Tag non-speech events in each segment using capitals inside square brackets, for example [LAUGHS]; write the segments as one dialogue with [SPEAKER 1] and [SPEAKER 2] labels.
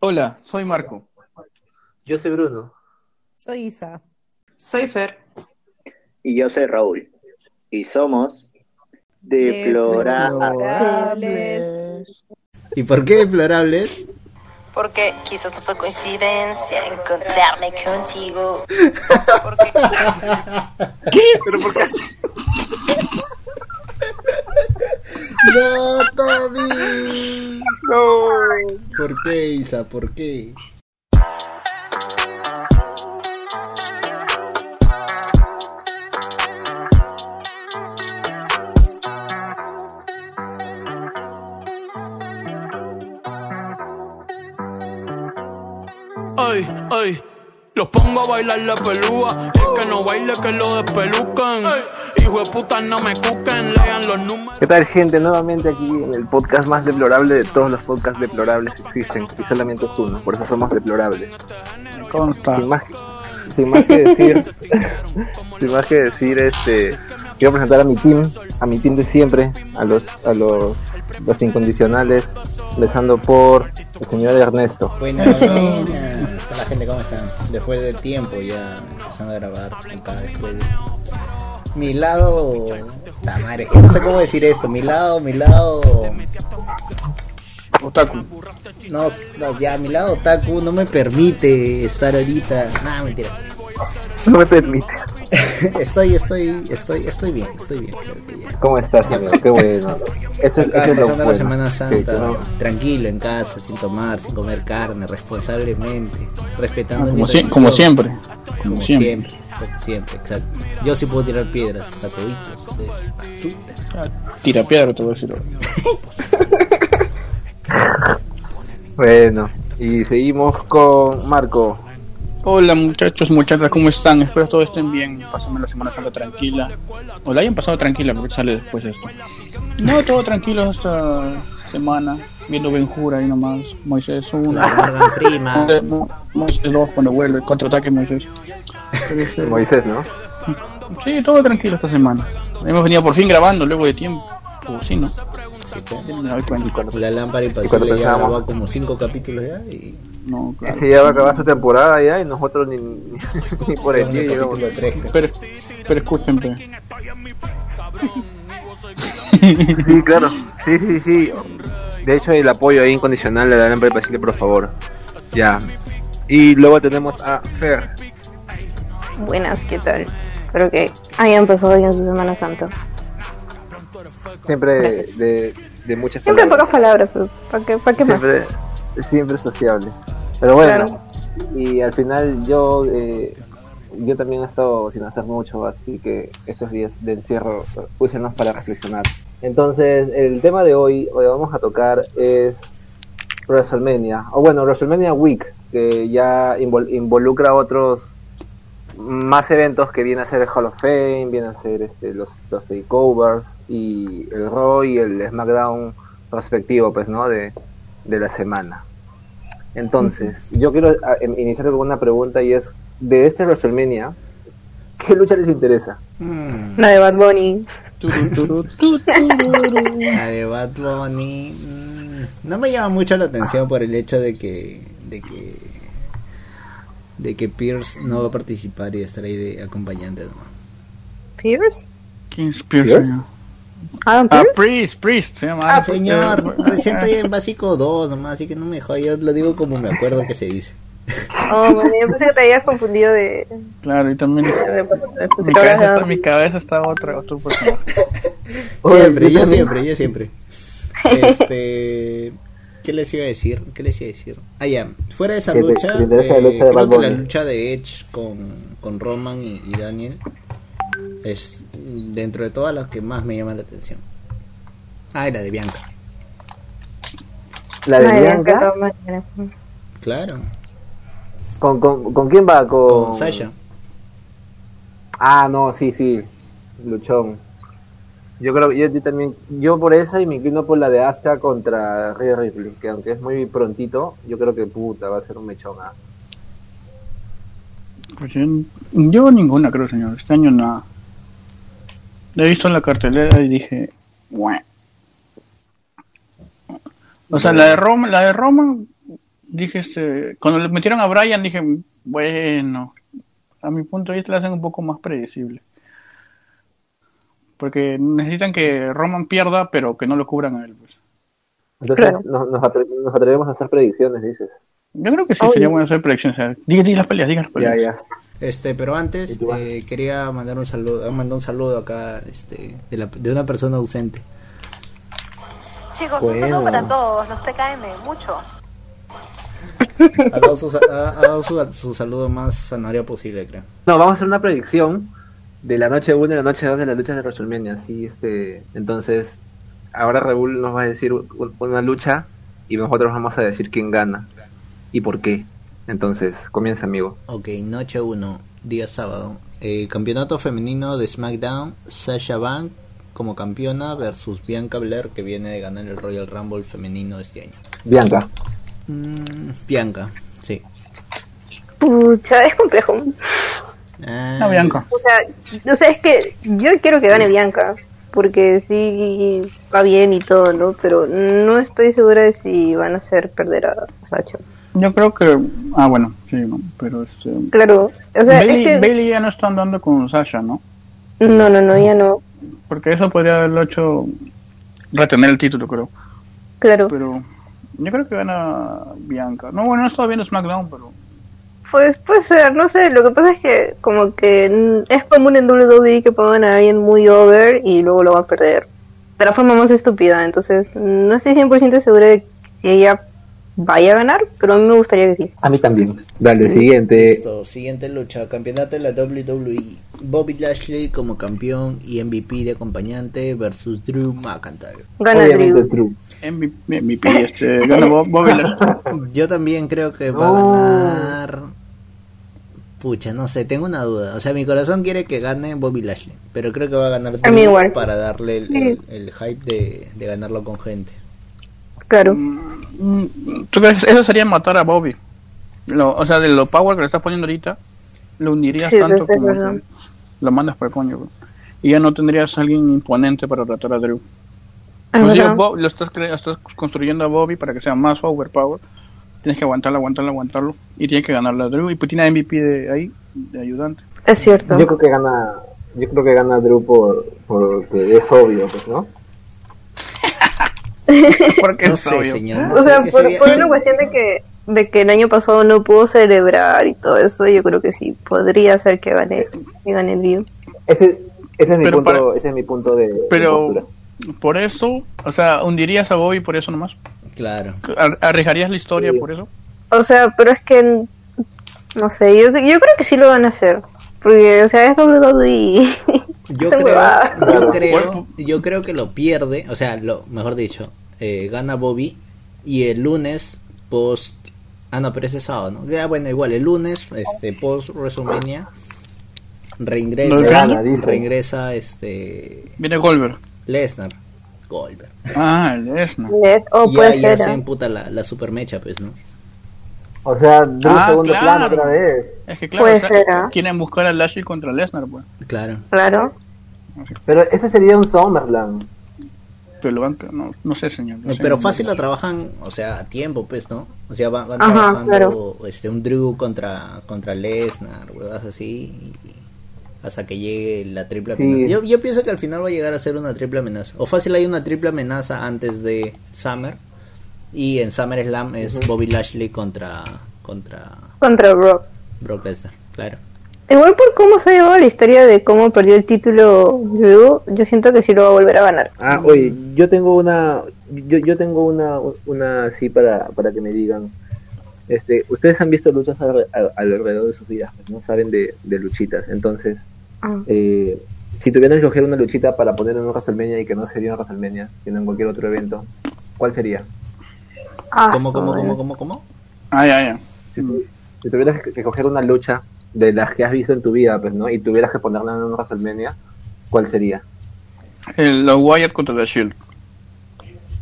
[SPEAKER 1] Hola, soy Marco.
[SPEAKER 2] Yo soy Bruno.
[SPEAKER 3] Soy Isa.
[SPEAKER 4] Soy Fer.
[SPEAKER 5] Y yo soy Raúl. Y somos deplorables.
[SPEAKER 6] ¿Y por qué deplorables?
[SPEAKER 7] Porque quizás no fue coincidencia encontrarme contigo.
[SPEAKER 2] Porque... ¿Qué? ¿Pero
[SPEAKER 4] [LAUGHS]
[SPEAKER 2] por qué
[SPEAKER 6] No, Tommy.
[SPEAKER 2] No.
[SPEAKER 6] ¿Por qué, Isa? ¿Por qué?
[SPEAKER 8] Ay, ay. Los pongo a bailar la pelúa. El que no baile, que lo despelucan. Hijo de puta, no me cuquen. Lean los números.
[SPEAKER 9] ¿Qué tal, gente? Nuevamente aquí en el podcast más deplorable de todos los podcasts deplorables que existen. Y solamente es uno, por eso somos deplorables.
[SPEAKER 1] Consta.
[SPEAKER 9] Sin más, sin más que decir, [LAUGHS] sin más que decir, este. Quiero presentar a mi team, a mi team de siempre, a los, a los, los incondicionales, empezando por el señor Ernesto.
[SPEAKER 6] Buenas, buenas. Hola gente, ¿cómo están? Después de tiempo ya empezando a grabar acá después de... Mi lado... La madre, que no sé cómo decir esto. Mi lado, mi lado...
[SPEAKER 1] Otaku.
[SPEAKER 6] No, no, ya, mi lado otaku no me permite estar ahorita... Nada, mentira. [LAUGHS]
[SPEAKER 9] No me permite.
[SPEAKER 6] estoy, estoy, estoy, estoy bien, estoy bien. creo que ya.
[SPEAKER 9] ¿Cómo estás, amigo? Qué bueno. Eso,
[SPEAKER 6] Acá
[SPEAKER 9] eso es lo
[SPEAKER 6] empezando
[SPEAKER 9] bueno.
[SPEAKER 6] la Semana
[SPEAKER 9] Sí,
[SPEAKER 6] Santa,
[SPEAKER 9] ¿no?
[SPEAKER 6] tranquilo en casa, sin tomar, sin comer carne, responsablemente, respetando mi
[SPEAKER 1] Ah, Como, si-
[SPEAKER 6] religión.
[SPEAKER 1] como siempre. Como,
[SPEAKER 6] Como
[SPEAKER 1] siempre.
[SPEAKER 6] siempre. como siempre, exacto. Yo sí puedo tirar piedras, tatuitos, ustedes, basura.
[SPEAKER 1] Tira piedra, te voy a decir. ahora.
[SPEAKER 9] Bueno, y seguimos con Marco.
[SPEAKER 1] Hola muchachos, muchachas, ¿cómo están? Espero todos estén bien. Pasen la Semana Santa tranquila. O la hayan pasado tranquila porque sale después esto. No, todo tranquilo esta semana. Viendo Benjura ahí nomás. Moisés 1.
[SPEAKER 6] Morgan Freeman.
[SPEAKER 1] Moisés 2 cuando vuelve. Contraataque Moisés. Pero ese-
[SPEAKER 9] Moisés, ¿no?
[SPEAKER 1] Sí, todo tranquilo esta semana. Hemos venido por fin grabando luego de tiempo. O sí, ¿no? Ya no me doy cuenta.
[SPEAKER 6] La lámpara
[SPEAKER 9] Y cuando
[SPEAKER 6] impasible ya
[SPEAKER 9] pensábamos-
[SPEAKER 6] grabó como cinco capítulos ya y
[SPEAKER 1] No, claro.
[SPEAKER 9] Ese ya va a acabar su temporada ya y nosotros ni, ni, [LAUGHS] ni por el
[SPEAKER 6] fueron
[SPEAKER 9] día
[SPEAKER 6] el
[SPEAKER 9] llegamos.
[SPEAKER 6] capítulo tres, creo.
[SPEAKER 1] Pero, pero escuchen, pues. pe.
[SPEAKER 9] Sí, claro. Sí, sí, sí. De hecho, el apoyo ahí incondicional de la lámpara de Basile, por favor. Ya. Y luego tenemos a Fer.
[SPEAKER 10] Buenas, ¿qué tal? Espero que hayan pasado bien su Semana Santa.
[SPEAKER 9] Siempre de, de muchas
[SPEAKER 10] Siempre en
[SPEAKER 9] palabras.
[SPEAKER 10] pocas palabras, pues, ¿para qué, para qué más?
[SPEAKER 9] siempre, siempre sociable. Pero bueno,
[SPEAKER 10] Claro.
[SPEAKER 9] y al final yo eh, yo también he estado sin hacer mucho, así que estos días de encierro eh, úsenos para reflexionar. Entonces, el tema de hoy, hoy vamos a tocar es WrestleMania, o bueno, WrestleMania Week, que ya invol- involucra otros más eventos que viene a ser el Hall of Fame, viene a ser este, los, los takeovers y el Raw y el SmackDown respectivo, pues, ¿no? De, de la semana. Entonces, yo quiero a, em, iniciar con una pregunta y es, de este WrestleMania, ¿qué lucha les interesa?
[SPEAKER 10] La de Bad Bunny.
[SPEAKER 1] Turu, turu, tu, tururu.
[SPEAKER 6] La de Bad Bunny mm, no me llama mucho la atención por el hecho de que de que de que Pierce no va a participar y estará ahí de acompañante nomás.
[SPEAKER 10] ¿Pierce?
[SPEAKER 1] ¿Quién es Pierce?
[SPEAKER 9] ¿Pierce?
[SPEAKER 1] señor?
[SPEAKER 10] ¿Adam
[SPEAKER 1] Ah,
[SPEAKER 10] Pierce?
[SPEAKER 1] Priest, Priest, se llama.
[SPEAKER 6] Ah, señor, recién estoy en básico 2 nomás, así que no me jodas, yo lo digo como me acuerdo que se dice.
[SPEAKER 10] Oh, bueno, yo pensé que te habías confundido de...
[SPEAKER 1] Claro, y también.
[SPEAKER 10] de- de-
[SPEAKER 1] Mi
[SPEAKER 10] pensé que
[SPEAKER 1] cabeza,
[SPEAKER 10] hablabas
[SPEAKER 1] está,
[SPEAKER 10] de-
[SPEAKER 1] mi cabeza está otra, otro personaje.
[SPEAKER 6] Siempre,
[SPEAKER 9] Oye,
[SPEAKER 6] yo
[SPEAKER 9] yo también.
[SPEAKER 6] siempre, yo siempre. Este, [LAUGHS] ¿qué les iba a decir? ¿Qué les iba a decir? Ah, ya, fuera de esa
[SPEAKER 9] Que te-
[SPEAKER 6] lucha,
[SPEAKER 9] que te interesa la
[SPEAKER 6] eh,
[SPEAKER 9] lucha de Bad
[SPEAKER 6] creo que la
[SPEAKER 9] Bunny.
[SPEAKER 6] lucha de Edge con, con Roman y, y Daniel es dentro de todas las que más me llama la atención. Ah, y la de Bianca,
[SPEAKER 9] La de
[SPEAKER 10] Ay, de
[SPEAKER 9] Bianca,
[SPEAKER 10] todas maneras.
[SPEAKER 6] claro,
[SPEAKER 9] ¿con, con, con quién va? Con...
[SPEAKER 6] con Sasha.
[SPEAKER 9] Ah, no, sí, sí, luchón. Yo creo que yo, yo también, yo por esa y me inclino por la de Asuka contra Rhea Ripley, que aunque es muy prontito, yo creo que puta, va a ser un mechón. ah.
[SPEAKER 1] Pues yo, yo ninguna, creo, señor. Este año nada. La he visto en la cartelera y dije. "Bueh". O sea, la de Roma, la de Roma dije, este, cuando le metieron a Brian, dije, bueno, a mi punto de vista la hacen un poco más predecible. Porque necesitan que Roman pierda, pero que no lo cubran a él. Pues.
[SPEAKER 9] Entonces no- nos, atre- nos atrevemos a hacer predicciones, dices.
[SPEAKER 1] Yo creo que sí
[SPEAKER 10] Oye.
[SPEAKER 1] sería bueno hacer predicciones. O sea, diga, diga las peleas, diga las
[SPEAKER 9] Ya,
[SPEAKER 1] peleas.
[SPEAKER 9] ya.
[SPEAKER 6] Este, pero antes eh, quería mandar un saludo, eh, mandar un saludo acá este, de, la- de una persona ausente.
[SPEAKER 3] Chicos, un
[SPEAKER 9] Bueno.
[SPEAKER 3] saludo para todos, los TKM, mucho.
[SPEAKER 6] Ha dado su, ha- ha dado su- su saludo más zanahoria posible, creo.
[SPEAKER 9] No, vamos a hacer una predicción de la noche 1 y la noche 2 de las luchas de WrestleMania. Así, este, entonces, ahora Raúl nos va a decir u- u- una lucha y nosotros vamos a decir quién gana y por qué. Entonces, comienza, amigo.
[SPEAKER 6] Ok, noche 1, día sábado. Eh, campeonato femenino de SmackDown, Sasha Bank como campeona versus Bianca Blair que viene de ganar el Royal Rumble femenino este año.
[SPEAKER 9] Bianca.
[SPEAKER 6] Mm, Bianca, sí.
[SPEAKER 10] Pucha, es complejo.
[SPEAKER 6] Ah,
[SPEAKER 1] No, Bianca.
[SPEAKER 10] O sea, o sea, es que yo quiero que gane Bianca, porque sí va bien y todo, ¿no? Pero no estoy segura de si van a hacer perder a Sacha.
[SPEAKER 1] Yo creo que. Ah, bueno, sí, no, pero este.
[SPEAKER 10] Claro, o sea,
[SPEAKER 1] Bailey,
[SPEAKER 10] es que...
[SPEAKER 1] Bailey ya no está andando con Sasha, ¿no?
[SPEAKER 10] No, no, no, ya no.
[SPEAKER 1] Porque eso podría haberlo hecho retener el título, creo.
[SPEAKER 10] Claro.
[SPEAKER 1] Pero yo creo que gana Bianca. No, bueno, no estaba viendo SmackDown, pero.
[SPEAKER 10] Pues puede ser, no sé, lo que pasa es que como que mm, es común en WWE que pongan a alguien muy over y luego lo van a perder. De la forma más estúpida, entonces no estoy 100% segura de que ella vaya a ganar, pero a mí me gustaría que sí.
[SPEAKER 9] A mí también. Dale, siguiente.
[SPEAKER 6] Listo, siguiente lucha, campeonato de la WWE. Bobby Lashley como campeón y MVP de acompañante versus Drew McIntyre.
[SPEAKER 10] Gana
[SPEAKER 9] Obviamente,
[SPEAKER 10] Drew.
[SPEAKER 9] Drew.
[SPEAKER 1] MVP, MVP este, gana Bob- Bobby Lashley.
[SPEAKER 6] Yo también creo que va
[SPEAKER 9] No.
[SPEAKER 6] a ganar. Pucha, no sé, tengo una duda. O sea, mi corazón quiere que gane Bobby Lashley, pero creo que va a ganar
[SPEAKER 10] A mí
[SPEAKER 6] Drew
[SPEAKER 10] igual.
[SPEAKER 6] para darle el,
[SPEAKER 10] Sí.
[SPEAKER 6] el- el hype de, de ganarlo con gente.
[SPEAKER 10] Claro.
[SPEAKER 1] Mm, ¿Tú crees? Eso sería matar a Bobby. Lo- o sea, de lo power que le estás poniendo ahorita, lo unirías
[SPEAKER 10] Sí,
[SPEAKER 1] tanto
[SPEAKER 10] es
[SPEAKER 1] como
[SPEAKER 10] verdad.
[SPEAKER 1] que lo mandas para el coño. bro. Y ya no tendrías a alguien imponente para tratar a Drew.
[SPEAKER 10] Es
[SPEAKER 1] Inclusive
[SPEAKER 10] verdad.
[SPEAKER 1] Bob- Pues lo estás, cre- estás construyendo a Bobby para que sea más overpower. Tienes que aguantarlo, aguantarlo, aguantarlo. Y tiene que ganarle a Drew. Y pues tiene a MVP de ahí, de
[SPEAKER 6] [LAUGHS]
[SPEAKER 1] ayudante.
[SPEAKER 10] Es cierto.
[SPEAKER 9] Yo creo que gana. Yo creo que gana Drew por, porque es obvio, pues, ¿no?
[SPEAKER 1] Porque
[SPEAKER 6] No
[SPEAKER 1] es
[SPEAKER 6] sé,
[SPEAKER 1] obvio.
[SPEAKER 6] señor. no
[SPEAKER 10] O
[SPEAKER 6] sé,
[SPEAKER 10] sea,
[SPEAKER 6] ese
[SPEAKER 10] por,
[SPEAKER 6] día-
[SPEAKER 10] por
[SPEAKER 6] ese- [LAUGHS]
[SPEAKER 10] una cuestión de que, de que el año pasado no pudo celebrar y todo eso, yo creo que sí, podría ser que gane, que gane Drew.
[SPEAKER 9] Ese, ese es mi
[SPEAKER 1] Pero
[SPEAKER 9] punto.
[SPEAKER 1] para-
[SPEAKER 9] Ese es mi punto de. de postura.
[SPEAKER 1] Pero por eso, o sea, hundirías a Bobby por eso nomás.
[SPEAKER 6] Claro.
[SPEAKER 1] Ar- Arriesgarías la historia
[SPEAKER 9] Sí.
[SPEAKER 1] por eso.
[SPEAKER 10] O sea, pero es que, no sé, yo, yo creo que sí lo van a hacer. Porque, o sea, es E WWE.
[SPEAKER 6] Yo
[SPEAKER 10] Esa
[SPEAKER 6] creo,
[SPEAKER 10] huevada.
[SPEAKER 6] yo
[SPEAKER 9] Claro.
[SPEAKER 6] creo,
[SPEAKER 1] Bueno.
[SPEAKER 6] yo creo que lo pierde, o sea, lo mejor dicho, eh, gana Bobby y el lunes post, ah no, pero ese es sábado, ¿no? Ya bueno, igual el lunes, este post WrestleMania
[SPEAKER 1] ¿Lo
[SPEAKER 6] reingresa,
[SPEAKER 1] gana,
[SPEAKER 9] dice?
[SPEAKER 6] reingresa este
[SPEAKER 1] Viene Goldberg.
[SPEAKER 6] Lesnar, Goldberg.
[SPEAKER 1] Ah, Lesnar.
[SPEAKER 10] [LAUGHS] Net, O
[SPEAKER 6] y
[SPEAKER 10] puede
[SPEAKER 6] ahí ya
[SPEAKER 10] ser.
[SPEAKER 6] se
[SPEAKER 10] ah.
[SPEAKER 6] emputa la, la supermecha, pues, ¿no?
[SPEAKER 9] O sea, Drew
[SPEAKER 1] Ah,
[SPEAKER 9] segundo plano
[SPEAKER 1] claro.
[SPEAKER 9] otra vez.
[SPEAKER 1] Es que claro,
[SPEAKER 10] Puede
[SPEAKER 1] o sea,
[SPEAKER 10] ser, ¿ah?
[SPEAKER 1] quieren buscar a Lashley contra Lesnar, pues.
[SPEAKER 6] Claro.
[SPEAKER 10] Claro.
[SPEAKER 9] Pero ese sería un Summerland.
[SPEAKER 1] Pero lo van- no, no sé, señor. no sé.
[SPEAKER 6] Eh, Pero fácil lo trabajan, o sea, a tiempo, pues, ¿no? O sea, van, van
[SPEAKER 10] Ajá,
[SPEAKER 6] trabajando
[SPEAKER 10] claro.
[SPEAKER 6] este, un Drew contra, contra Lesnar, huevas así, y- hasta que llegue la triple
[SPEAKER 9] Sí.
[SPEAKER 6] amenaza. Yo, yo pienso que al final va a llegar a ser una triple amenaza. O fácil hay una triple amenaza antes de Summer, y en Summer Slam es Bobby Lashley contra, contra
[SPEAKER 10] Contra Brock.
[SPEAKER 6] Brock Lesnar, claro.
[SPEAKER 10] Igual por cómo se ha llevado la historia de cómo perdió el título Drew, yo siento que sí lo va a volver a ganar.
[SPEAKER 9] Ah, oye, yo tengo una, yo, yo tengo una, una así para, para que me digan. Este, ustedes han visto luchas al- al- alrededor de sus vidas, pues, no saben de, de luchitas. Entonces,
[SPEAKER 10] Ah.
[SPEAKER 9] eh, si tuvieran que escoger una luchita para poner en un WrestleMania y que no sería en WrestleMania, sino en cualquier otro evento, ¿cuál sería?
[SPEAKER 10] Ah,
[SPEAKER 6] ¿Cómo, cómo,
[SPEAKER 10] su-
[SPEAKER 6] cómo, cómo, cómo?
[SPEAKER 1] Ah, ya, ya.
[SPEAKER 9] Si, tu- si tuvieras que escoger una lucha de las que has visto en tu vida, pues, ¿no? Y tuvieras que ponerla en un WrestleMania, ¿cuál sería?
[SPEAKER 1] El, los Wyatt contra The Shield.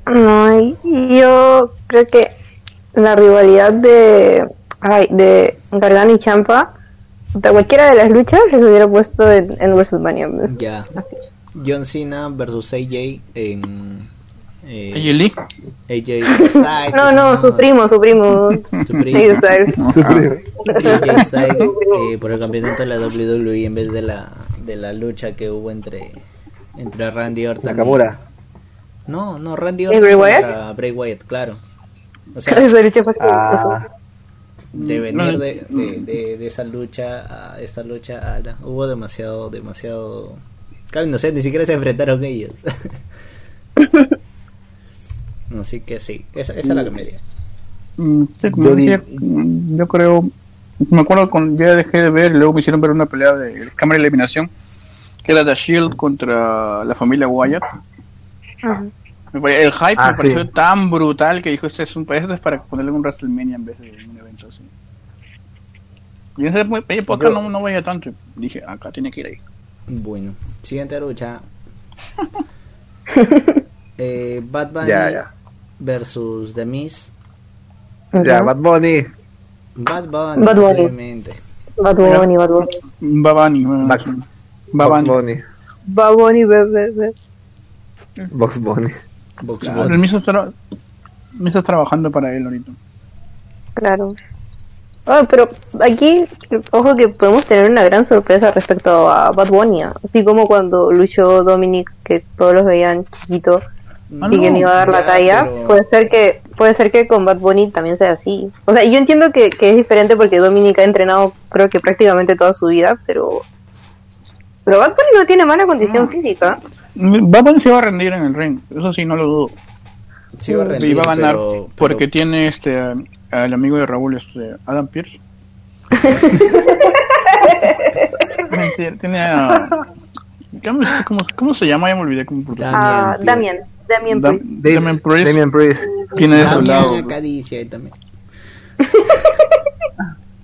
[SPEAKER 10] No, y- y yo creo que la rivalidad de, ay, de Gargano y Champa, cualquiera de las luchas les hubiera puesto en, en WrestleMania.
[SPEAKER 6] Ya. John Cena versus AJ en, en eh,
[SPEAKER 1] ¿Y Lee?
[SPEAKER 10] [LAUGHS]
[SPEAKER 6] AJ Styles.
[SPEAKER 10] No, no, su primo, su primo.
[SPEAKER 6] [LAUGHS] Su primo.
[SPEAKER 10] Sí, o sea,
[SPEAKER 9] [LAUGHS]
[SPEAKER 10] [LAUGHS]
[SPEAKER 6] AJ Styles eh, por el campeonato de la WWE en vez de la, de la lucha que hubo entre, entre Randy Orton. y-
[SPEAKER 9] Nakamura.
[SPEAKER 6] No, no, Randy
[SPEAKER 10] ¿Y
[SPEAKER 6] Orton
[SPEAKER 10] Bray
[SPEAKER 6] contra Bray Wyatt, claro.
[SPEAKER 10] [LAUGHS]
[SPEAKER 6] O sea,
[SPEAKER 10] es el chapa que pasó.
[SPEAKER 9] Ah,
[SPEAKER 6] de venir
[SPEAKER 1] No,
[SPEAKER 6] de, de, de- de esa lucha a esta lucha a la- hubo demasiado demasiado claro no sé ni siquiera se enfrentaron ellos [LAUGHS] así que sí esa, esa era la comedia
[SPEAKER 1] Mm, sí,
[SPEAKER 9] Yo
[SPEAKER 1] yo,
[SPEAKER 9] di-
[SPEAKER 1] mm, yo creo, me acuerdo cuando ya dejé de ver, luego me hicieron ver una pelea de cámara de eliminación, que era The Shield contra la familia Wyatt. Me pare- el hype
[SPEAKER 9] Ah,
[SPEAKER 1] me pareció
[SPEAKER 9] sí.
[SPEAKER 1] tan brutal que dijo, este es un esto es para ponerle un WrestleMania en vez de un evento así. Y en esa época época
[SPEAKER 9] Yo-
[SPEAKER 1] no, no veía tanto. Dije, acá tiene que ir ahí.
[SPEAKER 6] bueno
[SPEAKER 9] [LAUGHS]
[SPEAKER 6] siguiente lucha eh, Bad Bunny
[SPEAKER 9] Ah, ya, ya.
[SPEAKER 6] versus The Miz
[SPEAKER 9] Ya, Bad Bunny.
[SPEAKER 6] Bad Bunny,
[SPEAKER 10] Bad Bunny.
[SPEAKER 6] obviamente.
[SPEAKER 10] Bad Bunny, Bad Bunny.
[SPEAKER 1] Babani.
[SPEAKER 9] Back- Box
[SPEAKER 1] Babani.
[SPEAKER 9] Bunny.
[SPEAKER 10] Bad Bunny, Bad, Bad, Bad. Mm.
[SPEAKER 9] Box Bunny.
[SPEAKER 6] Box Bunny.
[SPEAKER 1] El mismo está, me está trabajando para él ahorita.
[SPEAKER 10] Claro. Ah, pero aquí, ojo que podemos tener una gran sorpresa respecto a Bad Bunny. ¿ah? Así como cuando luchó Dominic, que todos los veían chiquitos
[SPEAKER 1] Ah,
[SPEAKER 10] y que
[SPEAKER 1] no,
[SPEAKER 10] no iba a dar la
[SPEAKER 6] ya,
[SPEAKER 10] talla, pues.
[SPEAKER 6] pero-
[SPEAKER 10] puede ser que puede ser que con Bad Bunny también sea así. O sea, yo entiendo que, que es diferente porque Dominic ha entrenado creo que prácticamente toda su vida, pero pero Bad Bunny no tiene mala condición física.
[SPEAKER 1] Babani se va a rendir en el ring, eso sí, no lo dudo.
[SPEAKER 6] Sí, va a
[SPEAKER 1] y
[SPEAKER 6] rendir,
[SPEAKER 1] va a ganar
[SPEAKER 6] pero- pero-
[SPEAKER 1] porque tiene este al amigo de Raúl, este Adam
[SPEAKER 6] [LAUGHS]
[SPEAKER 1] Pierce. Mentira, tiene a- ¿Cómo, cómo, cómo se llama? Ya me olvidé cómo por
[SPEAKER 10] Ah, Damian, Damian
[SPEAKER 1] Da-
[SPEAKER 10] Priest.
[SPEAKER 1] Damian Priest
[SPEAKER 9] Damien Priest.
[SPEAKER 1] tiene de su lado
[SPEAKER 6] Damián acaricia y también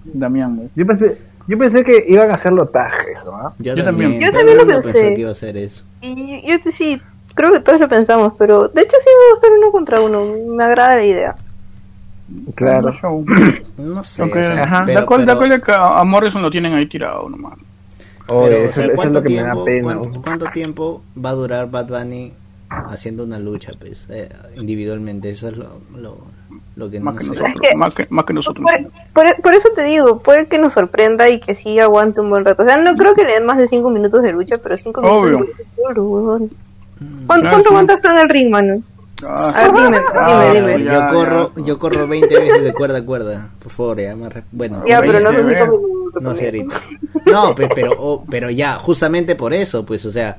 [SPEAKER 1] Damián. güey.
[SPEAKER 9] Yo pensé, yo pensé que iban a hacerlo tajes, ¿no?
[SPEAKER 1] Yo también.
[SPEAKER 10] Yo también lo
[SPEAKER 6] todo el mundo
[SPEAKER 10] pensé.
[SPEAKER 6] pensó que iba a hacer eso
[SPEAKER 10] Y yo, yo sí, creo que todos lo pensamos, pero de hecho sí me gusta el uno contra uno, me agrada la idea.
[SPEAKER 9] Claro.
[SPEAKER 1] Un show.
[SPEAKER 6] no sé
[SPEAKER 1] Aunque,
[SPEAKER 6] o sea,
[SPEAKER 1] ajá,
[SPEAKER 6] pero-
[SPEAKER 1] da cual- da
[SPEAKER 6] pero-
[SPEAKER 1] cual que a a Morrison lo tienen ahí tirado nomás.
[SPEAKER 9] Oye,
[SPEAKER 6] Pero, o
[SPEAKER 9] eso,
[SPEAKER 6] sea,
[SPEAKER 9] eso es
[SPEAKER 6] ¿cuánto
[SPEAKER 9] lo que me da
[SPEAKER 6] tiempo-
[SPEAKER 9] pena.
[SPEAKER 6] ¿cuánto, cuánto tiempo va a durar Bad Bunny haciendo una lucha, pues, eh, individualmente? Eso es lo, lo, lo que
[SPEAKER 1] Más
[SPEAKER 6] no
[SPEAKER 1] que
[SPEAKER 6] sé.
[SPEAKER 1] nosotros.
[SPEAKER 10] Es que- Pues,
[SPEAKER 1] Más que, más que nosotros.
[SPEAKER 10] Por, por- por eso te digo, puede que nos sorprenda y que sí aguante un buen rato. O sea, no creo que le den más de 5 minutos de lucha, pero 5 minutos
[SPEAKER 1] Obvio. Mm,
[SPEAKER 10] de lucha es duro, huevón. ¿Cuánto,
[SPEAKER 1] claro,
[SPEAKER 10] cuánto
[SPEAKER 1] sí.
[SPEAKER 10] aguantas tú en el ring, mano?
[SPEAKER 1] Ah,
[SPEAKER 10] A ver, dime,
[SPEAKER 1] ah,
[SPEAKER 10] dime, dime.
[SPEAKER 1] ya,
[SPEAKER 6] yo,
[SPEAKER 1] ya.
[SPEAKER 6] corro, yo corro 20 veces de cuerda a cuerda, por favor, ya más re- Bueno,
[SPEAKER 10] Ya, pero
[SPEAKER 1] veinte,
[SPEAKER 10] no son 5
[SPEAKER 1] veinte.
[SPEAKER 10] minutos.
[SPEAKER 6] no sé
[SPEAKER 10] también.
[SPEAKER 6] ahorita. No, pe- pero, oh, pero ya, justamente por eso, pues, o sea,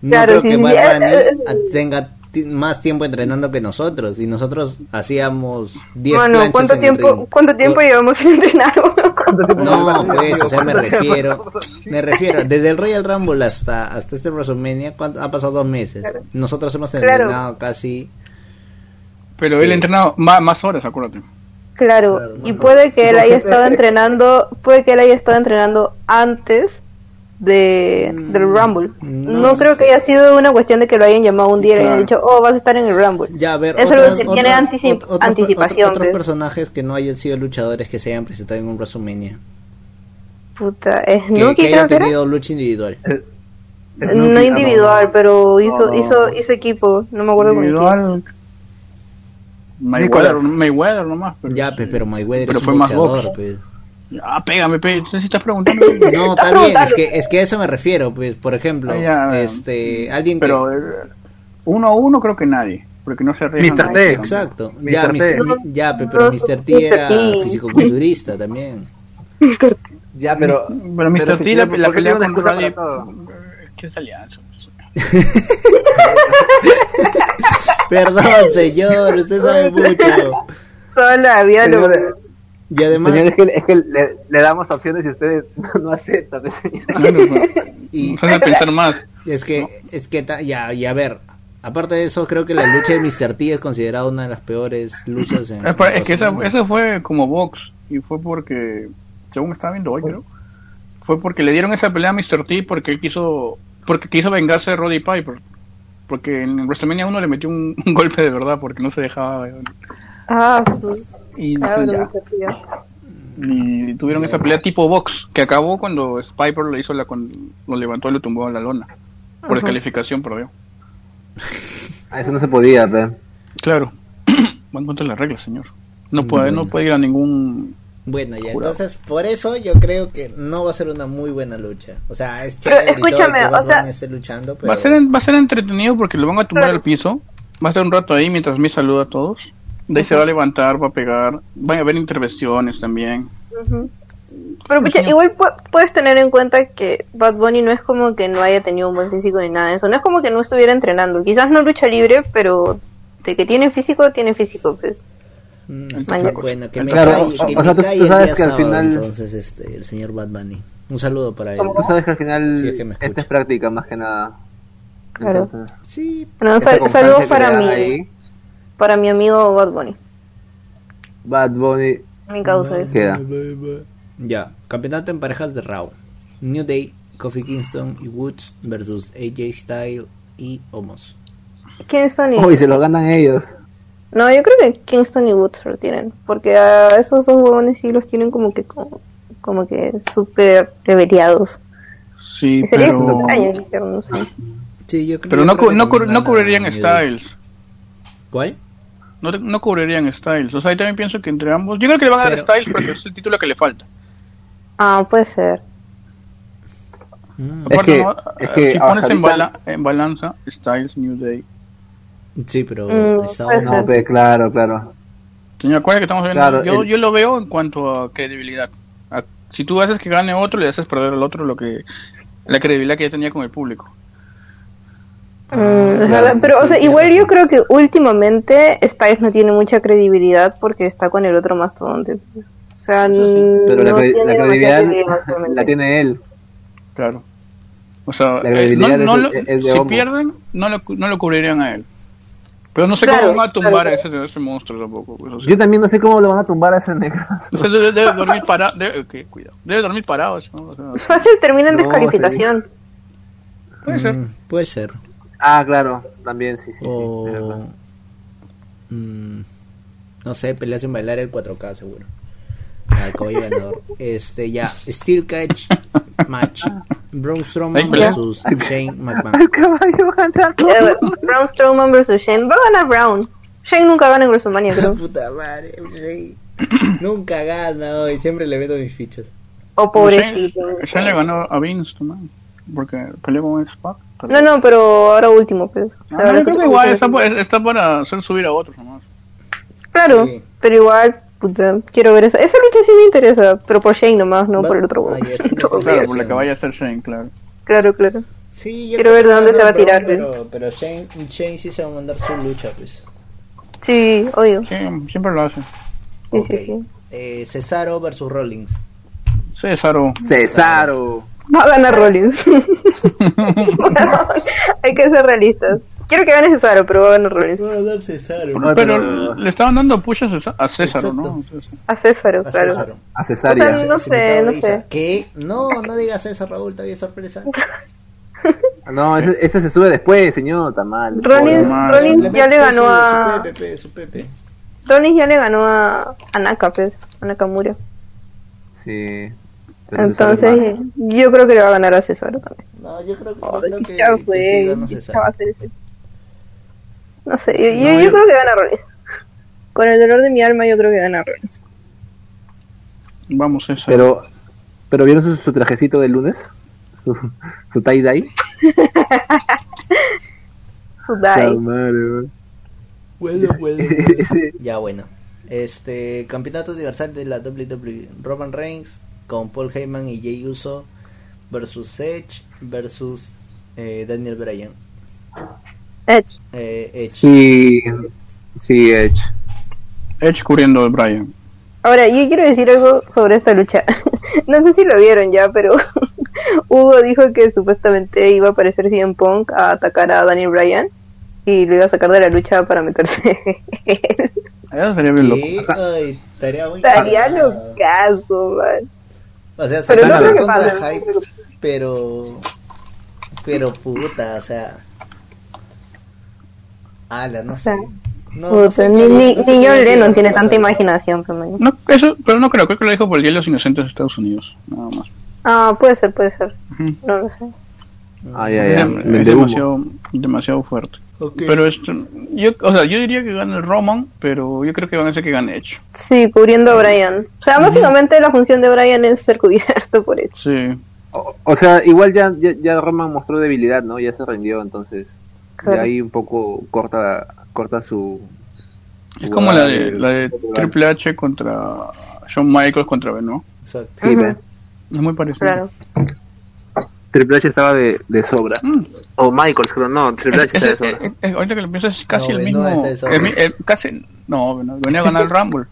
[SPEAKER 6] no
[SPEAKER 10] Claro,
[SPEAKER 6] creo
[SPEAKER 10] sí,
[SPEAKER 6] que
[SPEAKER 10] sí,
[SPEAKER 6] Bad
[SPEAKER 10] ya,
[SPEAKER 6] Bunny
[SPEAKER 10] eh,
[SPEAKER 6] a- tenga ti- más tiempo entrenando que nosotros, y nosotros hacíamos 10
[SPEAKER 10] Mano,
[SPEAKER 6] planchas
[SPEAKER 10] ¿cuánto
[SPEAKER 6] en el
[SPEAKER 10] tiempo,
[SPEAKER 6] ring.
[SPEAKER 10] ¿cuánto tiempo llevamos sin entrenar? [LAUGHS]
[SPEAKER 6] No, pues, o sea, me refiero, me refiero, desde el Royal Rumble hasta, hasta este WrestleMania, ¿cuánto? ha pasado dos meses. Nosotros hemos
[SPEAKER 10] Claro.
[SPEAKER 6] entrenado casi,
[SPEAKER 1] Pero él ha entrenado más, más horas, acuérdate.
[SPEAKER 10] Claro, y puede que él haya estado entrenando, puede que él haya estado entrenando antes de, del Rumble.
[SPEAKER 6] no
[SPEAKER 10] No, creo que haya sido una cuestión de que lo hayan llamado un día y le hayan
[SPEAKER 1] Claro.
[SPEAKER 10] dicho, oh, vas a estar en el Rumble.
[SPEAKER 6] ya a ver,
[SPEAKER 10] Es algo que tiene antici-
[SPEAKER 6] ot- otros per-
[SPEAKER 10] anticipación,
[SPEAKER 6] otros
[SPEAKER 10] pues.
[SPEAKER 6] personajes que no hayan sido luchadores que se hayan presentado en un WrestleMania,
[SPEAKER 10] Puta, es
[SPEAKER 6] que,
[SPEAKER 10] Nuki
[SPEAKER 6] que
[SPEAKER 10] creo
[SPEAKER 6] hayan
[SPEAKER 10] que era.
[SPEAKER 6] tenido lucha individual.
[SPEAKER 10] No individual, pero hizo,
[SPEAKER 9] no.
[SPEAKER 10] hizo, hizo equipo, no me acuerdo con quién.
[SPEAKER 1] Individual. Mayweather, Mayweather nomás. Pero,
[SPEAKER 6] Ya, pues, pero Mayweather
[SPEAKER 1] Pero
[SPEAKER 6] es
[SPEAKER 1] fue
[SPEAKER 6] un
[SPEAKER 1] más
[SPEAKER 6] boxeador,
[SPEAKER 1] box.
[SPEAKER 10] [LAUGHS]
[SPEAKER 6] pues.
[SPEAKER 1] Ah, pégame, pégame. Entonces, si estás
[SPEAKER 6] [LAUGHS]
[SPEAKER 1] preguntando.
[SPEAKER 6] No,
[SPEAKER 10] Está
[SPEAKER 6] también, es
[SPEAKER 10] preguntando.
[SPEAKER 6] que, es que a eso me refiero, pues, por ejemplo,
[SPEAKER 1] Ah, ya.
[SPEAKER 6] este, alguien que-
[SPEAKER 1] pero eh, uno a uno creo que nadie. Porque no se arriesgan.
[SPEAKER 9] Mr. T.
[SPEAKER 6] Exacto,
[SPEAKER 9] Mr.
[SPEAKER 6] ya,
[SPEAKER 9] T.
[SPEAKER 6] Mr. ya, pe- pero
[SPEAKER 10] No,
[SPEAKER 6] Mr.
[SPEAKER 10] Mr.
[SPEAKER 6] T era
[SPEAKER 10] T.
[SPEAKER 6] fisicoculturista también. [LAUGHS]
[SPEAKER 9] Ya, pero.
[SPEAKER 1] Pero Mr. T, la, la pelea eh, con Roddy. ¿Qué es alianza?
[SPEAKER 6] Perdón, señor,
[SPEAKER 10] [LAUGHS]
[SPEAKER 6] usted sabe mucho.
[SPEAKER 10] Toda la vida lo-
[SPEAKER 6] Y además,
[SPEAKER 9] Señor, es que, es que le, le damos opciones y ustedes [LAUGHS] no aceptan, ¿eh, señor.
[SPEAKER 1] Bueno, pues,
[SPEAKER 6] [LAUGHS] y
[SPEAKER 1] vamos a pensar más.
[SPEAKER 6] es que, es que, ta- ya, y a ver, aparte de eso, creo que la lucha de Mr. T es considerada una de las peores luchas
[SPEAKER 1] [CLEARS THROAT]
[SPEAKER 6] en
[SPEAKER 1] Es, por- es que esa, esa fue como box. Y fue porque. Según estaba viendo hoy, creo. Fue porque le dieron esa pelea a Mr. T porque él quiso. Porque quiso vengarse de Roddy Piper. Porque en WrestleMania 1 le metió un, [LAUGHS] un golpe de verdad porque no se dejaba. eh,
[SPEAKER 10] Ah, su-
[SPEAKER 1] Y,
[SPEAKER 10] claro,
[SPEAKER 1] entonces ya.
[SPEAKER 10] Mr. T, ya.
[SPEAKER 1] Y tuvieron esa pelea tipo box que acabó cuando Piper le hizo la con- lo levantó y lo tumbó a la lona por descalificación, por Dios.
[SPEAKER 9] Ah, Eso no se podía, pe.
[SPEAKER 1] [CLEARS THROAT] Claro. Va en contra de las reglas, señor. No puede, no puede ir a ningún.
[SPEAKER 6] Bueno, ya,
[SPEAKER 1] Jurado.
[SPEAKER 6] entonces por eso yo creo que no va a ser una muy buena lucha. O sea, es
[SPEAKER 10] Pero
[SPEAKER 6] chévere y todo
[SPEAKER 10] Eh, escúchame,
[SPEAKER 6] que Bad
[SPEAKER 10] o sea-
[SPEAKER 6] Bunny esté luchando, pero
[SPEAKER 1] Va, a ser, en- va a ser entretenido porque lo van a tumbar
[SPEAKER 10] Claro.
[SPEAKER 1] al piso. Va a estar un rato ahí mientras me saluda a todos. De ahí se va a levantar, va a pegar. Van a haber intervenciones también.
[SPEAKER 10] Ujú. Pero pucha, igual pu- puedes tener en cuenta que Bad Bunny no es como que no haya tenido un buen físico ni nada de eso. No es como que no estuviera entrenando. Quizás no lucha libre, pero de que tiene físico, tiene físico, pues.
[SPEAKER 6] Mm,
[SPEAKER 10] Mañana.
[SPEAKER 6] bueno, que me
[SPEAKER 9] Claro,
[SPEAKER 6] cae,
[SPEAKER 9] o-
[SPEAKER 6] que
[SPEAKER 9] o
[SPEAKER 6] me
[SPEAKER 9] sea, tú-
[SPEAKER 6] cae
[SPEAKER 9] tú
[SPEAKER 6] el
[SPEAKER 9] sabes
[SPEAKER 6] día
[SPEAKER 9] que al
[SPEAKER 6] sábado,
[SPEAKER 9] final-
[SPEAKER 6] entonces este, el señor Bad Bunny. Un saludo para él.
[SPEAKER 9] Tú sabes que al final
[SPEAKER 6] Sí, es que me
[SPEAKER 9] esta
[SPEAKER 6] escucha.
[SPEAKER 9] es práctica más que nada.
[SPEAKER 10] Claro.
[SPEAKER 9] Entonces,
[SPEAKER 6] Sí,
[SPEAKER 10] Bueno,
[SPEAKER 9] esa
[SPEAKER 10] sal-
[SPEAKER 9] constancia
[SPEAKER 10] saludos
[SPEAKER 9] que
[SPEAKER 10] para
[SPEAKER 9] le dan
[SPEAKER 10] mi,
[SPEAKER 9] ahí,
[SPEAKER 10] para mi amigo Bad Bunny.
[SPEAKER 9] Bad Bunny
[SPEAKER 10] Mi causa es.
[SPEAKER 9] queda.
[SPEAKER 6] Ya, campeonato en parejas de Raw. New Day, Kofi Kingston y Woods versus AJ Styles y Omos.
[SPEAKER 10] ¿Quién es Tony?
[SPEAKER 9] Uy, se lo ganan ellos.
[SPEAKER 10] No, yo creo que Kingston y Woods lo tienen. Porque a esos dos huevones sí los tienen como que como, como que súper reveriados.
[SPEAKER 1] Sí,
[SPEAKER 10] Y sería
[SPEAKER 1] pero.
[SPEAKER 10] súper extraño, pero no sé.
[SPEAKER 6] Sí, yo creo
[SPEAKER 1] Pero
[SPEAKER 6] yo
[SPEAKER 1] no,
[SPEAKER 6] creo
[SPEAKER 1] cu-
[SPEAKER 6] que
[SPEAKER 1] no,
[SPEAKER 6] también
[SPEAKER 1] cu- no
[SPEAKER 6] gana
[SPEAKER 1] cubrirían
[SPEAKER 6] New Day.
[SPEAKER 1] Styles.
[SPEAKER 6] ¿Cuál?
[SPEAKER 1] No, te- no cubrirían Styles. O sea, ahí también pienso que entre ambos. Yo creo que le van a dar
[SPEAKER 6] Pero-
[SPEAKER 1] Styles porque es el título que le falta.
[SPEAKER 10] Ah, puede ser.
[SPEAKER 6] Mm,
[SPEAKER 9] Es
[SPEAKER 1] Aparte,
[SPEAKER 9] que-
[SPEAKER 1] no,
[SPEAKER 9] es que
[SPEAKER 1] si pones en,
[SPEAKER 9] ahorita-
[SPEAKER 1] bala- en balanza Styles New Day.
[SPEAKER 6] Eh, Sí, pero
[SPEAKER 10] Mm,
[SPEAKER 6] es
[SPEAKER 10] puede
[SPEAKER 6] ahora.
[SPEAKER 9] No, pe, claro, claro.
[SPEAKER 1] Señor, acuérdate que estamos viendo.
[SPEAKER 9] Claro,
[SPEAKER 1] yo,
[SPEAKER 9] el-
[SPEAKER 1] yo lo veo en cuanto a credibilidad. A- si tú haces que gane otro, le haces perder al otro lo que la credibilidad que ya tenía con el público.
[SPEAKER 10] Mm, es
[SPEAKER 9] claro,
[SPEAKER 10] verdad,
[SPEAKER 9] sí,
[SPEAKER 10] pero, o sea,
[SPEAKER 6] tiene
[SPEAKER 10] igual yo
[SPEAKER 6] razón.
[SPEAKER 10] creo que últimamente Styles no tiene mucha credibilidad porque está con el otro mastodonte. O sea,
[SPEAKER 9] Pero la,
[SPEAKER 10] no
[SPEAKER 9] cre-
[SPEAKER 10] tiene
[SPEAKER 9] la
[SPEAKER 10] demasiada
[SPEAKER 9] credibilidad la
[SPEAKER 10] actualmente.
[SPEAKER 9] tiene él.
[SPEAKER 1] Claro. O sea,
[SPEAKER 9] La
[SPEAKER 1] eh,
[SPEAKER 9] credibilidad
[SPEAKER 1] no- no
[SPEAKER 9] es-
[SPEAKER 1] lo-
[SPEAKER 9] es de
[SPEAKER 1] si
[SPEAKER 9] Homo.
[SPEAKER 1] pierden, no lo, cu- no lo cubrirían a él. Pero no sé
[SPEAKER 10] Claro,
[SPEAKER 1] cómo van a tumbar
[SPEAKER 10] claro.
[SPEAKER 1] a ese, a ese monstruo tampoco. pues, o sea.
[SPEAKER 9] Yo también no sé cómo lo van a tumbar a ese negro.
[SPEAKER 1] O sea, debe, debe dormir parado. Debe, ok, cuidado. Debe dormir parado. ¿no? O sea,
[SPEAKER 10] Fácil termina en
[SPEAKER 9] No,
[SPEAKER 10] descalificación.
[SPEAKER 1] puede ser.
[SPEAKER 6] Mm, puede ser.
[SPEAKER 9] [LAUGHS] Ah, claro, también, sí, sí, sí. de verdad.
[SPEAKER 6] O. mm, no sé, peleas en bailar el 4K seguro. Al caballo ganador. Este, ya. Steel Catch Match. Braun Strowman
[SPEAKER 1] Ahí pelea.
[SPEAKER 6] versus Shane
[SPEAKER 10] [LAUGHS]
[SPEAKER 6] McMahon.
[SPEAKER 10] Eh, Braun Strowman versus Shane. Va a ganar Brown. Shane nunca gana en
[SPEAKER 9] [LAUGHS]
[SPEAKER 10] WrestleMania, creo.
[SPEAKER 6] Puta madre, güey. Nunca gana hoy, siempre le meto mis fichas.
[SPEAKER 10] O pobrecito.
[SPEAKER 1] Shane- Shane le ganó a Vince también. Porque peleó con X-Pac. pero-
[SPEAKER 10] No, no, pero ahora último, pues. O
[SPEAKER 1] Ah,
[SPEAKER 10] sea, ahora
[SPEAKER 1] yo creo
[SPEAKER 10] sí-
[SPEAKER 1] que igual está, pa- está para hacer subir a otros nomás.
[SPEAKER 10] Claro,
[SPEAKER 6] Sí.
[SPEAKER 10] pero igual, puta, quiero ver esa. Esa lucha sí me interesa, pero por Shane nomás, no
[SPEAKER 6] Va-
[SPEAKER 10] por el otro.
[SPEAKER 6] Ah,
[SPEAKER 10] huevón.
[SPEAKER 6] ya, sí,
[SPEAKER 1] Claro,
[SPEAKER 6] sí,
[SPEAKER 1] por la que vaya a ser Shane, claro.
[SPEAKER 10] Claro, claro.
[SPEAKER 6] Sí, yo
[SPEAKER 10] Quiero ver de dónde se va a
[SPEAKER 6] Braun,
[SPEAKER 10] tirar,
[SPEAKER 6] Pero, pero Shane, Shane sí se va a mandar su lucha, pues.
[SPEAKER 10] Sí, obvio.
[SPEAKER 1] Sí, siempre lo hace.
[SPEAKER 10] Sí, sí,
[SPEAKER 6] Ok.
[SPEAKER 10] sí.
[SPEAKER 6] Eh, Cesaro versus Rollins.
[SPEAKER 1] Césaro.
[SPEAKER 9] Cesaro.
[SPEAKER 10] Va a ganar Rollins. [LAUGHS] Hay que ser realistas. Quiero que gane Cesaro, pero va a ganar Rollins.
[SPEAKER 6] Va a ganar Cesaro.
[SPEAKER 1] Pero
[SPEAKER 9] No, pero-
[SPEAKER 1] le estaban dando push a César, a Césaro, ¿no? Entonces,
[SPEAKER 10] A Cesaro,
[SPEAKER 6] A
[SPEAKER 10] claro.
[SPEAKER 6] Cesaro.
[SPEAKER 9] A
[SPEAKER 10] O sea,
[SPEAKER 9] cesárea.
[SPEAKER 10] No
[SPEAKER 6] Ese
[SPEAKER 10] sé,
[SPEAKER 6] invitado
[SPEAKER 10] no
[SPEAKER 6] dice,
[SPEAKER 10] sé.
[SPEAKER 6] ¿Qué? No, no digas eso, Raúl, todavía
[SPEAKER 10] [LAUGHS]
[SPEAKER 6] es sorpresa.
[SPEAKER 9] No, ese, ese se sube después, señor. Está mal.
[SPEAKER 10] Rollins,
[SPEAKER 9] Pobre.
[SPEAKER 1] madre.
[SPEAKER 10] Rollins ya
[SPEAKER 6] metes
[SPEAKER 10] le
[SPEAKER 6] su-
[SPEAKER 10] ganó
[SPEAKER 6] su
[SPEAKER 10] a.
[SPEAKER 6] Pepe, su Pepe.
[SPEAKER 10] Rollins ya le ganó a, a Naka, pues. A Nakamura.
[SPEAKER 9] Sí. Pero Cesaro es
[SPEAKER 10] Entonces, eh.
[SPEAKER 9] más.
[SPEAKER 10] yo creo que le va a ganar a Cesaro también.
[SPEAKER 6] No, yo creo que, yo creo
[SPEAKER 10] Ay,
[SPEAKER 6] que,
[SPEAKER 10] qué chavo,
[SPEAKER 6] que sí
[SPEAKER 10] güey.
[SPEAKER 6] ganó
[SPEAKER 10] Qué
[SPEAKER 6] Cesaro.
[SPEAKER 10] chavo hacer ese. No sé, yo, yo-
[SPEAKER 1] No,
[SPEAKER 10] yo
[SPEAKER 1] yo-
[SPEAKER 10] creo que gana Rollins. Con el dolor de mi alma, yo creo que gana Rollins.
[SPEAKER 1] vamos, César.
[SPEAKER 9] Pero, pero ¿vieron su, su trajecito del lunes? [LAUGHS] Su, su tie-dye.
[SPEAKER 10] Sudai.
[SPEAKER 9] Está mal, weón.
[SPEAKER 10] [LAUGHS]
[SPEAKER 6] Bueno, bueno, bueno.
[SPEAKER 9] Ese-
[SPEAKER 6] Ya, bueno. Este, campeonato universal de la WWE. Roman Reigns con Paul Heyman y Jey Uso versus Edge versus eh, Daniel Bryan.
[SPEAKER 10] Edge.
[SPEAKER 6] Eh, Edge.
[SPEAKER 9] Sí. Sí, Edge.
[SPEAKER 1] Edge cubriendo a Brian.
[SPEAKER 10] Ahora, yo quiero decir algo sobre esta lucha. [LAUGHS] no sé si lo vieron ya, pero [LAUGHS] Hugo dijo que supuestamente iba a aparecer CM Punk a atacar a Daniel Bryan y lo iba a sacar de la lucha para meterse. [LAUGHS] en él.
[SPEAKER 1] Eso sería bien loco.
[SPEAKER 6] Sí, ay, estaría muy
[SPEAKER 10] Estaría
[SPEAKER 6] cagado.
[SPEAKER 10] locazo, man.
[SPEAKER 6] O sea, se
[SPEAKER 10] Pero no creo que
[SPEAKER 6] contra
[SPEAKER 10] pase.
[SPEAKER 6] hype, pero. Pero puta, o sea. Ala, no sé. No, no sé
[SPEAKER 10] Puta, ni
[SPEAKER 6] qué-
[SPEAKER 10] ni, ni
[SPEAKER 6] no sé qué
[SPEAKER 10] John
[SPEAKER 6] decir,
[SPEAKER 10] Lennon tiene
[SPEAKER 6] o
[SPEAKER 10] tanta
[SPEAKER 6] sea,
[SPEAKER 10] imaginación, pero man.
[SPEAKER 1] No, eso, pero no creo, creo que lo dijo por el Día de los Inocentes de Estados Unidos, nada más.
[SPEAKER 10] Ah, puede ser, puede ser.
[SPEAKER 1] Ujú.
[SPEAKER 10] No lo sé.
[SPEAKER 9] Ay, ay,
[SPEAKER 1] Es
[SPEAKER 9] ay.
[SPEAKER 1] dem-
[SPEAKER 9] El
[SPEAKER 1] es
[SPEAKER 9] de humo.
[SPEAKER 1] demasiado, demasiado fuerte.
[SPEAKER 6] Ok.
[SPEAKER 1] Pero esto, yo, o sea, yo diría que gane el Roman, pero yo creo que van a ser que gane Edge.
[SPEAKER 10] Sí, cubriendo a Brian. O sea, básicamente la función de Brian es ser cubierto por hecho.
[SPEAKER 1] Sí.
[SPEAKER 9] O, o sea, igual ya, ya, ya Roman mostró debilidad, ¿no? Ya se rindió, entonces de
[SPEAKER 10] Claro.
[SPEAKER 9] ahí un poco corta corta su...
[SPEAKER 1] Es
[SPEAKER 9] su-
[SPEAKER 1] como la de, la de
[SPEAKER 9] su-
[SPEAKER 1] Triple H contra Shawn Michaels contra Benoit.
[SPEAKER 6] Exacto.
[SPEAKER 9] Sí,
[SPEAKER 10] Ujú.
[SPEAKER 9] ve.
[SPEAKER 1] Es muy parecido.
[SPEAKER 10] Claro.
[SPEAKER 9] Triple H estaba de, de sobra.
[SPEAKER 1] Mm.
[SPEAKER 9] O Michael, creo, no, Triple
[SPEAKER 1] Es-
[SPEAKER 9] H está de
[SPEAKER 1] es-
[SPEAKER 9] sobra.
[SPEAKER 1] es- es- Eh, ahorita que lo piensas es casi
[SPEAKER 6] No,
[SPEAKER 1] el
[SPEAKER 6] Benoit
[SPEAKER 1] mismo.
[SPEAKER 6] está de sobra.
[SPEAKER 1] el mi- el- casi, no, Benoit venía a ganar el Rumble.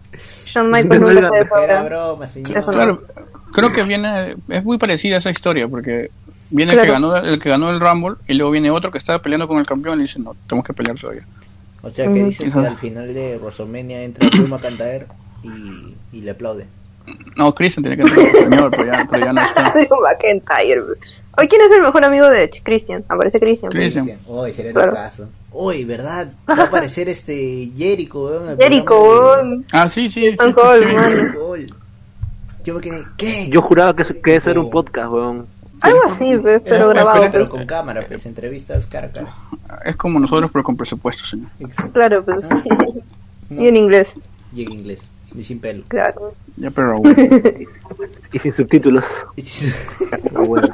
[SPEAKER 10] Shawn Michaels
[SPEAKER 9] No,
[SPEAKER 10] nunca
[SPEAKER 9] no,
[SPEAKER 10] fue de
[SPEAKER 6] Era
[SPEAKER 10] sobra.
[SPEAKER 6] broma,
[SPEAKER 10] [LAUGHS]
[SPEAKER 6] señor.
[SPEAKER 10] Eso no.
[SPEAKER 1] Claro, creo que viene, es muy parecida a esa historia, porque viene el, que
[SPEAKER 10] Claro.
[SPEAKER 1] ganó, el que ganó el Rumble y luego viene otro que estaba peleando con el campeón y dice, no, tenemos que pelear todavía.
[SPEAKER 6] O sea que
[SPEAKER 10] Ujú.
[SPEAKER 6] dices que al final de WrestleMania entra Pluma a cantar y, y le aplaude.
[SPEAKER 1] No, Christian tiene que entrar, señor, pero ya, pero ya no
[SPEAKER 10] [LAUGHS]
[SPEAKER 1] está.
[SPEAKER 10] Drew McIntyre. Hoy, ¿quién es el mejor amigo de Edge? Christian. Aparece Christian.
[SPEAKER 1] Christian.
[SPEAKER 6] Uy, será el
[SPEAKER 10] Claro.
[SPEAKER 6] caso. Uy, ¿verdad? Va a aparecer este Jericho, weón. en el
[SPEAKER 10] Jericho.
[SPEAKER 6] programa de-
[SPEAKER 1] Ah, sí, sí. sí,
[SPEAKER 10] Stone
[SPEAKER 1] sí,
[SPEAKER 10] Cold,
[SPEAKER 1] sí.
[SPEAKER 10] man.
[SPEAKER 6] Jericho. Yo me quedé, ¿qué?
[SPEAKER 9] Yo juraba que, eso- que eso
[SPEAKER 1] Oh.
[SPEAKER 9] era un podcast, weón.
[SPEAKER 10] Algo así, pues,
[SPEAKER 6] Era
[SPEAKER 10] pero
[SPEAKER 6] un
[SPEAKER 10] grabado.
[SPEAKER 6] podcast, Pero
[SPEAKER 10] pues.
[SPEAKER 6] con cámara, pues entrevistas cara a cara.
[SPEAKER 1] Es como nosotros, pero con presupuesto, señor.
[SPEAKER 6] Exacto.
[SPEAKER 10] Claro, pues.
[SPEAKER 6] No,
[SPEAKER 10] Y en inglés,
[SPEAKER 6] y en inglés. Y
[SPEAKER 10] [LAUGHS]
[SPEAKER 6] sin pelo.
[SPEAKER 10] claro.
[SPEAKER 1] Ya, pero bueno.
[SPEAKER 6] [LAUGHS]
[SPEAKER 9] Y sin subtítulos.
[SPEAKER 6] Y sin,
[SPEAKER 9] Ah,
[SPEAKER 10] [LAUGHS]
[SPEAKER 9] bueno.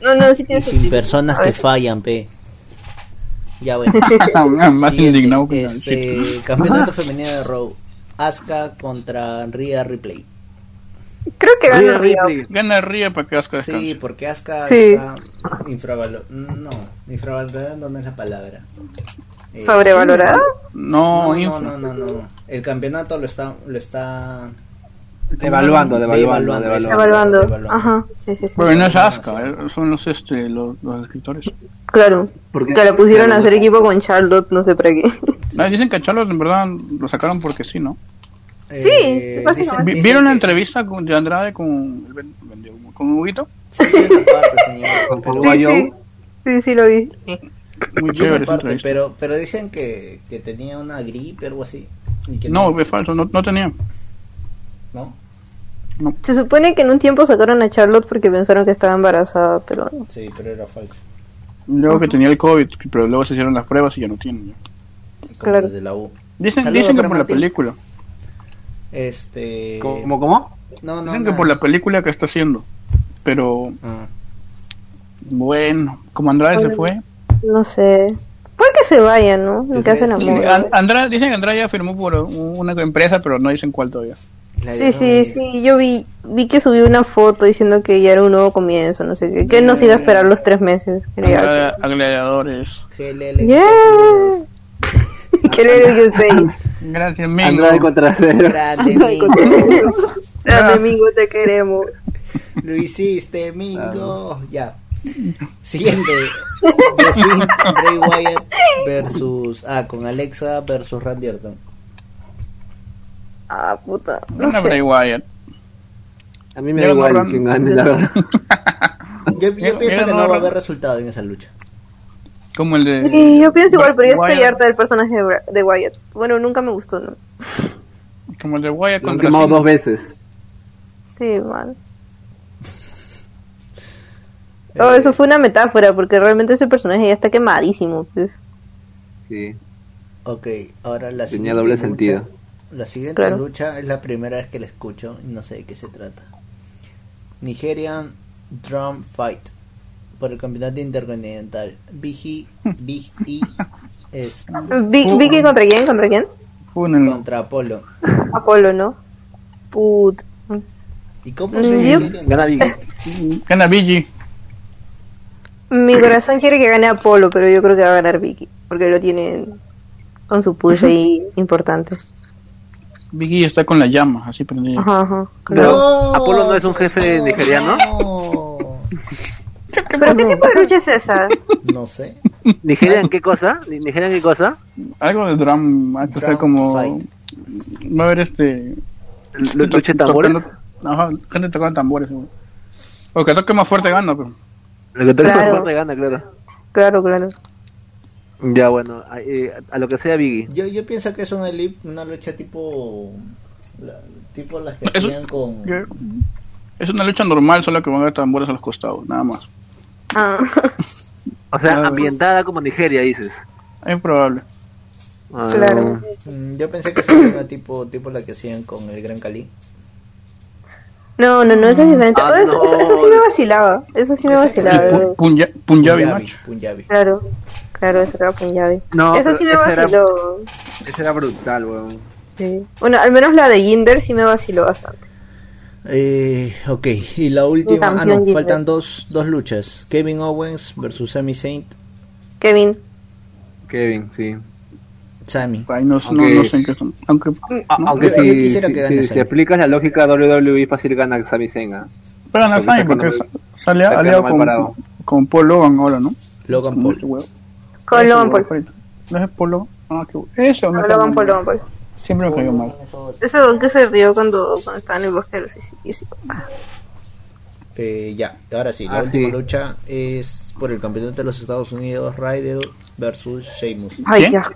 [SPEAKER 10] No, no, sí
[SPEAKER 6] y
[SPEAKER 10] tiene
[SPEAKER 6] [LAUGHS] sin
[SPEAKER 10] sentido.
[SPEAKER 6] personas
[SPEAKER 10] A
[SPEAKER 6] que
[SPEAKER 10] ver.
[SPEAKER 6] fallan, pe.
[SPEAKER 10] [LAUGHS]
[SPEAKER 6] Ya bueno.
[SPEAKER 1] Más
[SPEAKER 6] Siguiente,
[SPEAKER 1] indignado que la
[SPEAKER 6] este,
[SPEAKER 1] chica.
[SPEAKER 6] Campeonato femenino de Raw. Asuka contra Rhea Ripley.
[SPEAKER 10] Creo que
[SPEAKER 9] Rhea
[SPEAKER 10] gana Río.
[SPEAKER 9] Ripley.
[SPEAKER 1] Gana Ría para que Asuka
[SPEAKER 6] Sí,
[SPEAKER 1] descanse.
[SPEAKER 6] porque Asuka
[SPEAKER 10] Sí.
[SPEAKER 6] está infravalorando. No, infravalorando no es la palabra. Eh,
[SPEAKER 10] ¿Sobrevalorada?
[SPEAKER 1] No,
[SPEAKER 6] No, no,
[SPEAKER 1] infra.
[SPEAKER 6] no, no, no. El campeonato lo está, lo está
[SPEAKER 9] Devaluando, devaluando,
[SPEAKER 6] Devaluando,
[SPEAKER 9] devaluando.
[SPEAKER 10] Evaluando.
[SPEAKER 6] Evaluando.
[SPEAKER 10] Ajá, sí, sí, sí.
[SPEAKER 1] Bueno, no es Asuka, eh, son los, este, los, los escritores.
[SPEAKER 10] Claro.
[SPEAKER 9] Porque-
[SPEAKER 10] Que la pusieron a hacer equipo con Charlotte, no sé para qué.
[SPEAKER 1] No, dicen que a Charlotte en verdad lo sacaron porque sí, ¿no?
[SPEAKER 10] Sí, básicamente.
[SPEAKER 1] Vi-
[SPEAKER 6] eh, dicen
[SPEAKER 1] ¿Vieron la
[SPEAKER 6] que-
[SPEAKER 1] entrevista con, de Andrade con, el ven- vendió humo, con Huguito?
[SPEAKER 6] Sí, una parte,
[SPEAKER 1] [LAUGHS]
[SPEAKER 6] señor.
[SPEAKER 9] Con
[SPEAKER 6] Pero-
[SPEAKER 9] Uruguay,
[SPEAKER 10] sí.
[SPEAKER 9] yo-
[SPEAKER 10] Sí, sí, lo vi.
[SPEAKER 1] Muy
[SPEAKER 6] Sí, una
[SPEAKER 1] chévere esa
[SPEAKER 6] parte,
[SPEAKER 1] entrevista.
[SPEAKER 6] pero, pero dicen que, que tenía una gripe o algo así. y que
[SPEAKER 1] No, es falso, no, no tenía.
[SPEAKER 6] ¿no?
[SPEAKER 10] Se supone que en un tiempo sacaron a Charlotte porque pensaron que estaba embarazada, pero no.
[SPEAKER 6] Sí, pero era falso.
[SPEAKER 1] Luego que tenía el COVID, pero luego se hicieron las pruebas y ya no tiene. ya.
[SPEAKER 6] Como
[SPEAKER 10] Claro.
[SPEAKER 6] los de la U.
[SPEAKER 1] Dicen,
[SPEAKER 6] Saludos
[SPEAKER 1] dicen que
[SPEAKER 6] para
[SPEAKER 1] por la
[SPEAKER 6] Martín.
[SPEAKER 1] película.
[SPEAKER 6] Este.
[SPEAKER 9] ¿Cómo, cómo?
[SPEAKER 6] No, no.
[SPEAKER 1] Dicen que
[SPEAKER 6] nada.
[SPEAKER 1] por la película que está haciendo. Pero
[SPEAKER 6] Ah,
[SPEAKER 1] bueno, como Andrade se
[SPEAKER 10] Bueno.
[SPEAKER 1] fue.
[SPEAKER 10] No sé. Puede que se vayan, ¿no?
[SPEAKER 6] ¿Tú
[SPEAKER 10] Nunca hacen
[SPEAKER 6] crees?
[SPEAKER 10] amor.
[SPEAKER 1] An- Andrade, dicen que Andrade ya firmó por una empresa, pero no dicen cuál todavía.
[SPEAKER 6] la
[SPEAKER 10] Sí,
[SPEAKER 6] de-
[SPEAKER 10] sí, sí. Yo vi, vi que subió una foto diciendo que ya era un nuevo comienzo, no sé qué. Que él no se iba a esperar los tres meses. Quería- [LAUGHS]
[SPEAKER 1] Andrade a gladiadores.
[SPEAKER 6] GLL.
[SPEAKER 10] Yeah. ¿Qué le digo usted?
[SPEAKER 1] Gracias,
[SPEAKER 9] Andrade
[SPEAKER 1] amigo.
[SPEAKER 9] contra cero.
[SPEAKER 6] Grande, Mingo. [LAUGHS]
[SPEAKER 10] Dale, Mingo, te queremos.
[SPEAKER 6] Lo hiciste, Mingo. Ya. Siguiente. The Fiend, Bray Wyatt versus. Ah, con Alexa versus Randy Orton.
[SPEAKER 10] Ah, puta. No
[SPEAKER 1] Gana Bray
[SPEAKER 10] sé.
[SPEAKER 1] Wyatt.
[SPEAKER 9] A mí me
[SPEAKER 1] Ya
[SPEAKER 9] da
[SPEAKER 1] ganó
[SPEAKER 9] igual
[SPEAKER 1] Ram.
[SPEAKER 9] quién gane,
[SPEAKER 1] [LAUGHS]
[SPEAKER 9] la verdad.
[SPEAKER 6] Yo, yo
[SPEAKER 1] Mira,
[SPEAKER 6] pienso
[SPEAKER 1] mira,
[SPEAKER 6] que
[SPEAKER 1] no,
[SPEAKER 6] no va a haber
[SPEAKER 1] Randy.
[SPEAKER 6] resultado en esa lucha.
[SPEAKER 1] Como el de.
[SPEAKER 10] Sí, yo pienso igual, pero yo estoy
[SPEAKER 1] Wyatt.
[SPEAKER 10] harta del personaje de, Bra- de Wyatt. Bueno, nunca me gustó, ¿no?
[SPEAKER 1] Como el de Wyatt
[SPEAKER 9] Lo han
[SPEAKER 1] contra.
[SPEAKER 9] quemado
[SPEAKER 1] Cena.
[SPEAKER 9] dos veces.
[SPEAKER 10] Sí, man. Oh, eso fue una metáfora, porque realmente ese personaje ya está quemadísimo. pues.
[SPEAKER 9] Sí.
[SPEAKER 6] Ok, ahora la
[SPEAKER 9] Tenía
[SPEAKER 6] siguiente
[SPEAKER 9] doble
[SPEAKER 6] lucha-
[SPEAKER 9] sentido.
[SPEAKER 6] La siguiente
[SPEAKER 10] Claro.
[SPEAKER 6] lucha es la primera vez que la escucho y no sé de qué se trata. Nigerian Drum Fight por el campeonato intercontinental. Big E, Big E es
[SPEAKER 10] Vi-
[SPEAKER 9] ah.
[SPEAKER 10] ¿Vicky contra quién? ¿Contra quién?
[SPEAKER 1] Funen.
[SPEAKER 6] contra Apolo.
[SPEAKER 10] Apolo, ¿no? Put.
[SPEAKER 6] ¿Y cómo
[SPEAKER 10] Mm,
[SPEAKER 6] se
[SPEAKER 10] yo-
[SPEAKER 6] Nigerian?
[SPEAKER 9] Gana Biggie.
[SPEAKER 1] Gana Biggie.
[SPEAKER 10] Mi corazón quiere que gane Apolo, pero yo creo que va a ganar Vicky, porque lo tiene con su push ahí importante.
[SPEAKER 1] Biggie está con la llama, así prendida.
[SPEAKER 10] Ajá, ajá.
[SPEAKER 9] Pero,
[SPEAKER 10] claro.
[SPEAKER 9] ¿Apolo no es un jefe nigeriano?
[SPEAKER 6] No,
[SPEAKER 10] ¿Pero qué tipo de lucha es esa?
[SPEAKER 6] no sé.
[SPEAKER 9] ¿Nigerian qué cosa? ¿Ni- ¿Nigerian qué cosa?
[SPEAKER 1] Algo de drum, act, o sea,
[SPEAKER 6] Drum
[SPEAKER 1] como.
[SPEAKER 6] fight.
[SPEAKER 1] Va a haber este.
[SPEAKER 9] Lu- ¿Lucha en tambores?
[SPEAKER 1] tocando- Ajá, gente tocando tambores. seguro. O que toque más fuerte gana, pero.
[SPEAKER 9] Lo que toca
[SPEAKER 10] Claro.
[SPEAKER 9] más fuerte gana, claro.
[SPEAKER 10] [LAUGHS] Claro, claro.
[SPEAKER 9] Ya, bueno. A, eh, a lo que sea Biggie.
[SPEAKER 6] Yo, yo pienso que es una, li- una lucha tipo. la- tipo las que
[SPEAKER 1] No, eso-
[SPEAKER 6] hacían con.
[SPEAKER 1] que Es una lucha normal, solo que van a haber tambores a los costados, nada más.
[SPEAKER 10] Ah,
[SPEAKER 9] O sea,
[SPEAKER 1] Claro.
[SPEAKER 9] ambientada como Nigeria, dices.
[SPEAKER 1] Es probable.
[SPEAKER 9] Ah,
[SPEAKER 10] Claro.
[SPEAKER 6] Mm, Yo pensé que sería una tipo, tipo la que hacían con el Gran Cali.
[SPEAKER 10] No, no, no, eso es diferente.
[SPEAKER 9] Ah,
[SPEAKER 10] Oh, eso,
[SPEAKER 9] no.
[SPEAKER 10] eso- eso sí me vacilaba. Eso sí me
[SPEAKER 6] Ese-
[SPEAKER 10] vacilaba.
[SPEAKER 6] el
[SPEAKER 10] ¿verdad?
[SPEAKER 1] Punja- Punjabi,
[SPEAKER 6] Punjabi,
[SPEAKER 1] macho.
[SPEAKER 6] Punjabi.
[SPEAKER 10] Claro, claro, eso era Punjabi.
[SPEAKER 9] No,
[SPEAKER 10] eso sí me
[SPEAKER 9] pero esa era-
[SPEAKER 10] vaciló.
[SPEAKER 9] Ese era brutal, weón.
[SPEAKER 10] sí. Bueno, al menos la de Ginder sí me vaciló bastante.
[SPEAKER 6] Eh, ok, y la última. Ah,
[SPEAKER 10] campeón
[SPEAKER 6] no,
[SPEAKER 10] libre.
[SPEAKER 6] faltan dos, dos luchas: Kevin Owens versus Sami Saint.
[SPEAKER 10] Kevin,
[SPEAKER 9] Kevin, sí.
[SPEAKER 6] Sami.
[SPEAKER 1] Ahí no, no-
[SPEAKER 9] Aunque-
[SPEAKER 1] no sé en qué son. Aunque,
[SPEAKER 9] Ah,
[SPEAKER 1] ¿no?
[SPEAKER 9] aunque
[SPEAKER 6] Yo- yo
[SPEAKER 9] si,
[SPEAKER 6] quisiera
[SPEAKER 9] si-
[SPEAKER 6] que gane
[SPEAKER 9] si-
[SPEAKER 6] Sami.
[SPEAKER 9] si aplicas la lógica WWE, E, fácil gana Sami Zayn. ¿ah?
[SPEAKER 1] Pero gana
[SPEAKER 9] Ahorita
[SPEAKER 1] Sami
[SPEAKER 9] que
[SPEAKER 1] porque
[SPEAKER 9] no-
[SPEAKER 1] sa- sale
[SPEAKER 9] está
[SPEAKER 1] aliado
[SPEAKER 9] mal parado.
[SPEAKER 1] con, con Paul Logan ahora, ¿no?
[SPEAKER 6] Logan
[SPEAKER 1] Como
[SPEAKER 6] Paul.
[SPEAKER 1] ese huevo.
[SPEAKER 10] con
[SPEAKER 1] Ese
[SPEAKER 10] Logan
[SPEAKER 1] huevo
[SPEAKER 10] Paul.
[SPEAKER 1] favorito. ¿No es Paul Logan? Ah, qué bueno. Eso me
[SPEAKER 10] Con
[SPEAKER 1] cae
[SPEAKER 10] Logan
[SPEAKER 1] mal.
[SPEAKER 10] Paul, Logan Paul.
[SPEAKER 1] Siempre me cayó mal.
[SPEAKER 10] Ese don que se rió cuando, cuando estaba en el bosque de los Sisicos.
[SPEAKER 6] Eh, ya, ahora sí, la
[SPEAKER 9] Ah,
[SPEAKER 6] última
[SPEAKER 9] sí.
[SPEAKER 6] lucha es por el campeonato de los Estados Unidos, Ryder versus Sheamus.
[SPEAKER 10] Ay,
[SPEAKER 1] ¿Quién?
[SPEAKER 10] ya.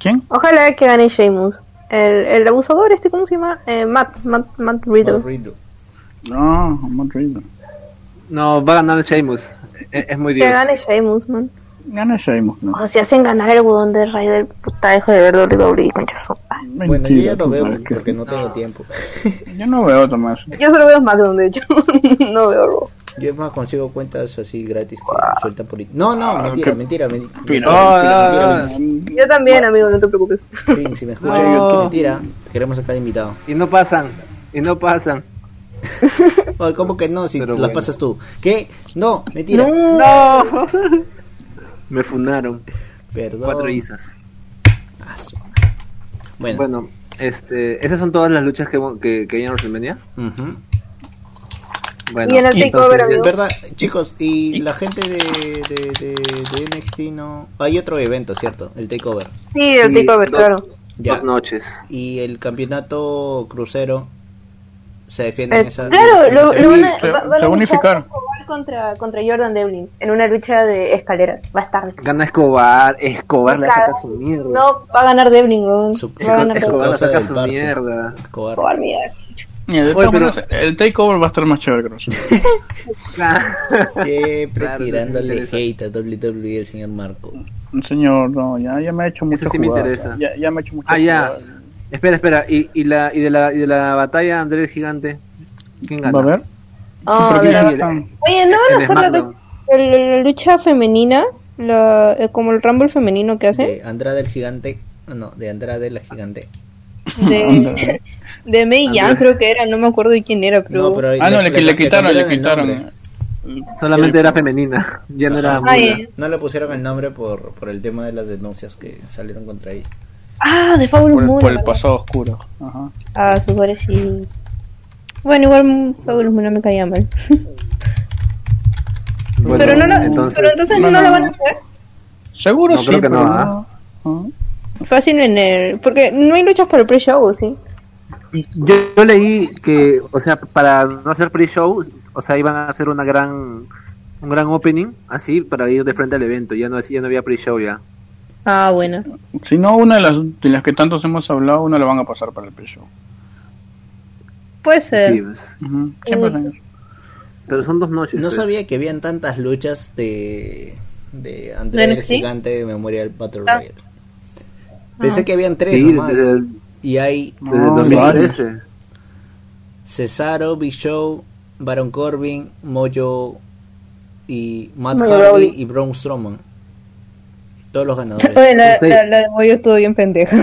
[SPEAKER 1] ¿Quién?
[SPEAKER 10] Ojalá que gane Sheamus. El, el abusador, este, ¿cómo se llama? Eh, Matt, Matt, Matt Riddle.
[SPEAKER 6] Matt Riddle.
[SPEAKER 1] No, Matt Riddle.
[SPEAKER 9] No, va a ganar Sheamus. Es, es muy
[SPEAKER 10] Que
[SPEAKER 9] dios.
[SPEAKER 10] gane Sheamus, man.
[SPEAKER 1] Gana Sheamus, ¿no?
[SPEAKER 10] O si hacen ganar el budón de Ray del puta, dejo de ver WWE, conchazo.
[SPEAKER 6] Bueno, yo ya
[SPEAKER 1] Mentira,
[SPEAKER 6] lo veo
[SPEAKER 1] compadre, que-
[SPEAKER 6] porque no tengo tiempo.
[SPEAKER 1] Yo no veo, Tomás.
[SPEAKER 10] Yo solo veo SmackDown, de hecho. [LAUGHS] no veo Raw.
[SPEAKER 6] Yo es más consigo cuentas así gratis que sueltan por ahí. No, no, mentira,
[SPEAKER 1] qué
[SPEAKER 6] mentira, mentira.
[SPEAKER 1] Pino.
[SPEAKER 9] Ah,
[SPEAKER 6] mentira,
[SPEAKER 9] ah,
[SPEAKER 6] mentira.
[SPEAKER 10] Yo también, amigo, no te [LAUGHS] preocupes.
[SPEAKER 6] Pin, si me escuchas,
[SPEAKER 9] No.
[SPEAKER 6] mentira, te queremos acá de invitado.
[SPEAKER 9] Y no pasan. Y no pasan.
[SPEAKER 6] Oye, ¿Cómo que no? Si
[SPEAKER 9] Pero
[SPEAKER 6] las
[SPEAKER 9] bueno.
[SPEAKER 6] pasas tú. ¿Qué? No, mentira.
[SPEAKER 9] ¡No! Me funaron.
[SPEAKER 6] Perdón. Ah,
[SPEAKER 9] Cuatro isas.
[SPEAKER 6] Bueno.
[SPEAKER 9] Bueno, este, esas son todas las luchas que, hemos- que, que hay en WrestleMania.
[SPEAKER 6] ujú.
[SPEAKER 9] Bueno,
[SPEAKER 10] Y en el takeover,
[SPEAKER 9] entonces,
[SPEAKER 10] amigo.
[SPEAKER 6] ¿Verdad? Chicos, y la gente de, de, de, de NXT no... Hay otro evento, ¿cierto? El Takeover.
[SPEAKER 10] Sí, el
[SPEAKER 9] sí,
[SPEAKER 10] tico ver,
[SPEAKER 9] dos-
[SPEAKER 10] claro.
[SPEAKER 6] Ya.
[SPEAKER 9] Dos noches.
[SPEAKER 6] Y el campeonato crucero se defiende en
[SPEAKER 10] Eh,
[SPEAKER 6] esa...
[SPEAKER 10] claro,
[SPEAKER 6] en
[SPEAKER 10] lo,
[SPEAKER 6] esa-
[SPEAKER 10] lo van a,
[SPEAKER 1] se-
[SPEAKER 10] va- van
[SPEAKER 1] se
[SPEAKER 10] a
[SPEAKER 1] unificaron.
[SPEAKER 10] luchar Escobar contra, contra Jordan Devlin en una lucha de escaleras. Va a estar.
[SPEAKER 9] Gana Escobar. Escobar le saca su mierda.
[SPEAKER 10] No, va a ganar Devlin, weón.
[SPEAKER 6] Su-
[SPEAKER 10] Va a ganar
[SPEAKER 6] su-
[SPEAKER 10] Devlin.
[SPEAKER 9] Escobar le
[SPEAKER 6] cosa
[SPEAKER 9] saca
[SPEAKER 6] del
[SPEAKER 9] su
[SPEAKER 6] Barça.
[SPEAKER 9] mierda.
[SPEAKER 6] Escobar.
[SPEAKER 10] Escobar, mira.
[SPEAKER 1] Mira, de
[SPEAKER 9] Oye,
[SPEAKER 1] todas
[SPEAKER 9] pero-
[SPEAKER 1] maneras, el takeover va a estar más chévere que nosotros.
[SPEAKER 6] Siempre
[SPEAKER 9] Claro,
[SPEAKER 6] tirándole
[SPEAKER 9] eso sí me
[SPEAKER 6] hate a WWE el señor Marco.
[SPEAKER 1] Señor, no, ya, ya me ha hecho mucho
[SPEAKER 9] sí me interesa.
[SPEAKER 1] Ya, ya me ha hecho mucho
[SPEAKER 9] [LAUGHS] Ah, ya. Espera, espera. ¿Y, y, la, y, de la, y de la batalla de André el Gigante? ¿Quién gana?
[SPEAKER 1] Va a ver.
[SPEAKER 10] Ah,
[SPEAKER 1] Porque
[SPEAKER 10] a ver,
[SPEAKER 1] ya
[SPEAKER 10] a
[SPEAKER 9] ver.
[SPEAKER 1] están-
[SPEAKER 10] Oye, ¿no
[SPEAKER 9] En
[SPEAKER 10] van a hacer la,
[SPEAKER 9] SmackDown.
[SPEAKER 10] lu- la- la lucha femenina? La, eh, como el Rumble femenino que hacen.
[SPEAKER 6] De Andrade el gigante... ah, No, de Andrade la gigante.
[SPEAKER 1] [LAUGHS]
[SPEAKER 10] De, de
[SPEAKER 9] Ah,
[SPEAKER 10] Mei Yang, creo que era. No me acuerdo de quién era, pero.
[SPEAKER 6] No, pero
[SPEAKER 1] Ah, no, le, le quitaron, le
[SPEAKER 6] cambiaron el
[SPEAKER 1] quitaron.
[SPEAKER 6] nombre.
[SPEAKER 9] Solamente era femenina. [LAUGHS] Ya no era
[SPEAKER 6] Ajá.
[SPEAKER 9] mula.
[SPEAKER 10] Ay, eh.
[SPEAKER 6] No le pusieron el nombre por, por el tema de las denuncias que salieron contra ella.
[SPEAKER 10] Ah, de Fabulous
[SPEAKER 1] Por el,
[SPEAKER 10] Moon.
[SPEAKER 1] por el
[SPEAKER 10] ¿verdad?
[SPEAKER 1] pasado oscuro. Ajá.
[SPEAKER 10] Ah, sus goles sí. Bueno, igual mm, Fabulous Moon no me caía mal.
[SPEAKER 9] [LAUGHS] Bueno,
[SPEAKER 10] pero no, lo-
[SPEAKER 9] entonces-
[SPEAKER 10] pero entonces no,
[SPEAKER 1] no,
[SPEAKER 10] la
[SPEAKER 1] no,
[SPEAKER 10] van a
[SPEAKER 1] no.
[SPEAKER 10] hacer.
[SPEAKER 1] Seguro
[SPEAKER 9] No,
[SPEAKER 1] sí,
[SPEAKER 9] creo que
[SPEAKER 1] pero
[SPEAKER 9] no, ¿ah?
[SPEAKER 1] no.
[SPEAKER 10] Fácil en el. Porque no hay luchas para el pre-show, ¿o ¿sí?
[SPEAKER 9] Yo, yo leí que, o sea, para no hacer pre-show, o sea, iban a hacer una gran, un gran opening, así, para ir de frente al evento. Ya no, ya no había pre-show ya.
[SPEAKER 10] Ah, bueno.
[SPEAKER 1] Ajá. Si no, una de las, de las que tantos hemos hablado, una la van a pasar para el pre-show.
[SPEAKER 10] Puede ser.
[SPEAKER 9] Sí, pues.
[SPEAKER 1] Ujú.
[SPEAKER 10] Eh,
[SPEAKER 1] Siempre hacen eso.
[SPEAKER 9] Pero son dos noches.
[SPEAKER 6] No
[SPEAKER 9] pues.
[SPEAKER 6] sabía que habían tantas luchas de, de
[SPEAKER 10] ¿De
[SPEAKER 6] André el
[SPEAKER 10] NXT?
[SPEAKER 6] Gigante Memorial Battle
[SPEAKER 10] Ah.
[SPEAKER 6] Royale. Pensé que habían tres
[SPEAKER 9] Sí,
[SPEAKER 6] nomás.
[SPEAKER 9] desde el,
[SPEAKER 6] Y hay
[SPEAKER 9] desde el
[SPEAKER 1] No,
[SPEAKER 9] 2013.
[SPEAKER 6] Cesaro, Big Show, Baron Corbin, Mojo y Matt
[SPEAKER 10] Mojo
[SPEAKER 6] Hardy
[SPEAKER 10] Rawley.
[SPEAKER 6] y Braun Strowman. Todos los ganadores.
[SPEAKER 10] Oye, la,
[SPEAKER 9] Sí.
[SPEAKER 10] la, la de Moyo estuvo bien pendeja.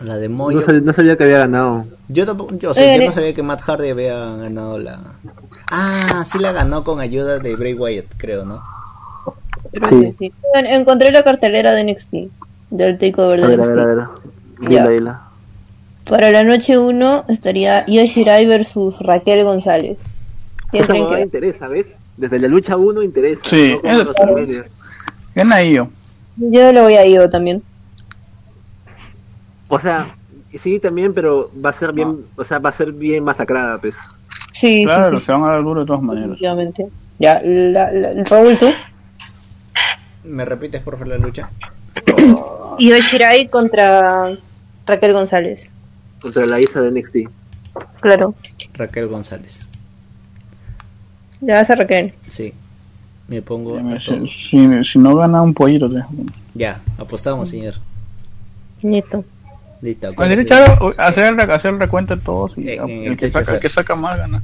[SPEAKER 6] La de
[SPEAKER 9] No,
[SPEAKER 6] Mojo.
[SPEAKER 9] sabía, no sabía que había ganado.
[SPEAKER 6] Yo tampoco, yo, o sea, yo
[SPEAKER 10] Oye,
[SPEAKER 6] no sabía que Matt Hardy había ganado la. Ah, sí la ganó con ayuda de Bray Wyatt, creo, ¿no?
[SPEAKER 9] Sí.
[SPEAKER 10] [LAUGHS] Bueno, encontré la cartelera de NXT. Del takeover
[SPEAKER 9] A
[SPEAKER 10] de
[SPEAKER 9] ver, a
[SPEAKER 10] NXT.
[SPEAKER 9] ver, a ver. Dila,
[SPEAKER 10] Ya.
[SPEAKER 9] dila.
[SPEAKER 10] Para la noche 1 estaría Yoshirai versus Raquel González.
[SPEAKER 9] [LAUGHS]
[SPEAKER 10] ¿Quién creen
[SPEAKER 9] Esa
[SPEAKER 10] que
[SPEAKER 9] interesa, ¿ves? Desde la lucha 1 interesa.
[SPEAKER 1] Sí,
[SPEAKER 9] ¿no? Como
[SPEAKER 1] es-
[SPEAKER 9] los primeros.
[SPEAKER 1] Gana yo.
[SPEAKER 10] Yo lo voy a IO también.
[SPEAKER 9] O sea, sí también, pero va a ser
[SPEAKER 10] Ah.
[SPEAKER 9] bien, o sea, va a ser bien masacrada, pues.
[SPEAKER 10] Sí,
[SPEAKER 1] Claro,
[SPEAKER 10] sí,
[SPEAKER 1] se van a dar duro de todas
[SPEAKER 10] sí,
[SPEAKER 1] maneras.
[SPEAKER 10] definitivamente. Ya, la, la- Raúl, tú.
[SPEAKER 6] ¿Me repites, por favor, la lucha?
[SPEAKER 10] Yoshirai contra Raquel González.
[SPEAKER 9] Contra la Isa de NXT.
[SPEAKER 10] Claro.
[SPEAKER 6] Raquel González.
[SPEAKER 10] Ya vas a Raquel.
[SPEAKER 6] Sí. Me pongo a
[SPEAKER 1] Si,
[SPEAKER 6] todo.
[SPEAKER 1] si- si no gana un pollito, te-
[SPEAKER 6] Ya, apostamos, señor.
[SPEAKER 10] Nieto.
[SPEAKER 6] Listo.
[SPEAKER 1] A la derecha, ahora, o- hacer, el, re- hacer el recuento de todos y
[SPEAKER 6] Eh,
[SPEAKER 1] ah,
[SPEAKER 6] eh,
[SPEAKER 1] el, que
[SPEAKER 6] hay
[SPEAKER 1] saca,
[SPEAKER 6] que
[SPEAKER 1] el
[SPEAKER 6] hacer.
[SPEAKER 1] que saca más gana.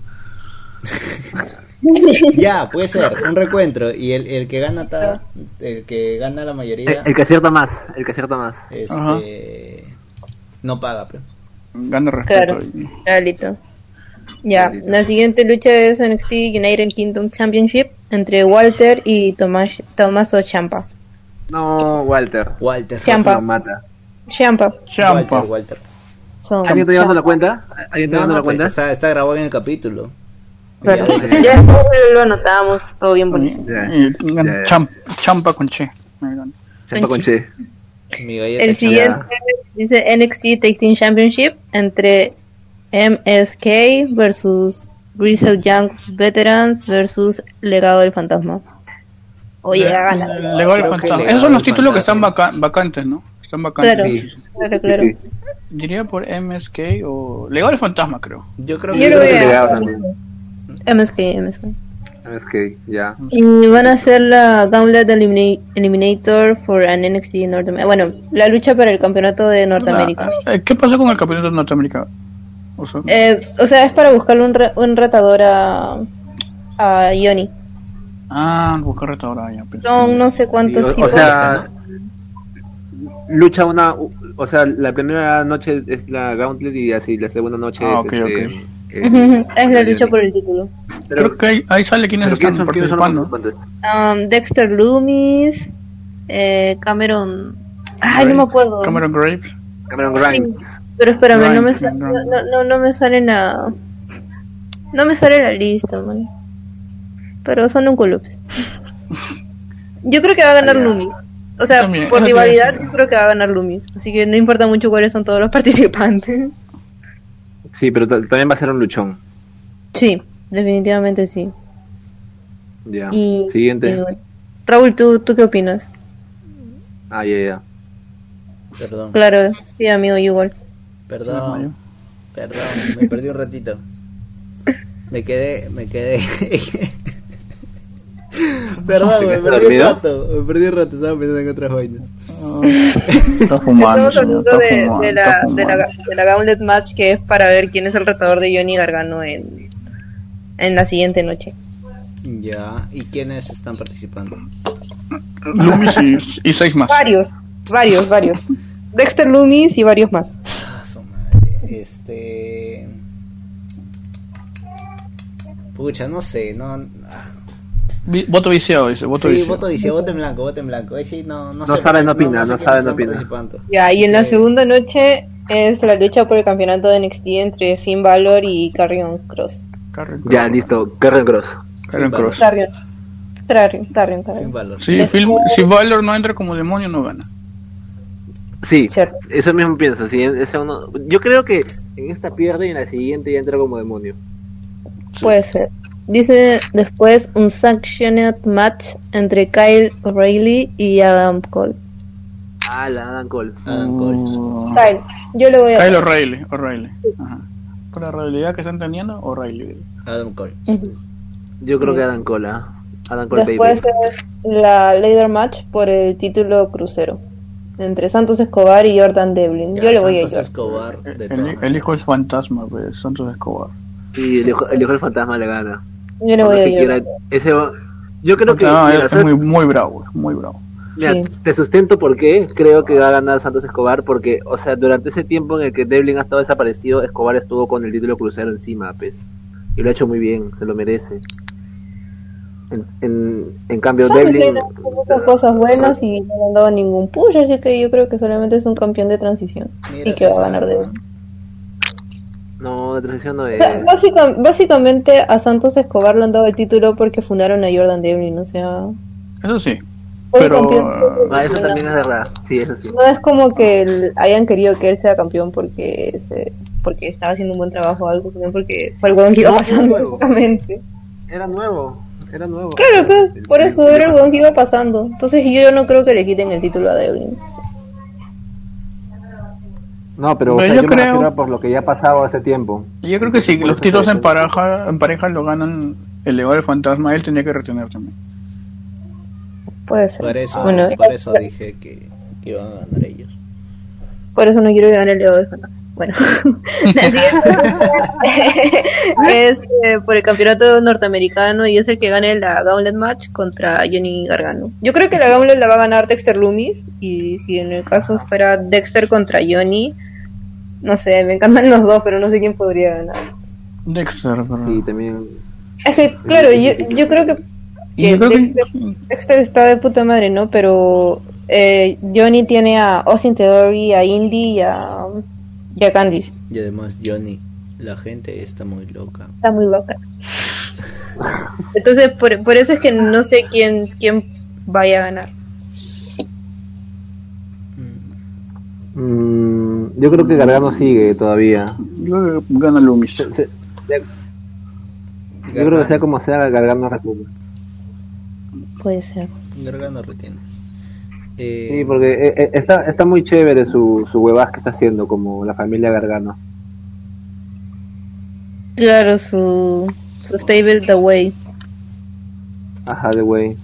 [SPEAKER 6] Ya, puede ser, un recuentro. Y el, el que gana ta- el que gana la mayoría,
[SPEAKER 9] El, el que acierta más, el que acierta más.
[SPEAKER 1] Ajá.
[SPEAKER 6] este no paga, pero.
[SPEAKER 1] Gana respeto.
[SPEAKER 10] Claro.
[SPEAKER 1] y-
[SPEAKER 10] Listo. Ya, la siguiente lucha es NXT United Kingdom Championship entre Walter y Tomás, Tomaso Champa.
[SPEAKER 9] No, Walter.
[SPEAKER 6] Walter.
[SPEAKER 10] Champa.
[SPEAKER 9] Lo mata.
[SPEAKER 10] Champa.
[SPEAKER 1] Champa.
[SPEAKER 6] Walter, Walter.
[SPEAKER 10] Son-
[SPEAKER 9] ¿Alguien está Ah, llevando la cuenta? ¿Alguien está
[SPEAKER 6] No,
[SPEAKER 9] llevando la
[SPEAKER 6] no, pues,
[SPEAKER 9] cuenta?
[SPEAKER 6] está, está grabado en el capítulo.
[SPEAKER 10] Claro.
[SPEAKER 6] Ya,
[SPEAKER 9] sí.
[SPEAKER 10] Ya después lo anotamos, todo bien bonito.
[SPEAKER 9] Ya,
[SPEAKER 1] y- y eh, gana
[SPEAKER 9] ya, ya.
[SPEAKER 1] Champ- Champa con Che. Ahí gana.
[SPEAKER 9] Champa con Che.
[SPEAKER 6] mi galleta
[SPEAKER 10] El
[SPEAKER 6] Champa.
[SPEAKER 10] siguiente dice NXT Tag Team Championship entre MSK versus Grizzled Young Veterans versus Legado del Fantasma. Oye, gana.
[SPEAKER 1] Legado del
[SPEAKER 6] Creo que
[SPEAKER 1] fantasma.
[SPEAKER 6] legado
[SPEAKER 1] Esos son los
[SPEAKER 6] del
[SPEAKER 1] títulos que están
[SPEAKER 6] fantasma.
[SPEAKER 1] vaca- vacantes, ¿no? Están vacantes.
[SPEAKER 10] Claro,
[SPEAKER 9] Sí.
[SPEAKER 10] claro,
[SPEAKER 9] Sí,
[SPEAKER 10] claro.
[SPEAKER 9] sí.
[SPEAKER 1] Diría por MSK o Legado del fantasma, creo.
[SPEAKER 6] Yo creo
[SPEAKER 10] Yo
[SPEAKER 6] que
[SPEAKER 10] lo
[SPEAKER 9] creo que
[SPEAKER 10] veo.
[SPEAKER 9] legado también.
[SPEAKER 10] MSK, MSK.
[SPEAKER 9] Es que ya.
[SPEAKER 10] Y van a hacer la Gauntlet Elimina- Eliminator for an NXT North America. Bueno, la lucha para el campeonato de Norteamérica.
[SPEAKER 1] Eh, ¿Qué pasó con el campeonato de Norteamérica? O sea,
[SPEAKER 10] Eh, o sea, es para buscarle un, re- un retador a, a Yoni.
[SPEAKER 1] ah, buscar retador ya. pues. pensé.
[SPEAKER 10] Son no sé
[SPEAKER 9] O,
[SPEAKER 10] cuántos
[SPEAKER 9] o
[SPEAKER 10] tipos.
[SPEAKER 9] sea, lucha una. O sea, la primera noche es la Gauntlet y así la segunda noche
[SPEAKER 1] Ah,
[SPEAKER 9] es.
[SPEAKER 1] ok,
[SPEAKER 9] este,
[SPEAKER 1] ok.
[SPEAKER 9] eh,
[SPEAKER 10] Ujú, es la lucha por el título.
[SPEAKER 9] Pero-
[SPEAKER 1] Creo que ahí, ahí sale quiénes
[SPEAKER 9] pero
[SPEAKER 1] están
[SPEAKER 9] ¿quiénes son, quiénes son los
[SPEAKER 1] participando.
[SPEAKER 9] participantes?
[SPEAKER 10] Um, Dexter Loomis, eh, Cameron. Ay, no me acuerdo.
[SPEAKER 1] Cameron Graves.
[SPEAKER 9] Cameron
[SPEAKER 10] Sí,
[SPEAKER 9] Grimes.
[SPEAKER 10] pero espérame, no me,
[SPEAKER 1] Grimes,
[SPEAKER 10] sale,
[SPEAKER 1] Grimes.
[SPEAKER 10] no, no, no me sale la. No me sale la lista, man. Pero son un culo,
[SPEAKER 1] [LAUGHS]
[SPEAKER 10] pues. Yo creo que va a ganar Loomis. O sea,
[SPEAKER 1] También,
[SPEAKER 10] por
[SPEAKER 1] eso te iba a
[SPEAKER 10] rivalidad,
[SPEAKER 1] decir.
[SPEAKER 10] yo creo que va a ganar Loomis. Así que no importa mucho cuáles son todos los [LAUGHS] participantes.
[SPEAKER 9] Sí, pero ta- también va a ser un luchón.
[SPEAKER 10] Sí, definitivamente sí.
[SPEAKER 9] Ya.
[SPEAKER 10] Y, y
[SPEAKER 9] Siguiente.
[SPEAKER 10] bueno. Raúl, ¿tú, ¿tú qué opinas?
[SPEAKER 9] Ah, ya, ya.
[SPEAKER 6] Perdón,
[SPEAKER 10] Claro, sí, amigo, igual.
[SPEAKER 6] perdón, perdón, me perdí un ratito. Me quedé, me quedé. perdón, me
[SPEAKER 9] ¿Te quedaste
[SPEAKER 6] perdí un
[SPEAKER 9] dormido?
[SPEAKER 6] rato, me perdí un rato, estaba pensando en otras vainas.
[SPEAKER 1] Está fumando.
[SPEAKER 10] Estamos
[SPEAKER 1] señor,
[SPEAKER 10] hablando
[SPEAKER 1] está
[SPEAKER 10] de,
[SPEAKER 1] fumando,
[SPEAKER 10] de
[SPEAKER 1] está
[SPEAKER 10] la, de, la,
[SPEAKER 1] fumando.
[SPEAKER 10] de la Gauntlet Match que es para ver quién es el retador de Johnny Gargano en, en la siguiente noche.
[SPEAKER 6] Ya, ¿y quiénes están participando?
[SPEAKER 1] Loomis y, y seis más.
[SPEAKER 10] Varios, varios, varios. Ah, [LAUGHS] Dexter Loomis y varios más.
[SPEAKER 6] Ah, su madre. Este. Pucha, no sé, no. ah.
[SPEAKER 1] Vi- voto viciado, dice. Voto
[SPEAKER 6] sí,
[SPEAKER 1] viciado.
[SPEAKER 6] voto dice, voto en blanco, voto en blanco. Ahí sí, no, no,
[SPEAKER 9] No
[SPEAKER 6] sé,
[SPEAKER 9] sabe,
[SPEAKER 6] porque
[SPEAKER 9] no opina, no sabe,
[SPEAKER 6] quiénes
[SPEAKER 9] no
[SPEAKER 6] están
[SPEAKER 9] opina.
[SPEAKER 6] participando.
[SPEAKER 10] Ya, y en la
[SPEAKER 6] Sí.
[SPEAKER 10] segunda noche es la lucha por el campeonato de NXT entre Finn Balor y Carrion Cross.
[SPEAKER 1] Carrion Cross.
[SPEAKER 9] Ya, listo. Karen Gross.
[SPEAKER 1] Carrion
[SPEAKER 6] Sí,
[SPEAKER 1] Cross.
[SPEAKER 10] Carrion. Carrion, Carrion,
[SPEAKER 6] Sin
[SPEAKER 10] Carrion.
[SPEAKER 6] valor.
[SPEAKER 1] Sí, Phil- si Valor no entra como demonio, no gana.
[SPEAKER 9] Sí,
[SPEAKER 10] Cierto.
[SPEAKER 9] eso mismo pienso. Sí, eso no- yo creo que en esta pierde y en la siguiente ya entra como demonio.
[SPEAKER 10] Puede ser. Dice después un sanctioned match entre Kyle O'Reilly y Adam Cole.
[SPEAKER 9] Ah, la Adam Cole.
[SPEAKER 1] Uh.
[SPEAKER 6] Adam Cole.
[SPEAKER 10] Ah. Kyle, yo le voy a.
[SPEAKER 1] Kyle O'Reilly. O'Reilly. Ajá. Por la realidad que están teniendo, O'Reilly.
[SPEAKER 6] Adam Cole.
[SPEAKER 10] Ujú.
[SPEAKER 9] Yo creo que Adam Cole. ah. Adam Cole
[SPEAKER 10] Después
[SPEAKER 9] baby.
[SPEAKER 10] es la Later Match por el título crucero entre Santos Escobar y Jordan Devlin.
[SPEAKER 6] Ya,
[SPEAKER 10] yo le voy
[SPEAKER 6] Santos
[SPEAKER 10] a ir.
[SPEAKER 6] Escobar, de todas
[SPEAKER 1] El, el hijo es fantasma, pues, Santos Escobar.
[SPEAKER 9] Sí, el hijo, el hijo del fantasma le gana.
[SPEAKER 10] Yo le
[SPEAKER 9] Por
[SPEAKER 10] voy
[SPEAKER 9] lo
[SPEAKER 10] a
[SPEAKER 9] que
[SPEAKER 10] ir.
[SPEAKER 9] quiera. Ese va- Yo creo que.
[SPEAKER 1] No,
[SPEAKER 9] mira,
[SPEAKER 1] es
[SPEAKER 9] ¿sabes?
[SPEAKER 1] muy, muy bravo, es muy bravo.
[SPEAKER 9] Mira,
[SPEAKER 10] Sí.
[SPEAKER 9] te sustento porque creo que va a ganar Santos Escobar porque, o sea, durante ese tiempo en el que Devlin ha estado desaparecido, Escobar estuvo con el título crucero encima, pues. Y lo ha hecho muy bien, se lo merece. En, en, en cambio,
[SPEAKER 10] Santos
[SPEAKER 9] Devlin...
[SPEAKER 10] tiene muchas cosas buenas y no le han dado ningún push, así que yo creo que solamente es un campeón de transición
[SPEAKER 6] Mira,
[SPEAKER 10] y que va a
[SPEAKER 6] César,
[SPEAKER 10] ganar Devlin.
[SPEAKER 9] No, de transición no
[SPEAKER 10] O [LAUGHS]
[SPEAKER 9] es...
[SPEAKER 10] sea, básica- básicamente a Santos Escobar le han dado el título porque fundaron a Jordan Devlin, o sea,
[SPEAKER 1] Eso sí.
[SPEAKER 10] fue el
[SPEAKER 1] Pero,
[SPEAKER 10] campeón.
[SPEAKER 9] Ah, eso también es verdad. Sí, eso sí.
[SPEAKER 10] No es como que el- hayan querido que él sea campeón porque este, porque estaba haciendo un buen trabajo o algo, sino porque fue el huevón que iba
[SPEAKER 9] No,
[SPEAKER 10] pasando,
[SPEAKER 9] luego.
[SPEAKER 10] básicamente.
[SPEAKER 9] Era nuevo, era nuevo.
[SPEAKER 10] Claro, pues, por eso era el huevón que iba pasando. Entonces yo no creo que le quiten el título a Devlin.
[SPEAKER 9] No, pero, o
[SPEAKER 1] Pero yo
[SPEAKER 9] sea, yo, me
[SPEAKER 1] creo-
[SPEAKER 9] refiero a por lo que ya ha pasado hace tiempo.
[SPEAKER 1] Yo creo que si
[SPEAKER 9] Por
[SPEAKER 1] los
[SPEAKER 9] eso
[SPEAKER 1] títulos
[SPEAKER 9] te-
[SPEAKER 1] en pareja, en pareja lo ganan el legado del fantasma, él tenía que retener también.
[SPEAKER 10] Puede ser.
[SPEAKER 6] Por eso,
[SPEAKER 10] Bueno, eh,
[SPEAKER 6] por eso dije que, que iban a ganar ellos.
[SPEAKER 10] Por eso no quiero ganar el dedo de Fanta. [LAUGHS] Bueno, la siguiente es [LAUGHS] eh, por el campeonato norteamericano y es el que gane la Gauntlet Match contra Johnny Gargano. Yo creo que la Gauntlet la va a ganar Dexter Loomis y si en el caso fuera Dexter contra Johnny, no sé, me encantan los dos, pero no sé quién podría ganar.
[SPEAKER 1] Dexter, pero...
[SPEAKER 9] Sí, también.
[SPEAKER 10] Es que, claro, yo, yo creo que, que
[SPEAKER 1] Yo creo que-
[SPEAKER 10] Dexter, Dexter está de puta madre, ¿no? Pero eh, Johnny tiene a Austin Theory, a Indy y a, y a Candice.
[SPEAKER 6] Y además, Johnny, la gente está muy loca.
[SPEAKER 10] Está muy
[SPEAKER 9] [LAUGHS]
[SPEAKER 10] loca. Entonces, por, por eso es que no sé quién, quién vaya a ganar.
[SPEAKER 9] Mm, yo creo que Gargano sigue todavía.
[SPEAKER 1] Yo creo que gana Loomis.
[SPEAKER 9] Se- se- yo creo que sea como sea, Gargano recupera.
[SPEAKER 10] Puede ser.
[SPEAKER 6] Gargano retiene. Eh,
[SPEAKER 9] Sí, porque eh, eh, está, está muy chévere su, su huevaz que está haciendo, como la familia Gargano.
[SPEAKER 10] Claro, su, su stable The Way.
[SPEAKER 9] Ajá, de güey.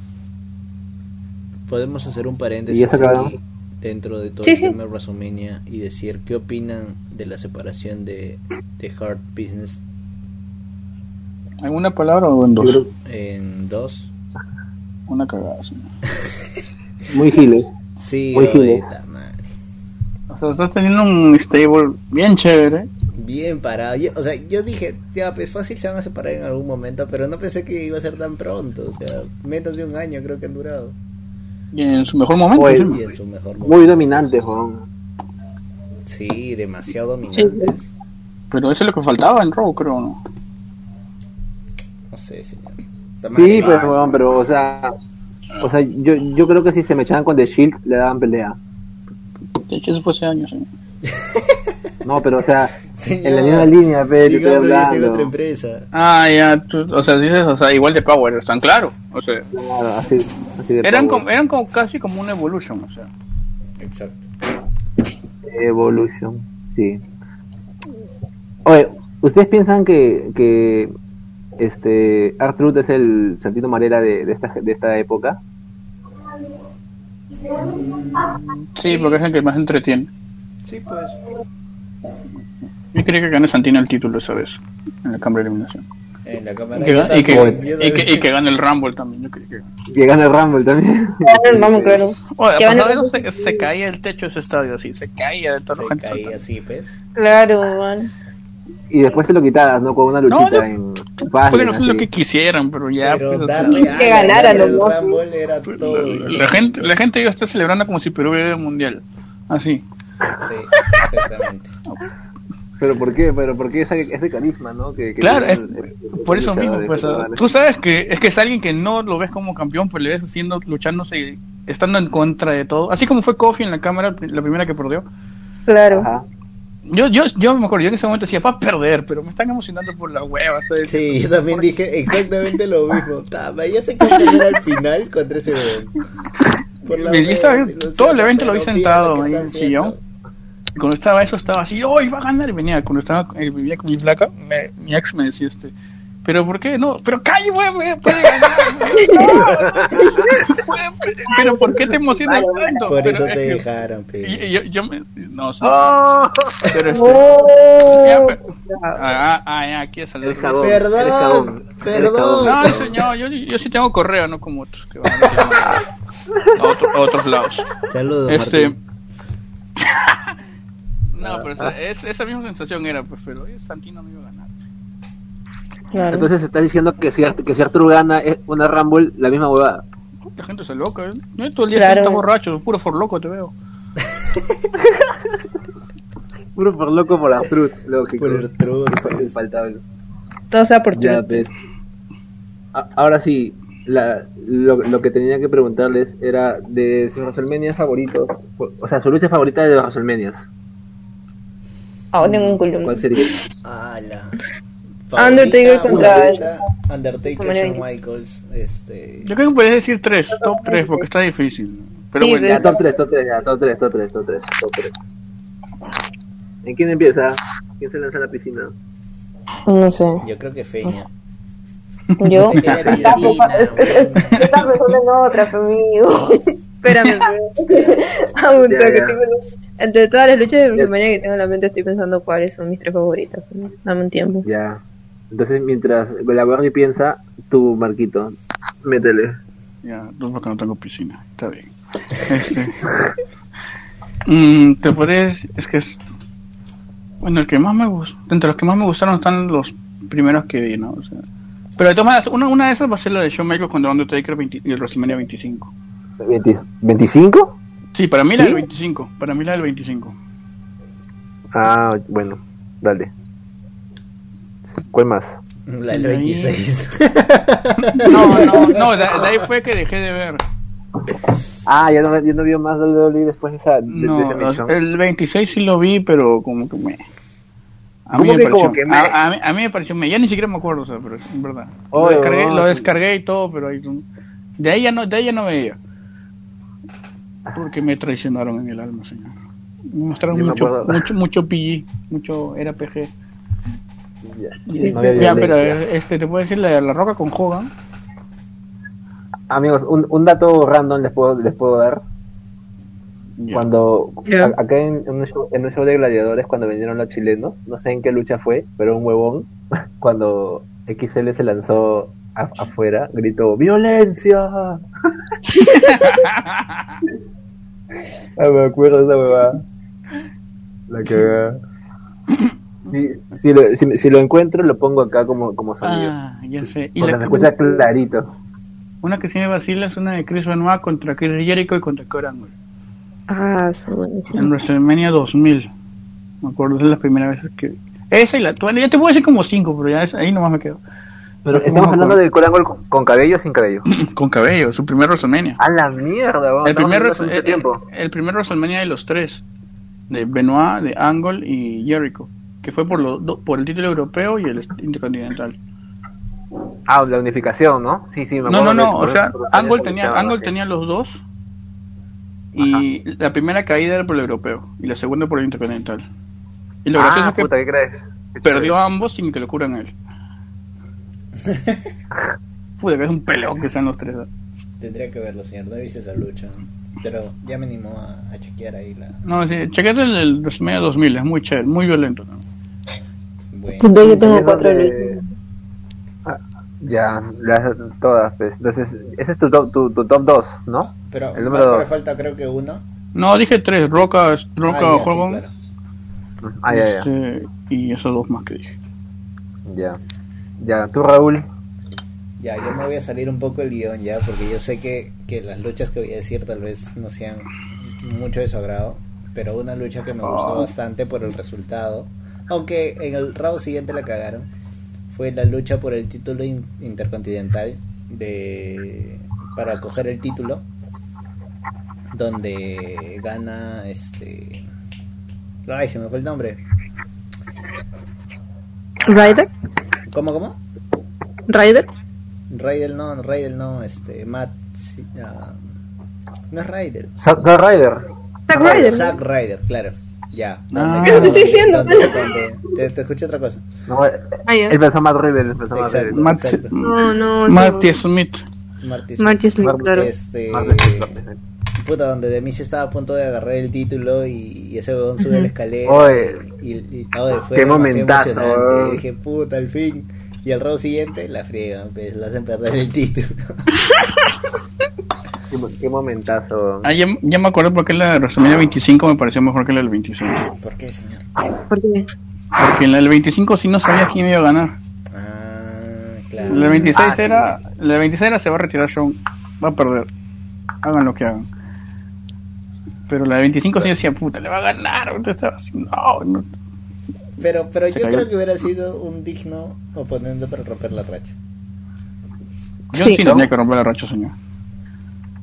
[SPEAKER 6] Podemos hacer un
[SPEAKER 9] ¿Y
[SPEAKER 6] paréntesis
[SPEAKER 9] eso acabó?
[SPEAKER 6] aquí dentro de todo
[SPEAKER 10] Sí,
[SPEAKER 6] el
[SPEAKER 10] sí.
[SPEAKER 6] tema de WrestleMania y decir qué opinan de la separación de, de Hard Business
[SPEAKER 1] ¿Alguna palabra o en
[SPEAKER 9] Yo
[SPEAKER 1] dos?
[SPEAKER 9] creo-
[SPEAKER 6] en dos.
[SPEAKER 1] Una cagada, sí.
[SPEAKER 9] Muy giles.
[SPEAKER 6] Sí,
[SPEAKER 9] Muy
[SPEAKER 6] oye,
[SPEAKER 9] genial.
[SPEAKER 6] la madre.
[SPEAKER 1] O sea, estás teniendo un stable bien chévere.
[SPEAKER 6] Bien parado. Yo- o sea, yo dije, ya, pues fácil se van a separar en algún momento, pero no pensé que iba a ser tan pronto. O sea, menos de un año creo que han durado.
[SPEAKER 1] Y en su mejor momento,
[SPEAKER 9] Oye.
[SPEAKER 1] encima.
[SPEAKER 6] Y en su mejor momento.
[SPEAKER 9] Muy dominante, Juan.
[SPEAKER 6] Sí, demasiado dominantes.
[SPEAKER 1] Pero eso es lo que faltaba en Raw, creo, ¿no?
[SPEAKER 6] No sé, señor.
[SPEAKER 9] Sí, pero, huevón, pero, o sea. O sea, yo, yo creo que si se me echaban con The Shield, le daban pelea.
[SPEAKER 1] De hecho, eso fue hace años. ¿eh?
[SPEAKER 9] No, pero, o sea,
[SPEAKER 6] Señor,
[SPEAKER 9] en la misma línea, pero te estoy
[SPEAKER 6] Digamos, yo estoy en otra
[SPEAKER 9] hablando.
[SPEAKER 6] empresa.
[SPEAKER 1] Ah, ya, tú- o sea, dices, o sea, igual de Power, están claro. O sea,
[SPEAKER 9] Claro, así, así de
[SPEAKER 1] eran,
[SPEAKER 9] power.
[SPEAKER 1] como, eran como casi como una Evolution, o sea.
[SPEAKER 6] Exacto.
[SPEAKER 9] Evolution, sí. Oye, ¿ustedes piensan que, que este Artruth es el Santino Marera de, de esta, de esta época?
[SPEAKER 1] Sí, porque es el que más entretiene.
[SPEAKER 6] Sí, pues.
[SPEAKER 1] Yo quería que gane Santina el título esa vez, en la cámara de eliminación.
[SPEAKER 6] En la cámara.
[SPEAKER 1] Y que,
[SPEAKER 6] yo
[SPEAKER 1] gane- y que-
[SPEAKER 6] también, yo
[SPEAKER 1] y que- y
[SPEAKER 6] también.
[SPEAKER 1] que gane el Rumble también, yo quería que gane.
[SPEAKER 9] Que gana el Rumble también. Este,
[SPEAKER 10] Vamos, Ah, claro.
[SPEAKER 1] Oye, a
[SPEAKER 10] Que gane
[SPEAKER 1] pesar de
[SPEAKER 10] el
[SPEAKER 1] eso, se, se caía el techo de ese estadio, así, se caía de toda la
[SPEAKER 6] Se
[SPEAKER 1] gente.
[SPEAKER 6] caía así, pues.
[SPEAKER 10] Claro, man.
[SPEAKER 9] y después se lo quitabas, ¿no? Con una luchita
[SPEAKER 1] no,
[SPEAKER 9] en
[SPEAKER 1] Fue que
[SPEAKER 9] Fastlane,
[SPEAKER 1] no sé lo
[SPEAKER 9] así.
[SPEAKER 1] que quisieran, pero ya. pues,
[SPEAKER 6] Pero
[SPEAKER 1] o sea,
[SPEAKER 6] darle a
[SPEAKER 10] Que
[SPEAKER 6] la
[SPEAKER 10] ganara,
[SPEAKER 6] llave del
[SPEAKER 10] ¿no?
[SPEAKER 6] Rumble era todo.
[SPEAKER 1] la, la gente, la gente iba a estar celebrando como si Perú hubiera ido al mundial. Así.
[SPEAKER 6] Sí, exactamente.
[SPEAKER 9] Pero ¿por qué? Pero ¿por qué ese, ese carisma, no? Que, que
[SPEAKER 1] Claro, es,
[SPEAKER 9] tiene el- el-
[SPEAKER 1] por
[SPEAKER 9] el
[SPEAKER 1] eso
[SPEAKER 9] luchador,
[SPEAKER 1] mismo. Pues,
[SPEAKER 9] ese
[SPEAKER 1] ah,
[SPEAKER 9] lugar.
[SPEAKER 1] tú sabes que es que es alguien que no lo ves como campeón, pero le ves siendo, luchándose, estando en contra de todo. Así como fue Kofi en la cámara, la primera que perdió.
[SPEAKER 10] Claro.
[SPEAKER 9] Ajá.
[SPEAKER 1] Yo, yo, yo me acuerdo, yo en ese momento decía, va a perder, pero me están emocionando por la hueva. ¿sabes?
[SPEAKER 6] [LAUGHS] Sí, yo también dije exactamente lo [LAUGHS] mismo. Tama, ya sé que va a llegar al final contra ese weón. Por la
[SPEAKER 1] Y
[SPEAKER 6] wea,
[SPEAKER 1] estaba-
[SPEAKER 6] no sé,
[SPEAKER 1] todo el evento lo vi
[SPEAKER 6] pero
[SPEAKER 1] sentado
[SPEAKER 6] mira lo que
[SPEAKER 1] ahí en
[SPEAKER 6] están
[SPEAKER 1] el sillón.
[SPEAKER 6] haciendo.
[SPEAKER 1] Cuando estaba eso, estaba así, hoy va a ganar! Y venía, cuando estaba, eh, vivía con mi flaca, me- mi ex me decía, este, ¿pero por qué no? ¡Pero calle, güey! güey, ¡Puede ganar! No. Güey, [LAUGHS] pero- ¿Pero por qué te emocionas tanto?
[SPEAKER 6] Por
[SPEAKER 1] Pero
[SPEAKER 6] eso
[SPEAKER 1] es
[SPEAKER 6] te [LAUGHS] Ah.
[SPEAKER 1] que-
[SPEAKER 6] dejaron, pe.
[SPEAKER 1] y- y yo, yo me. No, sí,
[SPEAKER 6] ¡Oh!
[SPEAKER 1] pero este, ya,
[SPEAKER 10] Oh.
[SPEAKER 1] pero- ah, ah, ah, ya, aquí es el
[SPEAKER 9] Eres jabón, eres
[SPEAKER 6] Perdón,
[SPEAKER 9] jabón, eres
[SPEAKER 6] perdón.
[SPEAKER 9] jabón.
[SPEAKER 1] No, señor, yo, yo sí tengo correo, no como otros que van a,
[SPEAKER 6] [LAUGHS]
[SPEAKER 1] otro- a otros lados.
[SPEAKER 6] Saludos,
[SPEAKER 1] Este.
[SPEAKER 6] [LAUGHS] Martín.
[SPEAKER 1] no, pero esa, es- esa misma sensación era, pues, pero eh, Santino no iba a ganar.
[SPEAKER 10] Claro.
[SPEAKER 9] Entonces estás diciendo que si, Art- que si Artruth gana es una Rumble, la misma huevada.
[SPEAKER 1] La gente se loca, ¿eh? No, todo el día
[SPEAKER 10] Claro.
[SPEAKER 1] estás borracho, puro forloco te veo.
[SPEAKER 9] Puro por loco por Artruth, lógico.
[SPEAKER 6] Por el pues. truco.
[SPEAKER 9] Infaltable.
[SPEAKER 10] Todo sea por
[SPEAKER 9] Ya,
[SPEAKER 10] Twitter.
[SPEAKER 9] pues. A- Ahora sí, la, lo, lo que tenía que preguntarles era de sus WrestleMania favoritos, o- o sea, su lucha favorita de los WrestleMania.
[SPEAKER 10] Ah, tengo un
[SPEAKER 9] ¿Cuál
[SPEAKER 10] culo.
[SPEAKER 9] sería?
[SPEAKER 6] Ala. Ah,
[SPEAKER 10] Undertaker contra-
[SPEAKER 6] favorita, Undertaker, Shawn Michaels, este...
[SPEAKER 1] Yo creo que puedes decir tres, top tres, porque está difícil. Pero
[SPEAKER 10] Sí,
[SPEAKER 1] bueno,
[SPEAKER 10] pero-
[SPEAKER 9] Ya, top 3, top 3, ya, top 3, top 3, top 3, top 3. ¿En quién empieza? ¿Quién se lanza a la piscina?
[SPEAKER 10] No sé.
[SPEAKER 6] [LAUGHS] Yo creo que Feña.
[SPEAKER 10] Yo
[SPEAKER 6] Era
[SPEAKER 10] estaba pensando-
[SPEAKER 6] [LAUGHS]
[SPEAKER 10] estaba pensando en otra, pero amigo. [LAUGHS] Espérame, aún
[SPEAKER 9] Ya,
[SPEAKER 10] toque,
[SPEAKER 9] ya.
[SPEAKER 10] estoy pensando- Entre todas las luchas de WrestleMania que tengo en la mente, estoy pensando cuáles son mis tres favoritas. Dame un tiempo.
[SPEAKER 9] Ya. Entonces, mientras la Barbie piensa, tu Marquito, métele.
[SPEAKER 1] Ya, no porque no tengo piscina. Está bien. Este, [LAUGHS] mm, te podrías. Es que es. Bueno, el que más me gustó. Entre los que más me gustaron están los primeros que vi, ¿no? O sea, pero de todas maneras, una, una de esas va a ser la de Shawn Michaels contra Undertaker 20 y el WrestleMania 25.
[SPEAKER 9] ¿Veintis- ¿25?
[SPEAKER 1] Sí, para mí la
[SPEAKER 9] ¿Sí?
[SPEAKER 1] del 25. Para mí la del 25.
[SPEAKER 9] Ah, bueno, dale. ¿Cuál más?
[SPEAKER 6] La del 26.
[SPEAKER 1] No,
[SPEAKER 9] [LAUGHS]
[SPEAKER 1] no, no, de, de ahí fue que dejé de ver.
[SPEAKER 9] Ah, ya no, ya no vio más WWE después de esa. De,
[SPEAKER 1] No,
[SPEAKER 9] de esa
[SPEAKER 1] los-
[SPEAKER 9] misión.
[SPEAKER 1] el 26 sí lo vi, pero como que me. A mí
[SPEAKER 9] ¿Cómo
[SPEAKER 1] me,
[SPEAKER 9] que
[SPEAKER 1] pareció,
[SPEAKER 9] como que me?
[SPEAKER 1] A, a mí, a mí me pareció, me, ya ni siquiera me acuerdo, o sea, pero es verdad.
[SPEAKER 9] Oh,
[SPEAKER 1] lo, descargué,
[SPEAKER 9] no,
[SPEAKER 1] lo
[SPEAKER 9] sí.
[SPEAKER 1] descargué y todo, pero ahí, de ahí ya no, de ahí ya no veía. Porque me traicionaron en el alma, señor. Me mostraron
[SPEAKER 9] Yo me
[SPEAKER 1] mucho,
[SPEAKER 9] acuerdo.
[SPEAKER 1] mucho, mucho PG, mucho era PG.
[SPEAKER 9] Ya,
[SPEAKER 1] Y-
[SPEAKER 9] no había
[SPEAKER 1] ya, pero
[SPEAKER 9] violencia.
[SPEAKER 1] este, te puedo decir la, la roca con Hogan.
[SPEAKER 9] Amigos, un, un dato random les puedo, les puedo dar.
[SPEAKER 1] Ya.
[SPEAKER 9] Cuando
[SPEAKER 10] Ya.
[SPEAKER 9] a- acá en, en un show, en un show de gladiadores, cuando vinieron los chilenos, no sé en qué lucha fue, pero un huevón, [LAUGHS] cuando XL se lanzó a- afuera, gritó: [LAUGHS] ¡Violencia! Ah, me acuerdo de esa huevada. La cagada. Si, si, lo, si- si lo encuentro, lo pongo acá como, como sonido.
[SPEAKER 1] Ah, ya sé. Y
[SPEAKER 9] porque
[SPEAKER 1] la-
[SPEAKER 9] se escucha clarito.
[SPEAKER 1] una que sí me vacila es una de Chris Benoit contra Chris Jericho y contra Kurt Angle.
[SPEAKER 10] Ah, son
[SPEAKER 1] En WrestleMania 2000. Me acuerdo, esa es la primera vez que. Esa y la. Bueno, ya te puedo decir como cinco, pero ya es- ahí nomás me quedo.
[SPEAKER 9] Pero
[SPEAKER 1] No,
[SPEAKER 9] estamos
[SPEAKER 1] no,
[SPEAKER 9] hablando
[SPEAKER 1] con-
[SPEAKER 9] de Corango con, con cabello o sin cabello.
[SPEAKER 1] [LAUGHS] Con cabello, su primer WrestleMania.
[SPEAKER 9] A la mierda, vamos.
[SPEAKER 1] el, primer eh,
[SPEAKER 9] hace
[SPEAKER 1] Wrestle-
[SPEAKER 9] mucho
[SPEAKER 1] el-
[SPEAKER 9] tiempo.
[SPEAKER 1] el primer WrestleMania de los tres: de Benoit, de Angle y Jericho. Que fue por, los do- por el título europeo y el intercontinental.
[SPEAKER 9] Ah, la unificación, ¿no? Sí, sí, me
[SPEAKER 1] No,
[SPEAKER 9] acuerdo.
[SPEAKER 1] no,
[SPEAKER 9] que-
[SPEAKER 1] no. O
[SPEAKER 9] por-
[SPEAKER 1] sea,
[SPEAKER 9] por-
[SPEAKER 1] Angle
[SPEAKER 9] por-
[SPEAKER 1] tenía,
[SPEAKER 9] por-
[SPEAKER 1] Angle tenía los dos. Y la primera caída era por el europeo. Y la segunda por el intercontinental. Y lo gracioso
[SPEAKER 9] Ah,
[SPEAKER 1] es que
[SPEAKER 9] puta, ¿qué crees? Qué
[SPEAKER 1] Este, Perdió
[SPEAKER 9] chévere.
[SPEAKER 1] a ambos sin que lo curan
[SPEAKER 9] [LAUGHS]
[SPEAKER 1] a él. Pude que es un pelón que sean los tres.
[SPEAKER 6] Tendría que verlo, señor. No he visto esa lucha. Pero ya me animó a, a chequear ahí la.
[SPEAKER 1] No, sí, chequete el del WrestleMania 2000, es muy chévere, muy violento. ¿no?
[SPEAKER 6] Bueno,
[SPEAKER 10] Yo
[SPEAKER 9] Ahí
[SPEAKER 10] tengo
[SPEAKER 9] es
[SPEAKER 10] cuatro
[SPEAKER 9] donde-
[SPEAKER 10] luchas.
[SPEAKER 9] Ah, Ya, las, todas, pues. Entonces, ese es tu top, tu, tu top 2, ¿no?
[SPEAKER 6] pero
[SPEAKER 9] el número
[SPEAKER 6] pero
[SPEAKER 9] dos.
[SPEAKER 6] falta creo que uno.
[SPEAKER 1] No, dije tres, Roca, Roca
[SPEAKER 6] Ah, ya, sí,
[SPEAKER 1] Hogan,
[SPEAKER 6] claro.
[SPEAKER 9] Ah, ya, ya.
[SPEAKER 1] este, y esos dos más que dije.
[SPEAKER 9] Ya. Ya, tú, Raúl.
[SPEAKER 6] Ya, yo me voy a salir un poco del guión ya, porque yo sé que, que las luchas que voy a decir tal vez no sean mucho de su agrado, pero una lucha que me
[SPEAKER 9] Ah.
[SPEAKER 6] gustó bastante por el resultado, aunque en el round siguiente la cagaron, fue la lucha por el título in- intercontinental de para coger el título, donde gana este... Ay, se me fue el nombre.
[SPEAKER 10] ¿Ryder?
[SPEAKER 6] ¿Cómo, cómo?
[SPEAKER 10] ¿Ryder?
[SPEAKER 6] Raidel no, Raidel no, este, Matt... sí, ah, no es Raidel.
[SPEAKER 9] Zack Zack Ryder.
[SPEAKER 10] Zack Ryder.
[SPEAKER 6] Zack Ryder, claro. Ya.
[SPEAKER 1] Ah.
[SPEAKER 6] ¿Dónde-
[SPEAKER 10] Te estoy diciendo,
[SPEAKER 6] dónde- dónde- te, te escuché otra cosa.
[SPEAKER 9] No, eh,
[SPEAKER 10] Ah, ya.
[SPEAKER 9] él pensó más Riddle, él pensó más
[SPEAKER 6] Exacto.
[SPEAKER 9] Riddle.
[SPEAKER 1] Matt,
[SPEAKER 6] Exacto.
[SPEAKER 10] No, no.
[SPEAKER 1] Marty Smith.
[SPEAKER 6] Marty.
[SPEAKER 10] Marty Smith, claro.
[SPEAKER 6] Este.
[SPEAKER 9] Más Riddle.
[SPEAKER 6] Puta, donde de mí se estaba a punto de agarrar el título y, y ese huevón sube la escalera.
[SPEAKER 9] Oye.
[SPEAKER 6] Y, y- oye, fue
[SPEAKER 9] Qué
[SPEAKER 6] demasiado
[SPEAKER 9] momentazo,
[SPEAKER 6] emocionante.
[SPEAKER 9] weón.
[SPEAKER 6] Dije, puta, al fin. Y el round siguiente la friegan, pues, lo hacen perder el título. [LAUGHS]
[SPEAKER 9] Qué, mo- qué momentazo.
[SPEAKER 1] Ah, ya, ya me acuerdo porque la de WrestleMania 25 me pareció mejor que la del 25.
[SPEAKER 6] ¿Por qué, señor?
[SPEAKER 10] ¿Por qué?
[SPEAKER 1] Porque en la del 25 sí no sabía quién iba a ganar.
[SPEAKER 6] Ah, claro.
[SPEAKER 1] La del 26
[SPEAKER 9] Ah, sí.
[SPEAKER 1] era, la del 26 era se va a retirar Shawn, va a perder. Hagan lo que hagan. Pero la de 25 sí decía, puta, le va a ganar. puta, estaba así, No, no.
[SPEAKER 6] Pero, pero yo
[SPEAKER 1] cayó.
[SPEAKER 6] creo que hubiera sido un digno oponente para romper la racha.
[SPEAKER 1] John
[SPEAKER 10] Sí.
[SPEAKER 1] Cena tenía que romper la racha, señor.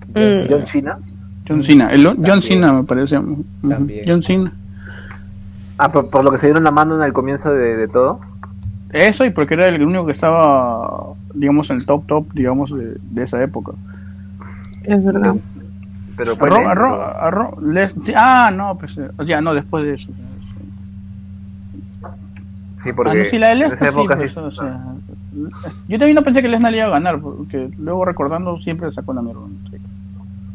[SPEAKER 1] Mm.
[SPEAKER 9] John
[SPEAKER 6] John Cena.
[SPEAKER 9] China.
[SPEAKER 1] John Cena, el, John
[SPEAKER 6] También.
[SPEAKER 1] Cena me parece. ujú,
[SPEAKER 6] También.
[SPEAKER 1] John Cena.
[SPEAKER 9] Ah, por, por lo que se dieron la mano en el comienzo de, de todo.
[SPEAKER 1] Eso y porque era el único que estaba, digamos, en el top top, digamos, de, de esa época.
[SPEAKER 10] Es verdad.
[SPEAKER 9] Pero fue
[SPEAKER 1] Arro,
[SPEAKER 9] lento.
[SPEAKER 1] arro, arro- les- sí, ah, no, pues, eh, ya, no, después de eso.
[SPEAKER 9] Sí, porque
[SPEAKER 1] ah, no, sí, la de
[SPEAKER 9] en
[SPEAKER 1] Lesnar
[SPEAKER 9] esa
[SPEAKER 1] sí,
[SPEAKER 9] época
[SPEAKER 1] pues,
[SPEAKER 9] sí-
[SPEAKER 1] o sea, Yo también no pensé que Lesnar le iba a ganar, porque luego recordando siempre sacó la mierda.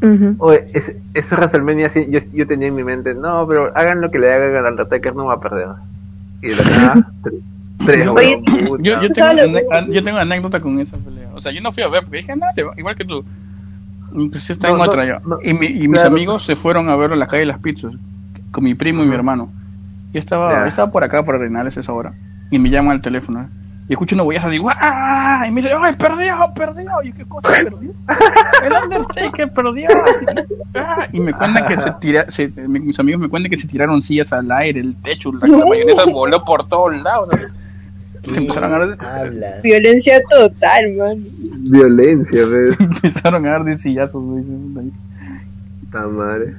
[SPEAKER 10] Ujú.
[SPEAKER 9] Oye, ese, ese WrestleMania sí, yo, yo tenía en mi mente, no, pero hagan lo que le hagan al Undertaker, no va a perder. Y de la
[SPEAKER 1] [LAUGHS]
[SPEAKER 9] nada, tre- tres,
[SPEAKER 10] Oye,
[SPEAKER 9] weón, [LAUGHS] puta.
[SPEAKER 1] Yo, yo,
[SPEAKER 10] ¿Tú
[SPEAKER 1] tengo
[SPEAKER 10] sabes
[SPEAKER 1] ane-
[SPEAKER 10] lo-
[SPEAKER 1] an- yo tengo anécdota con esa pelea. O sea, yo no fui a ver porque dije, nada, te va- igual que tú. Mm, Pues yo estaba
[SPEAKER 9] No,
[SPEAKER 1] en
[SPEAKER 9] no,
[SPEAKER 1] otra yo.
[SPEAKER 9] no,
[SPEAKER 1] y mi- y mis
[SPEAKER 9] claro.
[SPEAKER 1] amigos se fueron a verlo en la calle de las pizzas con mi primo y mi
[SPEAKER 9] Ajá.
[SPEAKER 1] hermano. Yo estaba,
[SPEAKER 9] Ya.
[SPEAKER 1] yo estaba por acá, por Arenales, a esa hora. Y me llaman al teléfono. ¿eh? Y escucho una huellaza, digo, ¡ah! Y me dice, ¡ay, perdió, perdió! Y yo, ¿qué
[SPEAKER 9] [LAUGHS]
[SPEAKER 1] cosa perdió? El Undertaker perdió. Así, ¡ah! Y me cuentan que se tira, se- mi- mis amigos me cuentan que se tiraron sillas al aire, el techo,
[SPEAKER 9] [LAUGHS]
[SPEAKER 1] la, la mayonesa voló por todos lados. ¿no?
[SPEAKER 6] ¿Qué
[SPEAKER 1] Se empezaron a dar-
[SPEAKER 6] hablas?
[SPEAKER 10] Violencia total, man.
[SPEAKER 9] Violencia,
[SPEAKER 1] [LAUGHS]
[SPEAKER 9] ves,
[SPEAKER 1] Empezaron a dar de sillazos, güey.
[SPEAKER 9] puta madre.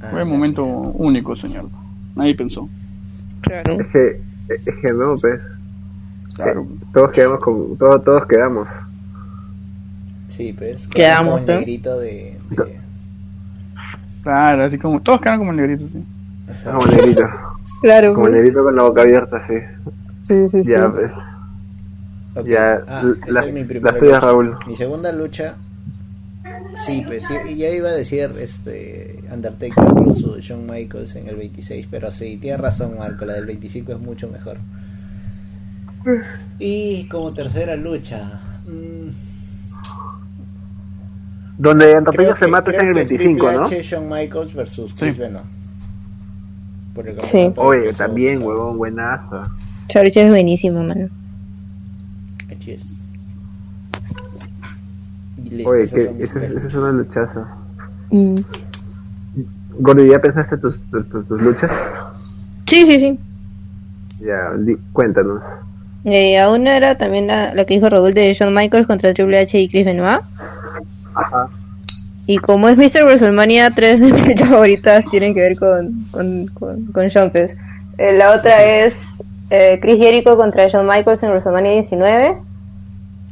[SPEAKER 9] Ah,
[SPEAKER 1] Fue un momento único, señor. Nadie pensó.
[SPEAKER 10] Claro.
[SPEAKER 9] Es que, es que no, pues. Eh,
[SPEAKER 1] Claro.
[SPEAKER 9] Todos quedamos con, todos, todos quedamos.
[SPEAKER 6] Sí, pues. con-
[SPEAKER 10] Quedamos,
[SPEAKER 6] con
[SPEAKER 10] ¿no?
[SPEAKER 6] el grito de. de-
[SPEAKER 1] Claro, así como. Todos quedaron como el negrito, sí.
[SPEAKER 9] Como
[SPEAKER 1] [LAUGHS]
[SPEAKER 9] el negrito,
[SPEAKER 10] Claro.
[SPEAKER 9] como el negrito con la boca abierta, sí.
[SPEAKER 10] Sí, sí, sí.
[SPEAKER 9] Ya, pues.
[SPEAKER 6] Ok.
[SPEAKER 9] Ya,
[SPEAKER 6] Ah,
[SPEAKER 9] l-
[SPEAKER 6] esa
[SPEAKER 9] la,
[SPEAKER 6] es mi
[SPEAKER 9] la
[SPEAKER 6] primera
[SPEAKER 9] tuya,
[SPEAKER 6] lucha.
[SPEAKER 9] Raúl.
[SPEAKER 6] Mi segunda lucha. Sí, pues sí, y ya iba a decir este Undertaker versus Shawn Michaels en el 26, pero sí, tienes razón Marco, la del 25 es mucho mejor. Y como tercera lucha, mm,
[SPEAKER 9] Donde Antopeño
[SPEAKER 6] creo
[SPEAKER 9] se
[SPEAKER 6] que-
[SPEAKER 9] mata es
[SPEAKER 6] creo
[SPEAKER 9] en el
[SPEAKER 6] que
[SPEAKER 9] 25,
[SPEAKER 6] Triple
[SPEAKER 9] ¿no?
[SPEAKER 6] H, Shawn Michaels versus Chris
[SPEAKER 1] Sí.
[SPEAKER 6] Benoit. Por el
[SPEAKER 10] Sí.
[SPEAKER 6] campeonato
[SPEAKER 9] Oye,
[SPEAKER 6] versus-
[SPEAKER 9] también,
[SPEAKER 6] versus-
[SPEAKER 9] huevón, buenazo.
[SPEAKER 10] Charucha es buenísimo, man.
[SPEAKER 6] Así es. Y listo,
[SPEAKER 9] Oye,
[SPEAKER 6] esas
[SPEAKER 9] que
[SPEAKER 6] son mis
[SPEAKER 9] ese,
[SPEAKER 6] tres
[SPEAKER 9] ese es
[SPEAKER 6] luchas.
[SPEAKER 9] una luchazo.
[SPEAKER 10] Mm.
[SPEAKER 9] Gordy, ¿ya pensaste tus, tus, tus- tus luchas?
[SPEAKER 10] Sí, sí, sí.
[SPEAKER 9] Ya, di- cuéntanos.
[SPEAKER 10] Eh, a una era también la, la que dijo Raúl de Shawn Michaels contra Triple H y Chris Benoit.
[SPEAKER 9] Ajá.
[SPEAKER 10] Y como es Mr. WrestleMania, tres de mis luchas favoritas tienen que ver con, con, con, con Shawn, pues. Eh, la otra es eh, Chris Jericho contra Shawn Michaels en WrestleMania 19.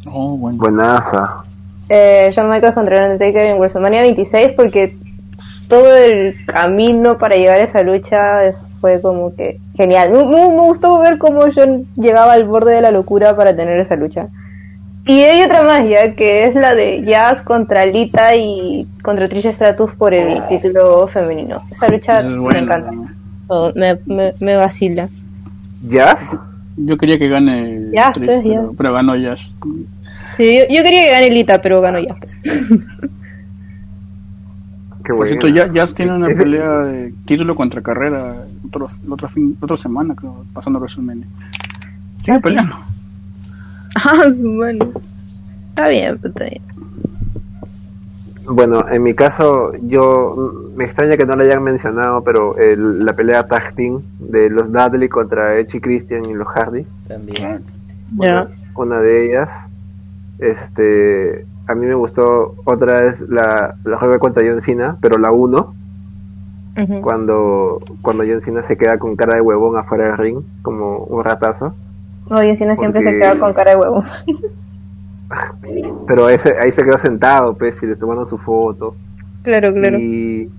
[SPEAKER 1] Oh, bueno.
[SPEAKER 9] Buenaza.
[SPEAKER 10] eh, Shawn Michaels contra el Undertaker en WrestleMania 26 porque todo el camino para llegar a esa lucha es- fue como que genial. Me, me- me gustó ver cómo Shawn llegaba al borde de la locura para tener esa lucha. Y hay otra más ya, que es la de Jazz contra Lita y contra Trish Stratus por el título femenino. Esa lucha
[SPEAKER 1] Es
[SPEAKER 10] me
[SPEAKER 1] bueno.
[SPEAKER 10] encanta, Oh, me, me, me vacila.
[SPEAKER 9] ¿Jazz?
[SPEAKER 1] Yo quería que gane.
[SPEAKER 10] Ya,
[SPEAKER 1] Trish,
[SPEAKER 10] pues, ya.
[SPEAKER 1] pero, pero ganó Jazz.
[SPEAKER 10] Sí, yo, yo quería que gane Lita, pero ganó Jazz. pues.
[SPEAKER 9] Qué
[SPEAKER 1] Por
[SPEAKER 9] bueno.
[SPEAKER 1] cierto, Ya- Jazz tiene una
[SPEAKER 9] Ese-
[SPEAKER 1] pelea de título contra carrera otro, la otra, fin, la otra semana, creo, pasando a WrestleMania. Sigue peleando.
[SPEAKER 10] Ah, su mano. Está bien, pues, está bien.
[SPEAKER 9] Bueno, en mi caso, yo mm, me extraña que no lo hayan mencionado, pero el- la pelea tag team de los Dudley contra Edge y Christian y los Hardy,
[SPEAKER 6] También.
[SPEAKER 10] Ya.
[SPEAKER 9] una de ellas. Este, a mí me gustó otra es la la juega contra John Cena, pero la 1,
[SPEAKER 10] Ujú.
[SPEAKER 9] cuando cuando John Cena se queda con cara de huevón afuera del ring, como un ratazo.
[SPEAKER 10] Oye, si no siempre se
[SPEAKER 9] Porque-
[SPEAKER 10] queda con cara de huevo.
[SPEAKER 9] Pero ese- ahí se quedó sentado, pues, y le tomaron su foto.
[SPEAKER 10] [LAUGHS] Claro, claro.
[SPEAKER 9] Y,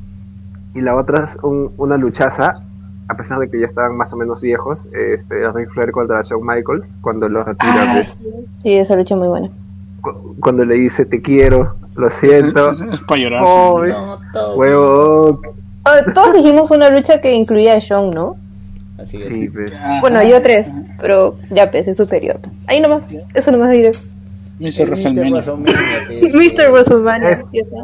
[SPEAKER 9] y la otra es un- una luchaza, a pesar de que ya estaban más o menos viejos, este, Ric Flair contra Shawn Michaels, cuando lo retira,
[SPEAKER 10] Ah,
[SPEAKER 9] pues,
[SPEAKER 10] sí. Sí, esa lucha es muy buena.
[SPEAKER 9] cu- cuando le dice te quiero, lo siento,
[SPEAKER 1] Es, para llorar.
[SPEAKER 9] oh, eh,
[SPEAKER 6] No, todo.
[SPEAKER 9] huevo,
[SPEAKER 10] Ah, Todos dijimos una lucha que incluía a Shawn, ¿no?
[SPEAKER 6] Así es.
[SPEAKER 9] sí, pues.
[SPEAKER 1] Ah,
[SPEAKER 10] Bueno, yo tres, pero ya pese superior. Ahí nomás, eso nomás diré.
[SPEAKER 1] Mr.
[SPEAKER 6] El Mr.
[SPEAKER 1] WrestleMania.
[SPEAKER 6] WrestleMania, que es-
[SPEAKER 10] Mr. WrestleMania.
[SPEAKER 9] Es-
[SPEAKER 10] ya está.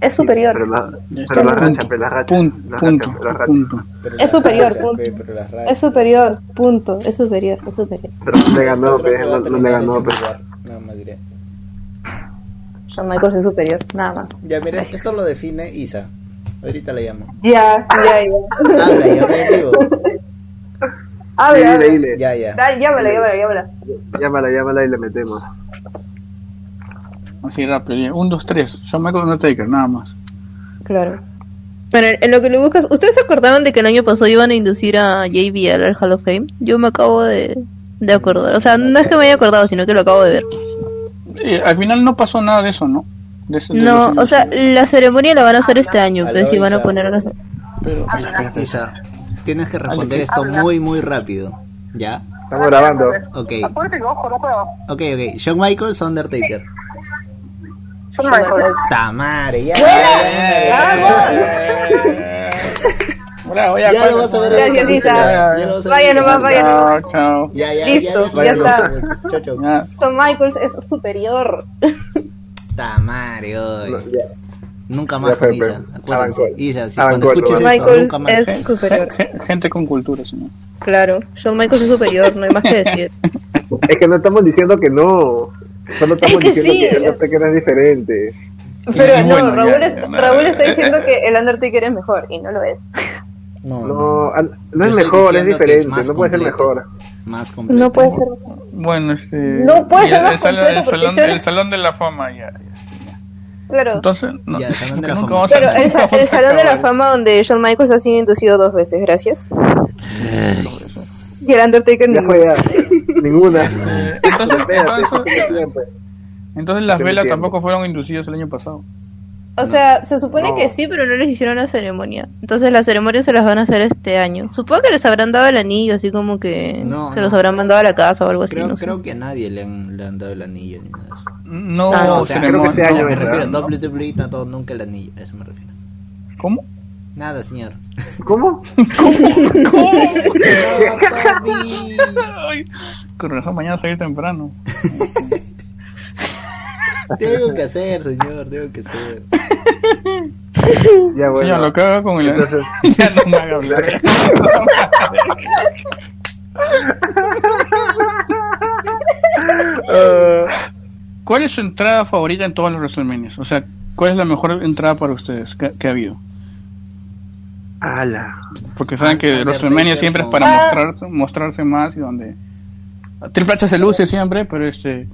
[SPEAKER 10] Es superior.
[SPEAKER 9] Pero la,
[SPEAKER 1] Ya
[SPEAKER 9] pero
[SPEAKER 1] está.
[SPEAKER 9] la racha,
[SPEAKER 1] Punto,
[SPEAKER 9] pero la racha,
[SPEAKER 1] Punto,
[SPEAKER 9] la
[SPEAKER 1] punto,
[SPEAKER 9] racha, la racha.
[SPEAKER 1] punto.
[SPEAKER 6] pero
[SPEAKER 10] Es
[SPEAKER 6] las
[SPEAKER 10] superior,
[SPEAKER 6] rachas,
[SPEAKER 10] punto.
[SPEAKER 6] pe, pero las rachas.
[SPEAKER 10] Es superior, punto. Es superior, es superior.
[SPEAKER 9] Pero no le ganó,
[SPEAKER 6] Creo que
[SPEAKER 9] pues,
[SPEAKER 6] va a
[SPEAKER 9] no, no le
[SPEAKER 6] terminar en
[SPEAKER 9] ganó,
[SPEAKER 6] su
[SPEAKER 9] pues.
[SPEAKER 6] lugar. Nada más diré.
[SPEAKER 10] Shawn Michaels es superior, nada más.
[SPEAKER 6] Ya, mira, esto lo define Isa. Ahorita la llamo.
[SPEAKER 10] Ya, ya, ya.
[SPEAKER 6] Habla, ya en vivo.
[SPEAKER 10] Habla,
[SPEAKER 9] Dile,
[SPEAKER 10] habla.
[SPEAKER 9] dile,
[SPEAKER 6] Ya, ya.
[SPEAKER 10] Dale, llámala, llámala, llámala.
[SPEAKER 9] llámala, llámala y le metemos.
[SPEAKER 1] Así rápido. Un, dos, tres. Shawn Michaels Undertaker, nada más.
[SPEAKER 10] Claro. Bueno, en lo que lo buscas, ¿ustedes se acordaban de que el año pasado iban a inducir a JBL al Hall of Fame? Yo me acabo de, de acordar. O sea, no es que me haya acordado, sino que lo acabo de ver.
[SPEAKER 1] Sí, al final no pasó nada de eso, ¿no? De ese- de
[SPEAKER 10] No,
[SPEAKER 1] los-
[SPEAKER 10] o sea, la ceremonia la van a hacer este año,
[SPEAKER 6] Aló,
[SPEAKER 10] pero si van a
[SPEAKER 6] Isa.
[SPEAKER 10] poner... a los-
[SPEAKER 1] Pero, espera, espera, espera.
[SPEAKER 6] Isa, tienes que responder esto muy, muy rápido. ¿Ya?
[SPEAKER 9] Estamos grabando.
[SPEAKER 6] Ok,
[SPEAKER 2] Acuérdate que ojo, no juego.
[SPEAKER 6] ok, ok. Shawn Michaels, Undertaker.
[SPEAKER 2] Son Michael.
[SPEAKER 6] Tamare, ya.
[SPEAKER 1] Bravo,
[SPEAKER 6] Ya,
[SPEAKER 1] ¿cuál
[SPEAKER 6] lo
[SPEAKER 1] es?
[SPEAKER 6] vas a ver.
[SPEAKER 10] Gracias,
[SPEAKER 6] en la
[SPEAKER 10] Lisa.
[SPEAKER 6] película, ya lo vas a ver
[SPEAKER 10] Vaya
[SPEAKER 6] en la
[SPEAKER 10] nomás,
[SPEAKER 6] película.
[SPEAKER 10] vaya nomás.
[SPEAKER 1] Chao, chao.
[SPEAKER 6] Ya, ya,
[SPEAKER 10] Listo,
[SPEAKER 6] ya,
[SPEAKER 10] ya
[SPEAKER 6] listo.
[SPEAKER 10] está.
[SPEAKER 6] Chao, chao.
[SPEAKER 1] Ya.
[SPEAKER 10] Shawn Michaels es superior.
[SPEAKER 6] Tamare,
[SPEAKER 9] No,
[SPEAKER 6] hoy.
[SPEAKER 9] ya.
[SPEAKER 6] Nunca más
[SPEAKER 9] Ya fue,
[SPEAKER 6] con Isa.
[SPEAKER 9] fue.
[SPEAKER 6] Acuérdense.
[SPEAKER 9] Avancó.
[SPEAKER 6] Isa, si
[SPEAKER 9] Avancó,
[SPEAKER 6] cuando escuches
[SPEAKER 9] Shawn
[SPEAKER 6] esto,
[SPEAKER 10] Michaels
[SPEAKER 6] nunca más.
[SPEAKER 10] es superior.
[SPEAKER 1] Gen- Gente con cultura, señor.
[SPEAKER 10] Claro, Shawn Michaels es superior, no hay más que decir.
[SPEAKER 9] Es que no estamos diciendo que no. Solo estamos
[SPEAKER 10] que
[SPEAKER 9] diciendo
[SPEAKER 10] sí.
[SPEAKER 9] que el Undertaker es diferente.
[SPEAKER 10] [LAUGHS] Pero
[SPEAKER 1] Y
[SPEAKER 10] no,
[SPEAKER 1] bueno,
[SPEAKER 10] Raúl,
[SPEAKER 1] ya,
[SPEAKER 10] es-
[SPEAKER 1] ya, Eh,
[SPEAKER 10] Raúl
[SPEAKER 1] nada.
[SPEAKER 10] está diciendo que el Undertaker es mejor y no lo es.
[SPEAKER 6] No,
[SPEAKER 9] No, ah, no
[SPEAKER 6] Yo
[SPEAKER 9] es
[SPEAKER 6] estoy
[SPEAKER 9] mejor, es
[SPEAKER 6] diciendo que es
[SPEAKER 9] diferente.
[SPEAKER 6] más
[SPEAKER 9] no puede ser
[SPEAKER 6] completo.
[SPEAKER 9] mejor.
[SPEAKER 6] Más completo.
[SPEAKER 10] No puede ser.
[SPEAKER 1] Bueno, este.
[SPEAKER 10] No puede
[SPEAKER 1] ya,
[SPEAKER 10] ser más
[SPEAKER 1] el, salón,
[SPEAKER 10] completo
[SPEAKER 1] el,
[SPEAKER 10] porque
[SPEAKER 1] salón,
[SPEAKER 10] yo-
[SPEAKER 1] el salón de la fama, ya. ya.
[SPEAKER 10] Claro.
[SPEAKER 1] Entonces, no,
[SPEAKER 6] Ya, el
[SPEAKER 1] [LAUGHS]
[SPEAKER 6] Salón de la
[SPEAKER 1] nunca
[SPEAKER 6] Fama.
[SPEAKER 1] vamos a-
[SPEAKER 10] Pero
[SPEAKER 1] [LAUGHS]
[SPEAKER 10] el, sa-
[SPEAKER 1] nunca
[SPEAKER 10] el
[SPEAKER 1] vamos a
[SPEAKER 10] Salón de la
[SPEAKER 1] acabar.
[SPEAKER 10] Fama donde Shawn Michaels ha sido inducido dos veces, gracias. Y el Undertaker
[SPEAKER 9] Ya
[SPEAKER 10] ninguno.
[SPEAKER 9] fue ya. Ninguna.
[SPEAKER 1] Eh,
[SPEAKER 9] [LAUGHS]
[SPEAKER 1] entonces-
[SPEAKER 9] Espérate,
[SPEAKER 1] entonces-
[SPEAKER 9] siempre.
[SPEAKER 1] Entonces, las
[SPEAKER 9] Yo no
[SPEAKER 1] velas
[SPEAKER 9] entiendo.
[SPEAKER 1] tampoco fueron inducidas el año pasado.
[SPEAKER 4] O sea, se supone
[SPEAKER 9] No.
[SPEAKER 4] que sí, pero no les hicieron la ceremonia. Entonces la ceremonia se las van a hacer este año. Supongo que les habrán dado el anillo, así como que
[SPEAKER 6] No,
[SPEAKER 4] se
[SPEAKER 6] no.
[SPEAKER 4] los habrán mandado a la casa o algo así.
[SPEAKER 6] Creo,
[SPEAKER 4] no sé.
[SPEAKER 6] creo que a nadie le han, le han dado el anillo ni nada de eso.
[SPEAKER 1] No,
[SPEAKER 10] Ah, no,
[SPEAKER 1] no
[SPEAKER 6] o sea,
[SPEAKER 9] creo que
[SPEAKER 1] ceremonia.
[SPEAKER 9] este
[SPEAKER 6] O sea,
[SPEAKER 9] año
[SPEAKER 6] me refiero
[SPEAKER 1] ¿no?
[SPEAKER 6] a WWE, no a todo, nunca el anillo. A eso me refiero.
[SPEAKER 1] ¿Cómo?
[SPEAKER 6] Nada,
[SPEAKER 9] [LAUGHS]
[SPEAKER 6] señor.
[SPEAKER 9] ¿Cómo?
[SPEAKER 1] Ay, con razón, mañana salir temprano.
[SPEAKER 6] Tengo que hacer, señor, tengo que hacer.
[SPEAKER 9] Ya bueno.
[SPEAKER 1] Señor, lo que haga con el.
[SPEAKER 9] Entonces-
[SPEAKER 1] [LAUGHS] ya no me haga hablar.
[SPEAKER 9] Eh,
[SPEAKER 1] ¿Cuál es su entrada favorita en todos los WrestleMania? O sea, ¿cuál es la mejor entrada para ustedes que, que ha habido?
[SPEAKER 9] Ah, ala.
[SPEAKER 1] Porque
[SPEAKER 10] Ah,
[SPEAKER 1] saben que
[SPEAKER 6] Undertaker
[SPEAKER 1] WrestleMania siempre es
[SPEAKER 6] con-
[SPEAKER 1] para mostrarse, mostrarse más y donde. Triple H se luce siempre, pero este.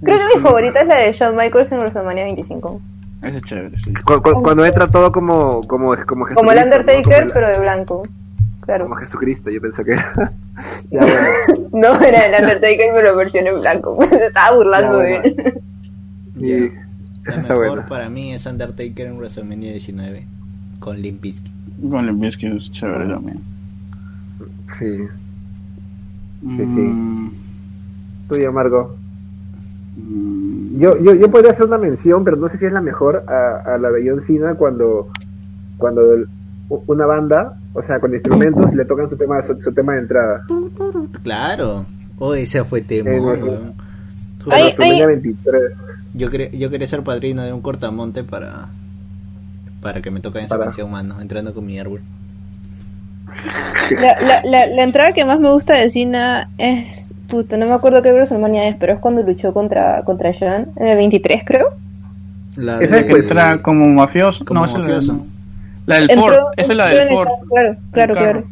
[SPEAKER 10] Creo que mi favorita es la de Shawn Michaels en WrestleMania 25.
[SPEAKER 1] Ese es chévere, sí.
[SPEAKER 9] Cu- cu- Cuando entra todo como como como, Jesucristo,
[SPEAKER 10] Como el
[SPEAKER 9] ¿no? Como
[SPEAKER 10] Undertaker,
[SPEAKER 9] la-
[SPEAKER 10] pero de blanco. Claro.
[SPEAKER 9] como Jesucristo, yo pensé que [LAUGHS] ya bueno. [LAUGHS]
[SPEAKER 10] No, era el Undertaker, pero versión en blanco. [LAUGHS] Se estaba burlando
[SPEAKER 9] Ya,
[SPEAKER 10] de
[SPEAKER 9] bueno.
[SPEAKER 10] él.
[SPEAKER 9] Sí,
[SPEAKER 6] La
[SPEAKER 9] eso está
[SPEAKER 6] mejor
[SPEAKER 9] bueno.
[SPEAKER 6] para mí es Undertaker en WrestleMania 19 con Limp Bizkit.
[SPEAKER 1] Con el Biscuit es chévere también.
[SPEAKER 9] Sí. sí.
[SPEAKER 1] Mm,
[SPEAKER 9] Tuyo, Margo.
[SPEAKER 1] mm,
[SPEAKER 9] Yo, yo, yo podría hacer una mención, pero no sé si es la mejor, a, a la de John Cena cuando, cuando el- u- una banda, o sea, con instrumentos, le tocan su tema, su, su tema de entrada.
[SPEAKER 6] Claro. Oh, ese fue tema.
[SPEAKER 9] Eh, bueno.
[SPEAKER 10] Ay,
[SPEAKER 9] Bueno, WrestleMania 23.
[SPEAKER 6] Yo, cre- yo quería ser padrino de un cortamonte para para que me toquen esa
[SPEAKER 9] Para.
[SPEAKER 6] canción, mano, entrando con mi árbol.
[SPEAKER 10] La, la, la, la entrada que más me gusta de Cena es. Puta, no me acuerdo qué WrestleMania es, pero es cuando luchó contra, contra Shawn en el 23, creo.
[SPEAKER 6] La
[SPEAKER 1] Esa es que
[SPEAKER 6] de-
[SPEAKER 1] entra como mafioso.
[SPEAKER 6] pues como
[SPEAKER 1] no, esa es
[SPEAKER 6] mafioso.
[SPEAKER 1] La, la del
[SPEAKER 10] Entró-
[SPEAKER 1] Ford. Esa es la
[SPEAKER 10] entró
[SPEAKER 1] del
[SPEAKER 10] en el
[SPEAKER 1] Ford.
[SPEAKER 10] carro, Claro, claro,
[SPEAKER 1] El carro.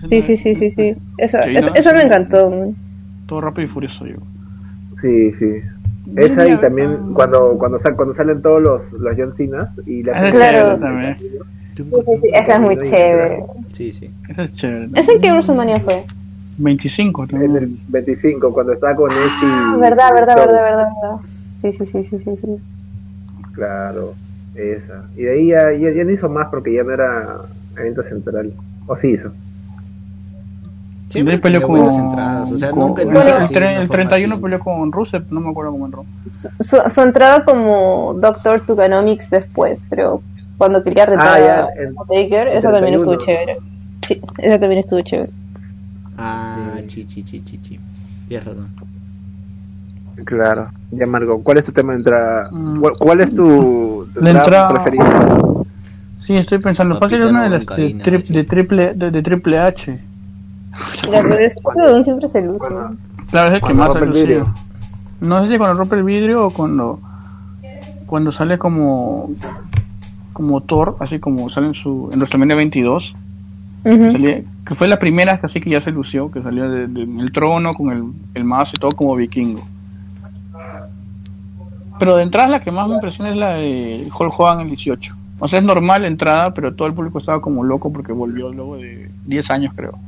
[SPEAKER 10] claro. Sí, sí, sí, sí, sí. Eso,
[SPEAKER 1] Sí,
[SPEAKER 10] eso,
[SPEAKER 1] ¿no?
[SPEAKER 10] eso me encantó.
[SPEAKER 1] Todo rápido y furioso yo.
[SPEAKER 9] Sí, sí. Esa y también cuando, cuando, sal- cuando salen todos los, los John Cenas y la
[SPEAKER 1] Esa es
[SPEAKER 10] Claro.
[SPEAKER 1] chévere Ah, también.
[SPEAKER 10] Esa es muy chévere.
[SPEAKER 6] Sí, sí.
[SPEAKER 1] Esa es chévere.
[SPEAKER 10] ¿Es en qué WrestleMania fue?
[SPEAKER 1] 25
[SPEAKER 9] en
[SPEAKER 1] también.
[SPEAKER 9] el 25, cuando está con este Esti.
[SPEAKER 10] Ah, verdad, verdad, verdad, verdad, verdad. Sí, sí, sí, sí, sí. sí.
[SPEAKER 9] Claro, esa. Y de ahí ya, ya, ya no hizo más porque ya no era evento central. O sí hizo.
[SPEAKER 6] Siempre
[SPEAKER 1] Él peleó
[SPEAKER 6] tenía
[SPEAKER 1] con,
[SPEAKER 6] buenas entradas, o sea,
[SPEAKER 1] con-
[SPEAKER 6] nunca
[SPEAKER 1] el,
[SPEAKER 6] entró
[SPEAKER 1] el
[SPEAKER 6] así
[SPEAKER 1] tre-
[SPEAKER 6] de una
[SPEAKER 1] el
[SPEAKER 6] forma
[SPEAKER 1] 31
[SPEAKER 6] así.
[SPEAKER 1] peleó con Rusev, no me acuerdo cómo entró.
[SPEAKER 10] Su, su entrada como Doctor Tuganomics después, creo. Cuando quería retar
[SPEAKER 9] Ah, ya,
[SPEAKER 10] a
[SPEAKER 9] el-
[SPEAKER 10] Taker,
[SPEAKER 9] el
[SPEAKER 10] esa
[SPEAKER 9] 31.
[SPEAKER 10] también estuvo chévere. Sí, esa también estuvo chévere.
[SPEAKER 6] Ah, chi, chi, chi, chi, chi. Tienes razón.
[SPEAKER 9] Claro. Ya, Margo, ¿cuál es tu tema de entrada?
[SPEAKER 1] Mm.
[SPEAKER 9] ¿Cuál, cuál es tu, tu
[SPEAKER 1] La entrada-
[SPEAKER 9] preferida?
[SPEAKER 1] Sí, estoy pensando.
[SPEAKER 6] Papita
[SPEAKER 1] Fácil es una de
[SPEAKER 6] no
[SPEAKER 1] las de,
[SPEAKER 6] cocaína,
[SPEAKER 1] tri-
[SPEAKER 6] dice.
[SPEAKER 1] de triple, de, de triple H. Pues,
[SPEAKER 10] La que es- Don siempre se luce.
[SPEAKER 9] Bueno,
[SPEAKER 1] Claro, es el que
[SPEAKER 9] Cuando
[SPEAKER 1] más ha
[SPEAKER 9] rompe el
[SPEAKER 1] lucido.
[SPEAKER 9] vidrio.
[SPEAKER 1] No sé si cuando rompe el vidrio o cuando cuando sale como como Thor, así como sale en su en WrestleMania 22,
[SPEAKER 10] Ujú.
[SPEAKER 1] salía- que fue la primera que así que ya se lució, que salía de- de- del trono con el, el mazo y todo como vikingo. Pero de entrada la que más me impresiona es la de Hulk Hogan en el 18. O sea, es normal la entrada, pero todo el público estaba como loco porque volvió luego de 10 años, creo.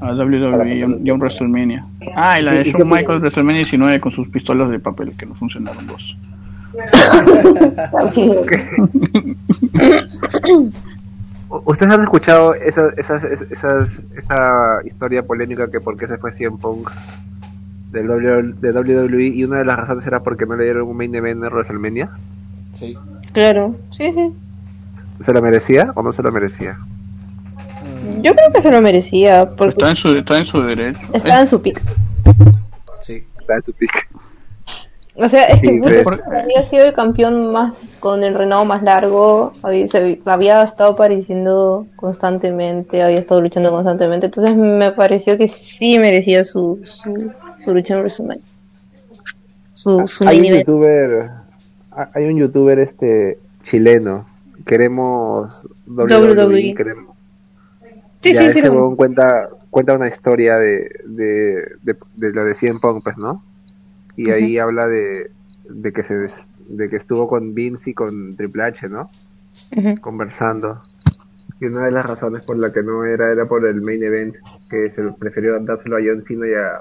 [SPEAKER 1] A WWE y a un- y a un WrestleMania. Ah, y la de
[SPEAKER 9] ¿Y- y
[SPEAKER 1] Shawn
[SPEAKER 9] qué fue?
[SPEAKER 1] Michaels WrestleMania 19 con sus pistolas de papel que no funcionaron dos.
[SPEAKER 9] ¿Ustedes han escuchado esa, esas, esas, esa historia polémica que por qué se fue CM Punk del W- de WWE y una de las razones era porque no le dieron un main event en WrestleMania?
[SPEAKER 6] Sí.
[SPEAKER 10] Claro, sí, sí.
[SPEAKER 9] ¿Se lo merecía o no se lo merecía?
[SPEAKER 10] Yo creo que se lo merecía, porque
[SPEAKER 1] Está en su, está en su derecho.
[SPEAKER 10] estaba en su pick.
[SPEAKER 6] Sí.
[SPEAKER 9] Está en su pick.
[SPEAKER 10] O sea, este
[SPEAKER 9] Sí,
[SPEAKER 10] puto
[SPEAKER 9] ves.
[SPEAKER 10] había sido el campeón más con el reinado más largo, había, se- había estado apareciendo constantemente, había estado luchando constantemente, entonces me pareció que sí merecía su, su, su lucha en WrestleMania. Su, su
[SPEAKER 9] hay Pues, un
[SPEAKER 10] nivel.
[SPEAKER 9] youtuber ha- hay un youtuber este chileno queremos WWE,
[SPEAKER 10] WWE.
[SPEAKER 9] queremos
[SPEAKER 10] Sí,
[SPEAKER 9] Ya
[SPEAKER 10] sí, sí,
[SPEAKER 9] ese
[SPEAKER 10] lo vi.
[SPEAKER 9] huevón cuenta cuenta una historia de de, de, de lo de Cien Pong pues no y ahí habla de, de que se des- de que estuvo con Vince y con Triple H no conversando y una de las razones por la que no era era por el main event que se prefirió dárselo a John Cena y a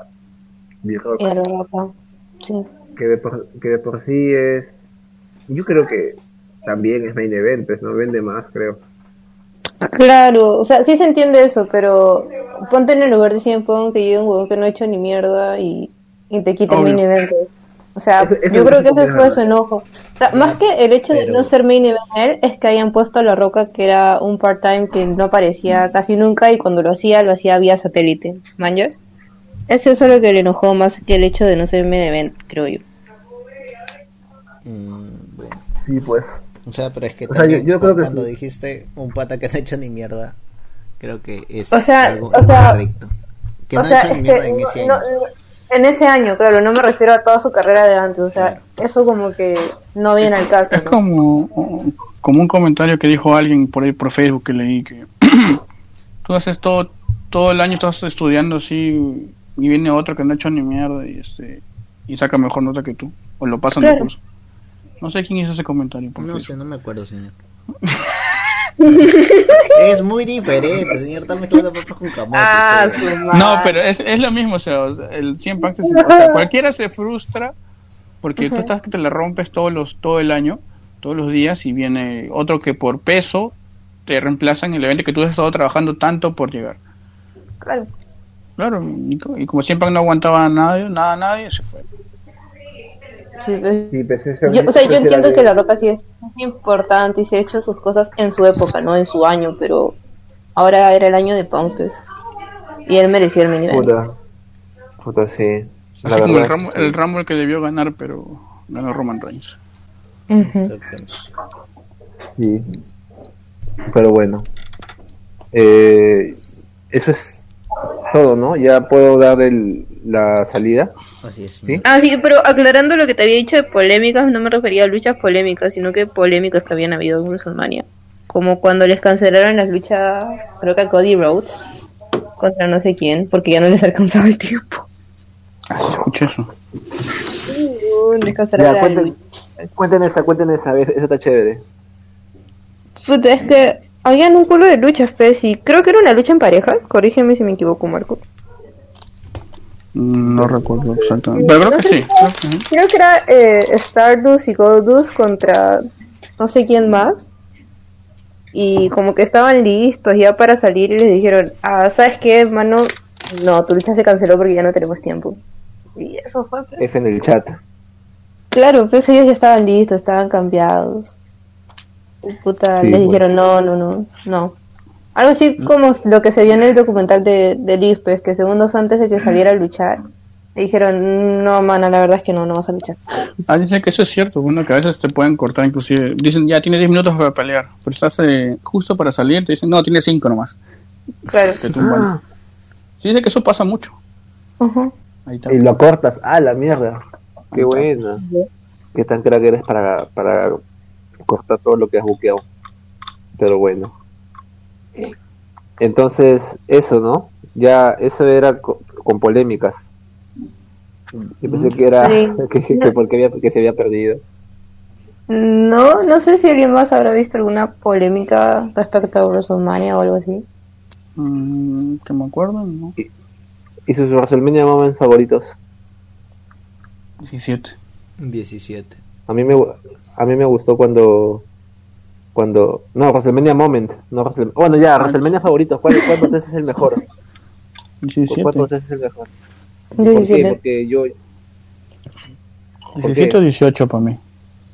[SPEAKER 9] The Rock
[SPEAKER 10] Y a la ropa. Sí.
[SPEAKER 9] que de por, que de por sí es yo creo que también es main event pues, no vende más creo
[SPEAKER 10] Claro, o sea, sí se entiende eso, pero ponte en el lugar de Cien Pong que yo un huevón que no he hecho ni mierda y, y te quita el
[SPEAKER 9] Obvio.
[SPEAKER 10] main event. O sea,
[SPEAKER 9] Eso- eso
[SPEAKER 10] yo
[SPEAKER 9] es
[SPEAKER 10] creo que
[SPEAKER 9] un poco
[SPEAKER 10] ese
[SPEAKER 9] de
[SPEAKER 10] fue su enojo. O sea, más que el hecho de no ser main event él, es que hayan puesto a La Roca que era un part-time que no aparecía casi nunca y cuando lo hacía, lo hacía vía satélite. ¿Manjas? Es eso lo que le enojó más que el hecho de no ser main event, creo yo.
[SPEAKER 6] Mm, bueno.
[SPEAKER 9] Sí, pues.
[SPEAKER 6] O sea, pero es que,
[SPEAKER 9] O sea, yo-
[SPEAKER 6] también,
[SPEAKER 9] yo creo que
[SPEAKER 6] cuando
[SPEAKER 9] sí.
[SPEAKER 6] dijiste un pata que no ha hecho ni mierda, creo que es
[SPEAKER 10] O sea,
[SPEAKER 6] algo
[SPEAKER 10] o sea,
[SPEAKER 6] incorrecto. Que
[SPEAKER 10] o
[SPEAKER 6] no
[SPEAKER 10] sea,
[SPEAKER 6] ha hecho ni
[SPEAKER 10] es que
[SPEAKER 6] mierda en ese año.
[SPEAKER 10] no- no- en ese año, claro, no me refiero a toda su carrera de antes, o sea, eso como que no viene al caso.
[SPEAKER 1] Es
[SPEAKER 10] ¿no?
[SPEAKER 1] como, como un comentario que dijo alguien por ahí por Facebook que leí que [CLEARS THROAT] tú haces todo, todo el año, estás estudiando así y viene otro que no ha hecho ni mierda y, este, y saca mejor nota que tú o lo pasan de
[SPEAKER 6] Claro.
[SPEAKER 1] curso. No sé quién hizo ese comentario. Por
[SPEAKER 6] No
[SPEAKER 1] Facebook.
[SPEAKER 6] sé, no me acuerdo,
[SPEAKER 10] [LAUGHS]
[SPEAKER 6] señor. es muy diferente, señor. Está mezclando papas con camote.
[SPEAKER 10] Ah,
[SPEAKER 6] señor.
[SPEAKER 1] No, pero es, es lo mismo, o sea, el 100 packs es- o sea, cualquiera se frustra porque tú
[SPEAKER 11] Ajá.
[SPEAKER 1] estás que te la rompes todos los todo el año, todos los días y viene otro que por peso te reemplazan en el evento que tú has estado trabajando tanto por llegar.
[SPEAKER 10] Claro.
[SPEAKER 1] Claro, y, co- y como siempre no aguantaba a nadie, nada a nadie, se fue.
[SPEAKER 10] Sí, pues,
[SPEAKER 9] sí pues, ese-
[SPEAKER 10] yo, o sea, yo
[SPEAKER 9] ese era
[SPEAKER 10] entiendo
[SPEAKER 9] de-
[SPEAKER 10] que La Roca sí es muy importante y se ha hecho sus cosas en su época, no en su año, pero ahora era el año de Punk, pues, y él merecía el mínimo.
[SPEAKER 9] puta puta sí La
[SPEAKER 1] Así como el,
[SPEAKER 9] verdad es
[SPEAKER 1] Ram-
[SPEAKER 9] que sí.
[SPEAKER 1] el Rumble que debió ganar, pero ganó Roman Reigns.
[SPEAKER 9] Sí. Pero bueno. Eh, eso es todo, ¿no? Ya puedo dar el, la salida.
[SPEAKER 6] Así es.
[SPEAKER 9] ¿Sí?
[SPEAKER 12] Ah, sí, pero aclarando lo que te había dicho de polémicas, no me refería a luchas polémicas, sino que polémicas que habían habido en WrestleMania. Como cuando les cancelaron las luchas, creo que a Cody Rhodes, contra no sé quién, porque ya no les alcanzaba el tiempo.
[SPEAKER 9] Ah,
[SPEAKER 1] Escucha eso.
[SPEAKER 10] Les
[SPEAKER 9] Ya,
[SPEAKER 10] cancelaron la
[SPEAKER 9] cuenten, cuenten esa, cuenten esa, a ver, esa está chévere.
[SPEAKER 10] Puta, es que habían un culo de luchas, pues, y creo que era una lucha en pareja. Corrígeme si me equivoco, Marco.
[SPEAKER 1] No recuerdo exactamente. Pero creo que sí.
[SPEAKER 10] Creo que era eh, Stardust y Goldust contra no sé quién más. Y como que estaban listos ya para salir y les dijeron, ah, ¿sabes qué, hermano? No, tu lucha se canceló porque ya no tenemos tiempo. Y eso fue. pues.
[SPEAKER 9] F en el chat.
[SPEAKER 10] Claro, pues ellos ya estaban listos, estaban cambiados. Y Puta,
[SPEAKER 9] Sí,
[SPEAKER 10] les
[SPEAKER 9] pues. Mm.
[SPEAKER 10] dijeron, no, no, no, no. Algo así como lo que se vio en el documental de, de Liz, pues, que segundos antes de que saliera a luchar, le dijeron, "Mm, no, mana, la verdad es que no, no vas a luchar.
[SPEAKER 1] Ah, dicen que eso es cierto, bueno, que a veces te pueden cortar, inclusive. Dicen, ya tienes 10 minutos para pelear, pero estás eh, justo para salir, te dicen, no, tienes 5 nomás.
[SPEAKER 10] Claro.
[SPEAKER 1] Te tumban.
[SPEAKER 9] Ah.
[SPEAKER 1] Sí, dice que eso pasa mucho. Ahí está.
[SPEAKER 9] Y lo cortas. ¡Ah, la mierda! ¡Qué buena! Qué tan crack eres para, para cortar todo lo que has buqueado. Pero bueno. Entonces, eso, ¿no? Ya, eso era co- con, polémicas. Yo pensé que era
[SPEAKER 10] Sí.
[SPEAKER 9] [LAUGHS] que, que porque había- que se había perdido.
[SPEAKER 10] No, no sé si alguien más habrá visto alguna polémica respecto a WrestleMania o algo así.
[SPEAKER 1] Mm, que me acuerdo, ¿no?
[SPEAKER 9] ¿Y sus WrestleMania Moments favoritos?
[SPEAKER 1] 17.
[SPEAKER 6] 17.
[SPEAKER 9] A mí me, gu- a mí me gustó cuando Cuando. No, WrestleMania Moment. No, Wrestle- Bueno, ya, WrestleMania favorito. ¿Cuál, cuál de ustedes es el mejor? ¿Cuál de ustedes es el mejor? ¿Por qué?
[SPEAKER 1] 17.
[SPEAKER 9] Porque yo.
[SPEAKER 1] 17 o 18 para mí.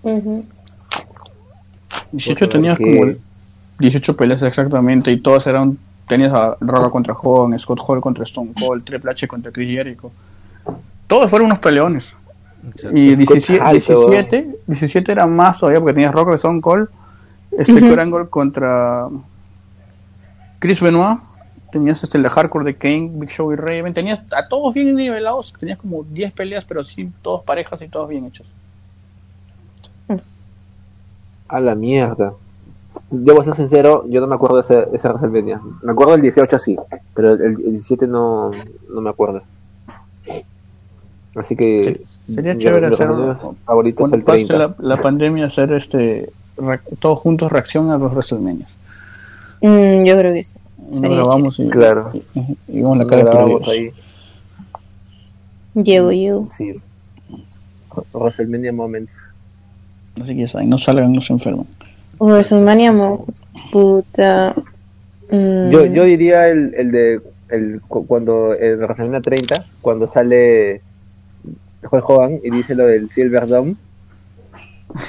[SPEAKER 1] 18 tenías como 18 peleas exactamente y todas eran. Tenías a Roca contra Hogan, Scott Hall contra Stone Cold, Triple H contra Chris Jericho. Todos fueron unos peleones. Y 17, 17, 17 era más todavía porque tenías Rock, Stone Cold, este
[SPEAKER 13] Ujú.
[SPEAKER 1] Kurt Angle contra Chris Benoit, tenías este el de Hardcore de Kane, Big Show y Raven, tenías a todos bien nivelados, tenías como 10 peleas pero sí todos parejas y todos bien hechos.
[SPEAKER 9] A la mierda. Debo ser sincero, yo no me acuerdo de ese, ese WrestleMania. Me acuerdo del 18 sí, pero el, el 17 no, no me acuerdo. Así que...
[SPEAKER 1] Sería
[SPEAKER 9] mi-
[SPEAKER 1] chévere
[SPEAKER 9] mi
[SPEAKER 1] hacer
[SPEAKER 9] WrestleMania favorito es
[SPEAKER 1] cuando
[SPEAKER 9] el
[SPEAKER 1] pase
[SPEAKER 9] 30.
[SPEAKER 1] la, la pandemia hacer este re- todos juntos reacción a los WrestleMania.
[SPEAKER 10] Mm, yo creo que sí.
[SPEAKER 1] Nos
[SPEAKER 10] Sería
[SPEAKER 1] grabamos y,
[SPEAKER 9] claro.
[SPEAKER 1] y, y vamos a la cara de
[SPEAKER 9] Grabamos
[SPEAKER 1] perdidos.
[SPEAKER 9] ahí.
[SPEAKER 10] Llego, llego.
[SPEAKER 9] Sí. WrestleMania Moments.
[SPEAKER 1] Así que ya saben, no salgan, no se
[SPEAKER 9] [LAUGHS]
[SPEAKER 1] enferman.
[SPEAKER 10] WrestleMania Mo- Puta. Mm.
[SPEAKER 9] Yo, yo diría el, el de el, cu- cuando en WrestleMania 30, cuando sale Juan Hogan y dice lo del Silver Dome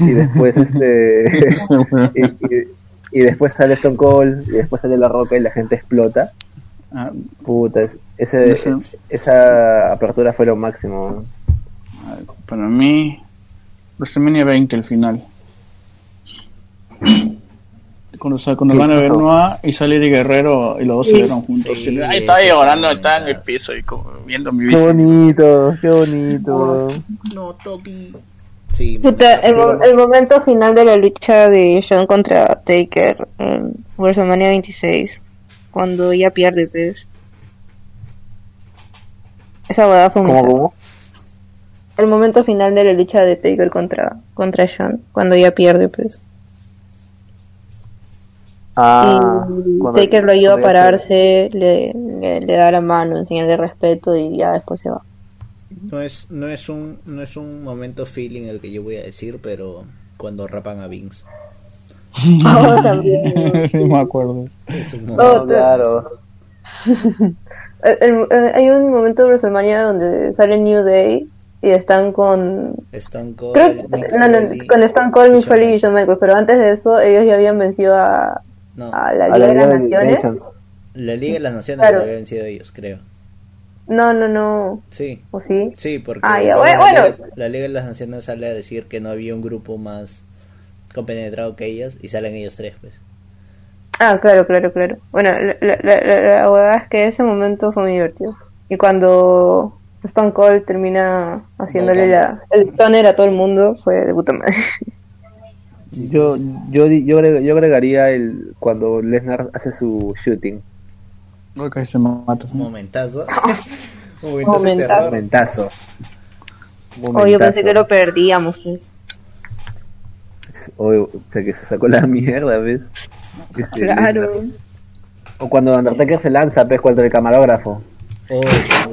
[SPEAKER 9] y después
[SPEAKER 10] [LAUGHS]
[SPEAKER 9] este y, y- y después sale Stone Cold y después sale La Roca y la gente explota.
[SPEAKER 1] Ah,
[SPEAKER 9] Puta, es- ese,
[SPEAKER 1] No sé.
[SPEAKER 9] esa apertura fue lo máximo.
[SPEAKER 1] Para mí, WrestleMania 20, el final. Cuando, sa- cuando
[SPEAKER 9] Sí,
[SPEAKER 1] van a ver
[SPEAKER 9] pasó.
[SPEAKER 1] Noah y sale de Guerrero y los dos se
[SPEAKER 9] Sí.
[SPEAKER 1] vieron juntos.
[SPEAKER 9] Sí,
[SPEAKER 1] Y- ahí estaba
[SPEAKER 9] ese
[SPEAKER 1] llorando, estaba en el piso y como viendo mi
[SPEAKER 9] Qué
[SPEAKER 1] bici.
[SPEAKER 9] bonito, [LAUGHS] qué bonito.
[SPEAKER 6] No, Toby. Sí,
[SPEAKER 10] Puta, el,
[SPEAKER 6] pero-
[SPEAKER 10] mo- el momento final de la lucha de Sean contra Taker en WrestleMania 26, cuando ya pierde, pues. Esa huevada fue muy
[SPEAKER 9] ¿Cómo,
[SPEAKER 10] sad.
[SPEAKER 9] cómo?
[SPEAKER 10] El momento final de la lucha de Taker contra, contra Sean, cuando ya pierde, pues.
[SPEAKER 9] Ah,
[SPEAKER 10] y
[SPEAKER 9] cuando-
[SPEAKER 10] Taker lo ayuda a
[SPEAKER 9] cuando ya
[SPEAKER 10] pararse, le, le, le da la mano en señal de respeto y ya después se va.
[SPEAKER 6] No es, no es un, no es un momento feeling el que yo voy a decir, pero cuando rapan a Vince.
[SPEAKER 10] Oh, también.
[SPEAKER 1] Sí, me acuerdo.
[SPEAKER 6] Es un
[SPEAKER 10] Oh, claro. El- el- eh, hay un momento de WrestleMania donde sale New Day y están con.
[SPEAKER 6] Stone Cold,
[SPEAKER 10] Creo que-
[SPEAKER 6] Mick
[SPEAKER 10] no, no,
[SPEAKER 6] Foley.
[SPEAKER 10] con Stone Cold, Mick Foley y Shawn Michaels, pero antes de eso ellos ya habían vencido a,
[SPEAKER 6] No.
[SPEAKER 10] a la Liga de las Naciones.
[SPEAKER 6] La Liga de las Naciones
[SPEAKER 10] Ah, Claro.
[SPEAKER 6] la habían vencido ellos, creo.
[SPEAKER 10] No, no, no.
[SPEAKER 6] Sí.
[SPEAKER 10] ¿O sí?
[SPEAKER 6] Sí, porque
[SPEAKER 10] Ah, ya,
[SPEAKER 6] luego
[SPEAKER 10] bueno,
[SPEAKER 6] la,
[SPEAKER 10] bueno.
[SPEAKER 6] Liga, la Liga de las Naciones sale a decir que no había un grupo más compenetrado que ellas y salen ellos tres, pues.
[SPEAKER 10] Ah, claro, claro, claro. Bueno, la, la, la- la- la huevada es que ese momento fue muy divertido. Y cuando Stone Cold termina haciéndole la, el stoner a todo el mundo, fue de puta madre.
[SPEAKER 9] Yo, yo, di- yo, agreg- yo agregaría el cuando Lesnar hace su shooting.
[SPEAKER 1] Creo que ahí se mata.
[SPEAKER 10] [LAUGHS]
[SPEAKER 6] Momentazo.
[SPEAKER 10] Momentazo de terror.
[SPEAKER 9] Momentazo.
[SPEAKER 10] Oh, yo pensé que lo perdíamos. pues.
[SPEAKER 9] Oye, o sea, que se sacó la mierda, ¿ves? Que se-
[SPEAKER 10] Claro.
[SPEAKER 9] O cuando Undertaker se lanza, ¿ves? Contra el camarógrafo.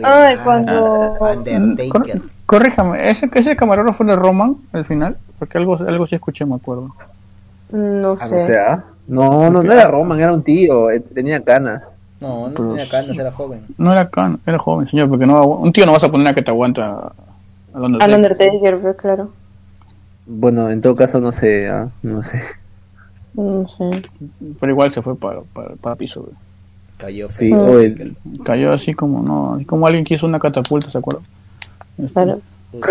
[SPEAKER 10] Ay, cuando.
[SPEAKER 6] Ah, Undertaker.
[SPEAKER 1] Corríjame, ¿ese, ese camarógrafo de Roman al final? Porque algo, algo sí escuché, me acuerdo.
[SPEAKER 10] No
[SPEAKER 9] Ah,
[SPEAKER 10] sé.
[SPEAKER 9] no sea. No, no, no era Roman, era un tío. eh, Tenía canas.
[SPEAKER 6] No,
[SPEAKER 1] Pero-
[SPEAKER 6] no tenía canas, era joven.
[SPEAKER 1] No era acá, era joven, señor, porque no, agu- un tío no vas a poner a que te aguanta a Londres.
[SPEAKER 10] Al Undertaker, pues claro.
[SPEAKER 9] Bueno, en todo caso, no sé. ah, No sé.
[SPEAKER 10] No sé.
[SPEAKER 1] Pero igual se fue para, para, para piso, güey.
[SPEAKER 6] Cayó
[SPEAKER 9] Sí,
[SPEAKER 10] Ah.
[SPEAKER 9] oye,
[SPEAKER 1] Cayó así como, no, así como alguien que hizo una catapulta, ¿se acuerdan?
[SPEAKER 10] Claro.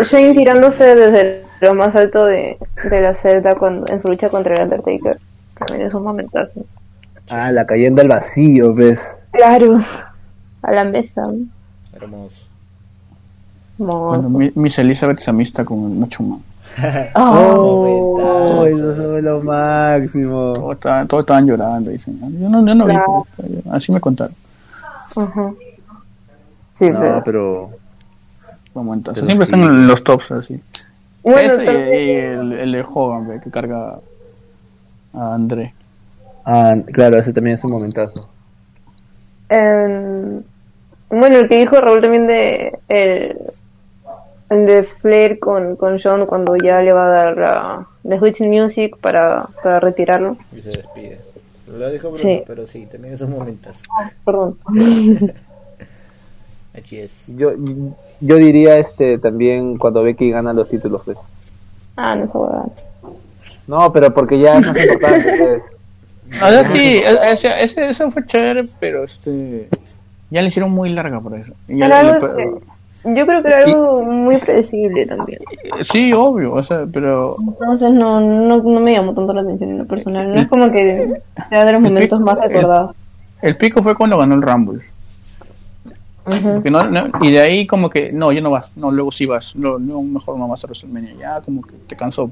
[SPEAKER 10] Shane tirándose desde lo más alto de, de la celda con- en su lucha contra el Undertaker. También es un momentazo.
[SPEAKER 9] Ah, la cayendo al vacío, ¿ves?
[SPEAKER 10] Claro. A la mesa.
[SPEAKER 6] Hermoso.
[SPEAKER 1] Bueno,
[SPEAKER 10] Hermoso.
[SPEAKER 1] mi- Miss Elizabeth se amista con el macho man.
[SPEAKER 10] Ah.
[SPEAKER 9] Oh, eso fue lo máximo.
[SPEAKER 1] Todos estaban, todos estaban llorando, dicen. "Ah, Yo no, yo no vi,
[SPEAKER 10] Claro.
[SPEAKER 1] pero yo- así me contaron.
[SPEAKER 10] Ajá. Sí,
[SPEAKER 9] No,
[SPEAKER 10] pero-
[SPEAKER 9] pero.
[SPEAKER 1] Entonces,
[SPEAKER 9] Pero
[SPEAKER 1] siempre
[SPEAKER 9] sí.
[SPEAKER 1] están en los tops así.
[SPEAKER 10] Bueno,
[SPEAKER 1] Ese y-
[SPEAKER 10] también-
[SPEAKER 1] y el, el de Hogan, güey, que carga a André.
[SPEAKER 9] Ah, claro, ese también es un momentazo.
[SPEAKER 10] Em, bueno, el que dijo Raúl también de el, el de Flair con, con John cuando ya le va a dar la, la Switch Music para, para retirarlo.
[SPEAKER 6] Y se despide. Lo dijo Bruno,
[SPEAKER 10] Sí.
[SPEAKER 6] pero sí, también esos momentos.
[SPEAKER 10] Perdón.
[SPEAKER 6] Así es.
[SPEAKER 9] Yo, yo diría este también cuando Becky gana los títulos, pues.
[SPEAKER 10] Ah, no se va
[SPEAKER 9] No, pero porque ya es más importante, pues.
[SPEAKER 1] O sea, sí, ese, ese- ese fue chévere, pero este. Ya le hicieron muy larga por eso. Y ya
[SPEAKER 10] Era
[SPEAKER 1] le-
[SPEAKER 10] algo que- yo creo que era algo muy predecible también.
[SPEAKER 1] Sí, obvio, o sea, pero.
[SPEAKER 10] Entonces no, no, no me llamó tanto la atención en lo personal. No es como que sea de los momentos más recordados.
[SPEAKER 1] El pico fue cuando ganó el Rumble.
[SPEAKER 10] Ujú.
[SPEAKER 1] Porque no- no- y de ahí, como que, no, ya no vas, no, luego sí vas, no, no, mejor no vas a WrestleMania, ya como que te cansó.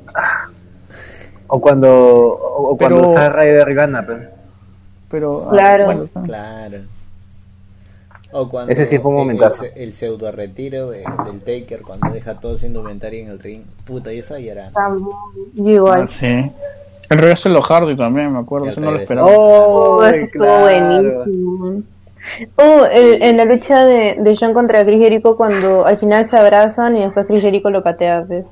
[SPEAKER 9] O cuando, o, o cuando
[SPEAKER 1] Pero-
[SPEAKER 9] Zack Ryder gana, pues.
[SPEAKER 1] Pero. ah,
[SPEAKER 6] Claro.
[SPEAKER 1] bueno,
[SPEAKER 6] Claro. O cuando
[SPEAKER 9] Ese sí fue un
[SPEAKER 6] el-
[SPEAKER 9] momentazo.
[SPEAKER 6] El, pseudo retiro del Taker cuando deja todo su indumentaria en el ring. Puta, yo estaba llorando.
[SPEAKER 10] Yo igual.
[SPEAKER 1] Ah, sí. El regreso de los Hardy también, me acuerdo, eso no lo
[SPEAKER 6] regreso.
[SPEAKER 1] esperaba.
[SPEAKER 10] Oh, eso estuvo buenísimo. Oh, el- en la lucha de, de John contra Chris Jericho cuando al final se abrazan y después Chris Jericho lo patea. pues. [LAUGHS] ¿ves?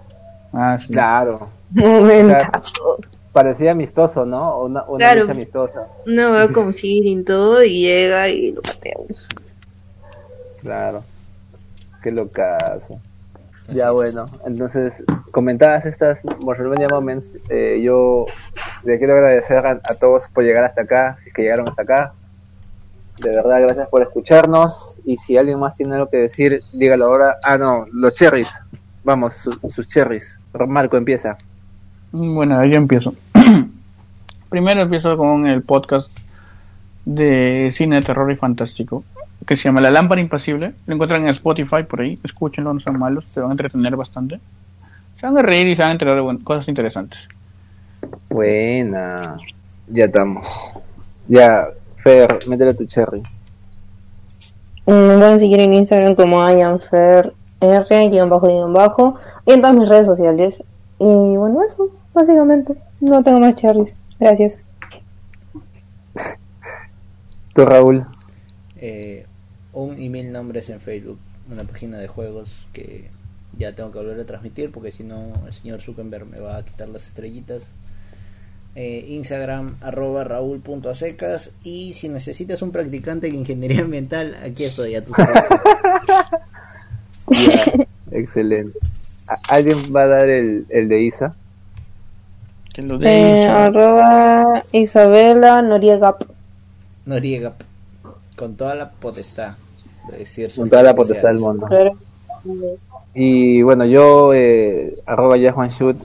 [SPEAKER 1] Ah, sí.
[SPEAKER 9] Claro.
[SPEAKER 10] Momentazo.
[SPEAKER 9] Parecía amistoso, ¿no? Una, una
[SPEAKER 4] Claro.
[SPEAKER 9] lucha amistosa.
[SPEAKER 4] Una va con feeling todo y llega y lo patea.
[SPEAKER 9] Claro. Qué locazo. ya bueno, entonces comentadas estas WrestleMania Moments, eh, yo le quiero agradecer a, a todos por llegar hasta acá, si es que llegaron hasta acá. De verdad, gracias por escucharnos y si alguien más tiene algo que decir, dígalo ahora. Ah, no, los cherries. Vamos, su- sus cherries. Marco empieza.
[SPEAKER 1] Bueno, yo empiezo. [CLEARS THROAT] Primero empiezo con el podcast de cine de terror y fantástico que se llama La Lámpara Impasible. Lo encuentran en Spotify por ahí. Escúchenlo, no son malos. Se van a entretener bastante. Se van a reír y se van a enterar de buen- cosas interesantes.
[SPEAKER 9] Buena. Ya estamos. Ya, Fer, métele tu cherry.
[SPEAKER 10] Mm, Me pueden seguir en Instagram como IamFer R, guión bajo, guión bajo, y en todas mis redes sociales. Y bueno, eso, básicamente. No tengo más cherries. Gracias.
[SPEAKER 9] Tú, Raúl.
[SPEAKER 6] Eh, un y mil nombres en Facebook. Una página de juegos que ya tengo que volver a transmitir porque si no el señor Zuckerberg me va a quitar las estrellitas. Eh, Instagram arroba raúl.acecas y si necesitas un practicante en ingeniería ambiental, aquí
[SPEAKER 9] [LAUGHS]
[SPEAKER 6] estoy a tus órdenes.
[SPEAKER 9] Ya, excelente. ¿A- ¿Alguien va a dar el, el de Isa?
[SPEAKER 1] Que lo
[SPEAKER 10] Eh, arroba Isabela Noriega.
[SPEAKER 6] Noriega con toda la potestad de decir sus
[SPEAKER 9] Con toda la
[SPEAKER 6] redes
[SPEAKER 9] potestad del
[SPEAKER 6] sociales.
[SPEAKER 9] mundo. Y bueno, yo eh, arroba ya Juan Shoot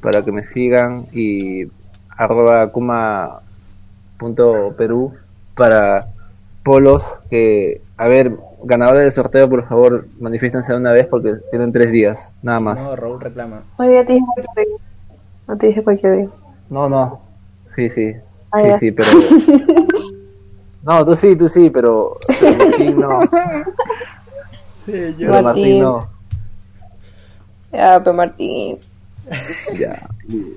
[SPEAKER 9] para que me sigan y arroba kuma punto Perú para polos que a ver ganadores del sorteo por favor manifiéstense de una vez porque tienen tres días nada más
[SPEAKER 6] No, Raúl reclama.
[SPEAKER 10] Hoy día te dije cualquier día. No te dije cualquier día.
[SPEAKER 9] no no sí sí
[SPEAKER 10] Ah,
[SPEAKER 9] sí
[SPEAKER 10] ya.
[SPEAKER 9] sí pero no tú sí tú sí pero, pero Martín no pero Martín no
[SPEAKER 10] Ya, pero Martín.
[SPEAKER 9] Ya. Y,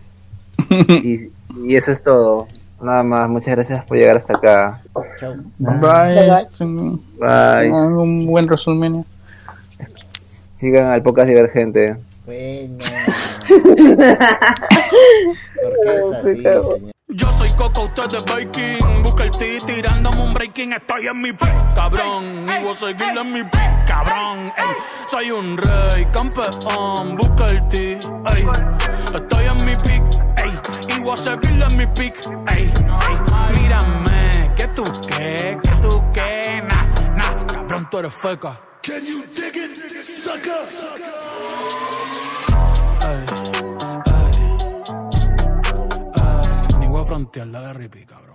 [SPEAKER 9] y- y eso es todo. Nada más. Muchas gracias por llegar hasta acá.
[SPEAKER 6] Chao.
[SPEAKER 1] Bye. Tengan-
[SPEAKER 9] Bye.
[SPEAKER 1] tengan Un buen resumen.
[SPEAKER 9] Sigan al Pocas Divergente. [LAUGHS]
[SPEAKER 6] Bueno.
[SPEAKER 8] Yo soy Coco, usted es Baking. Busca el ti tirándome un breaking. Estoy en mi pick, cabrón. Y voy a seguir en mi pick, cabrón. Ey, soy un rey, campeón. Busca el ti, ey. Estoy en mi pick, ey. Y voy a seguir en mi pick, ey. ey. Mírame, que tú qué, que tú qué. Nah, nah, cabrón, tú eres feca.
[SPEAKER 2] Can you dig it, sucker?
[SPEAKER 8] Ey, ey, ey. Ni voy a frontear la guerra y pica, bro.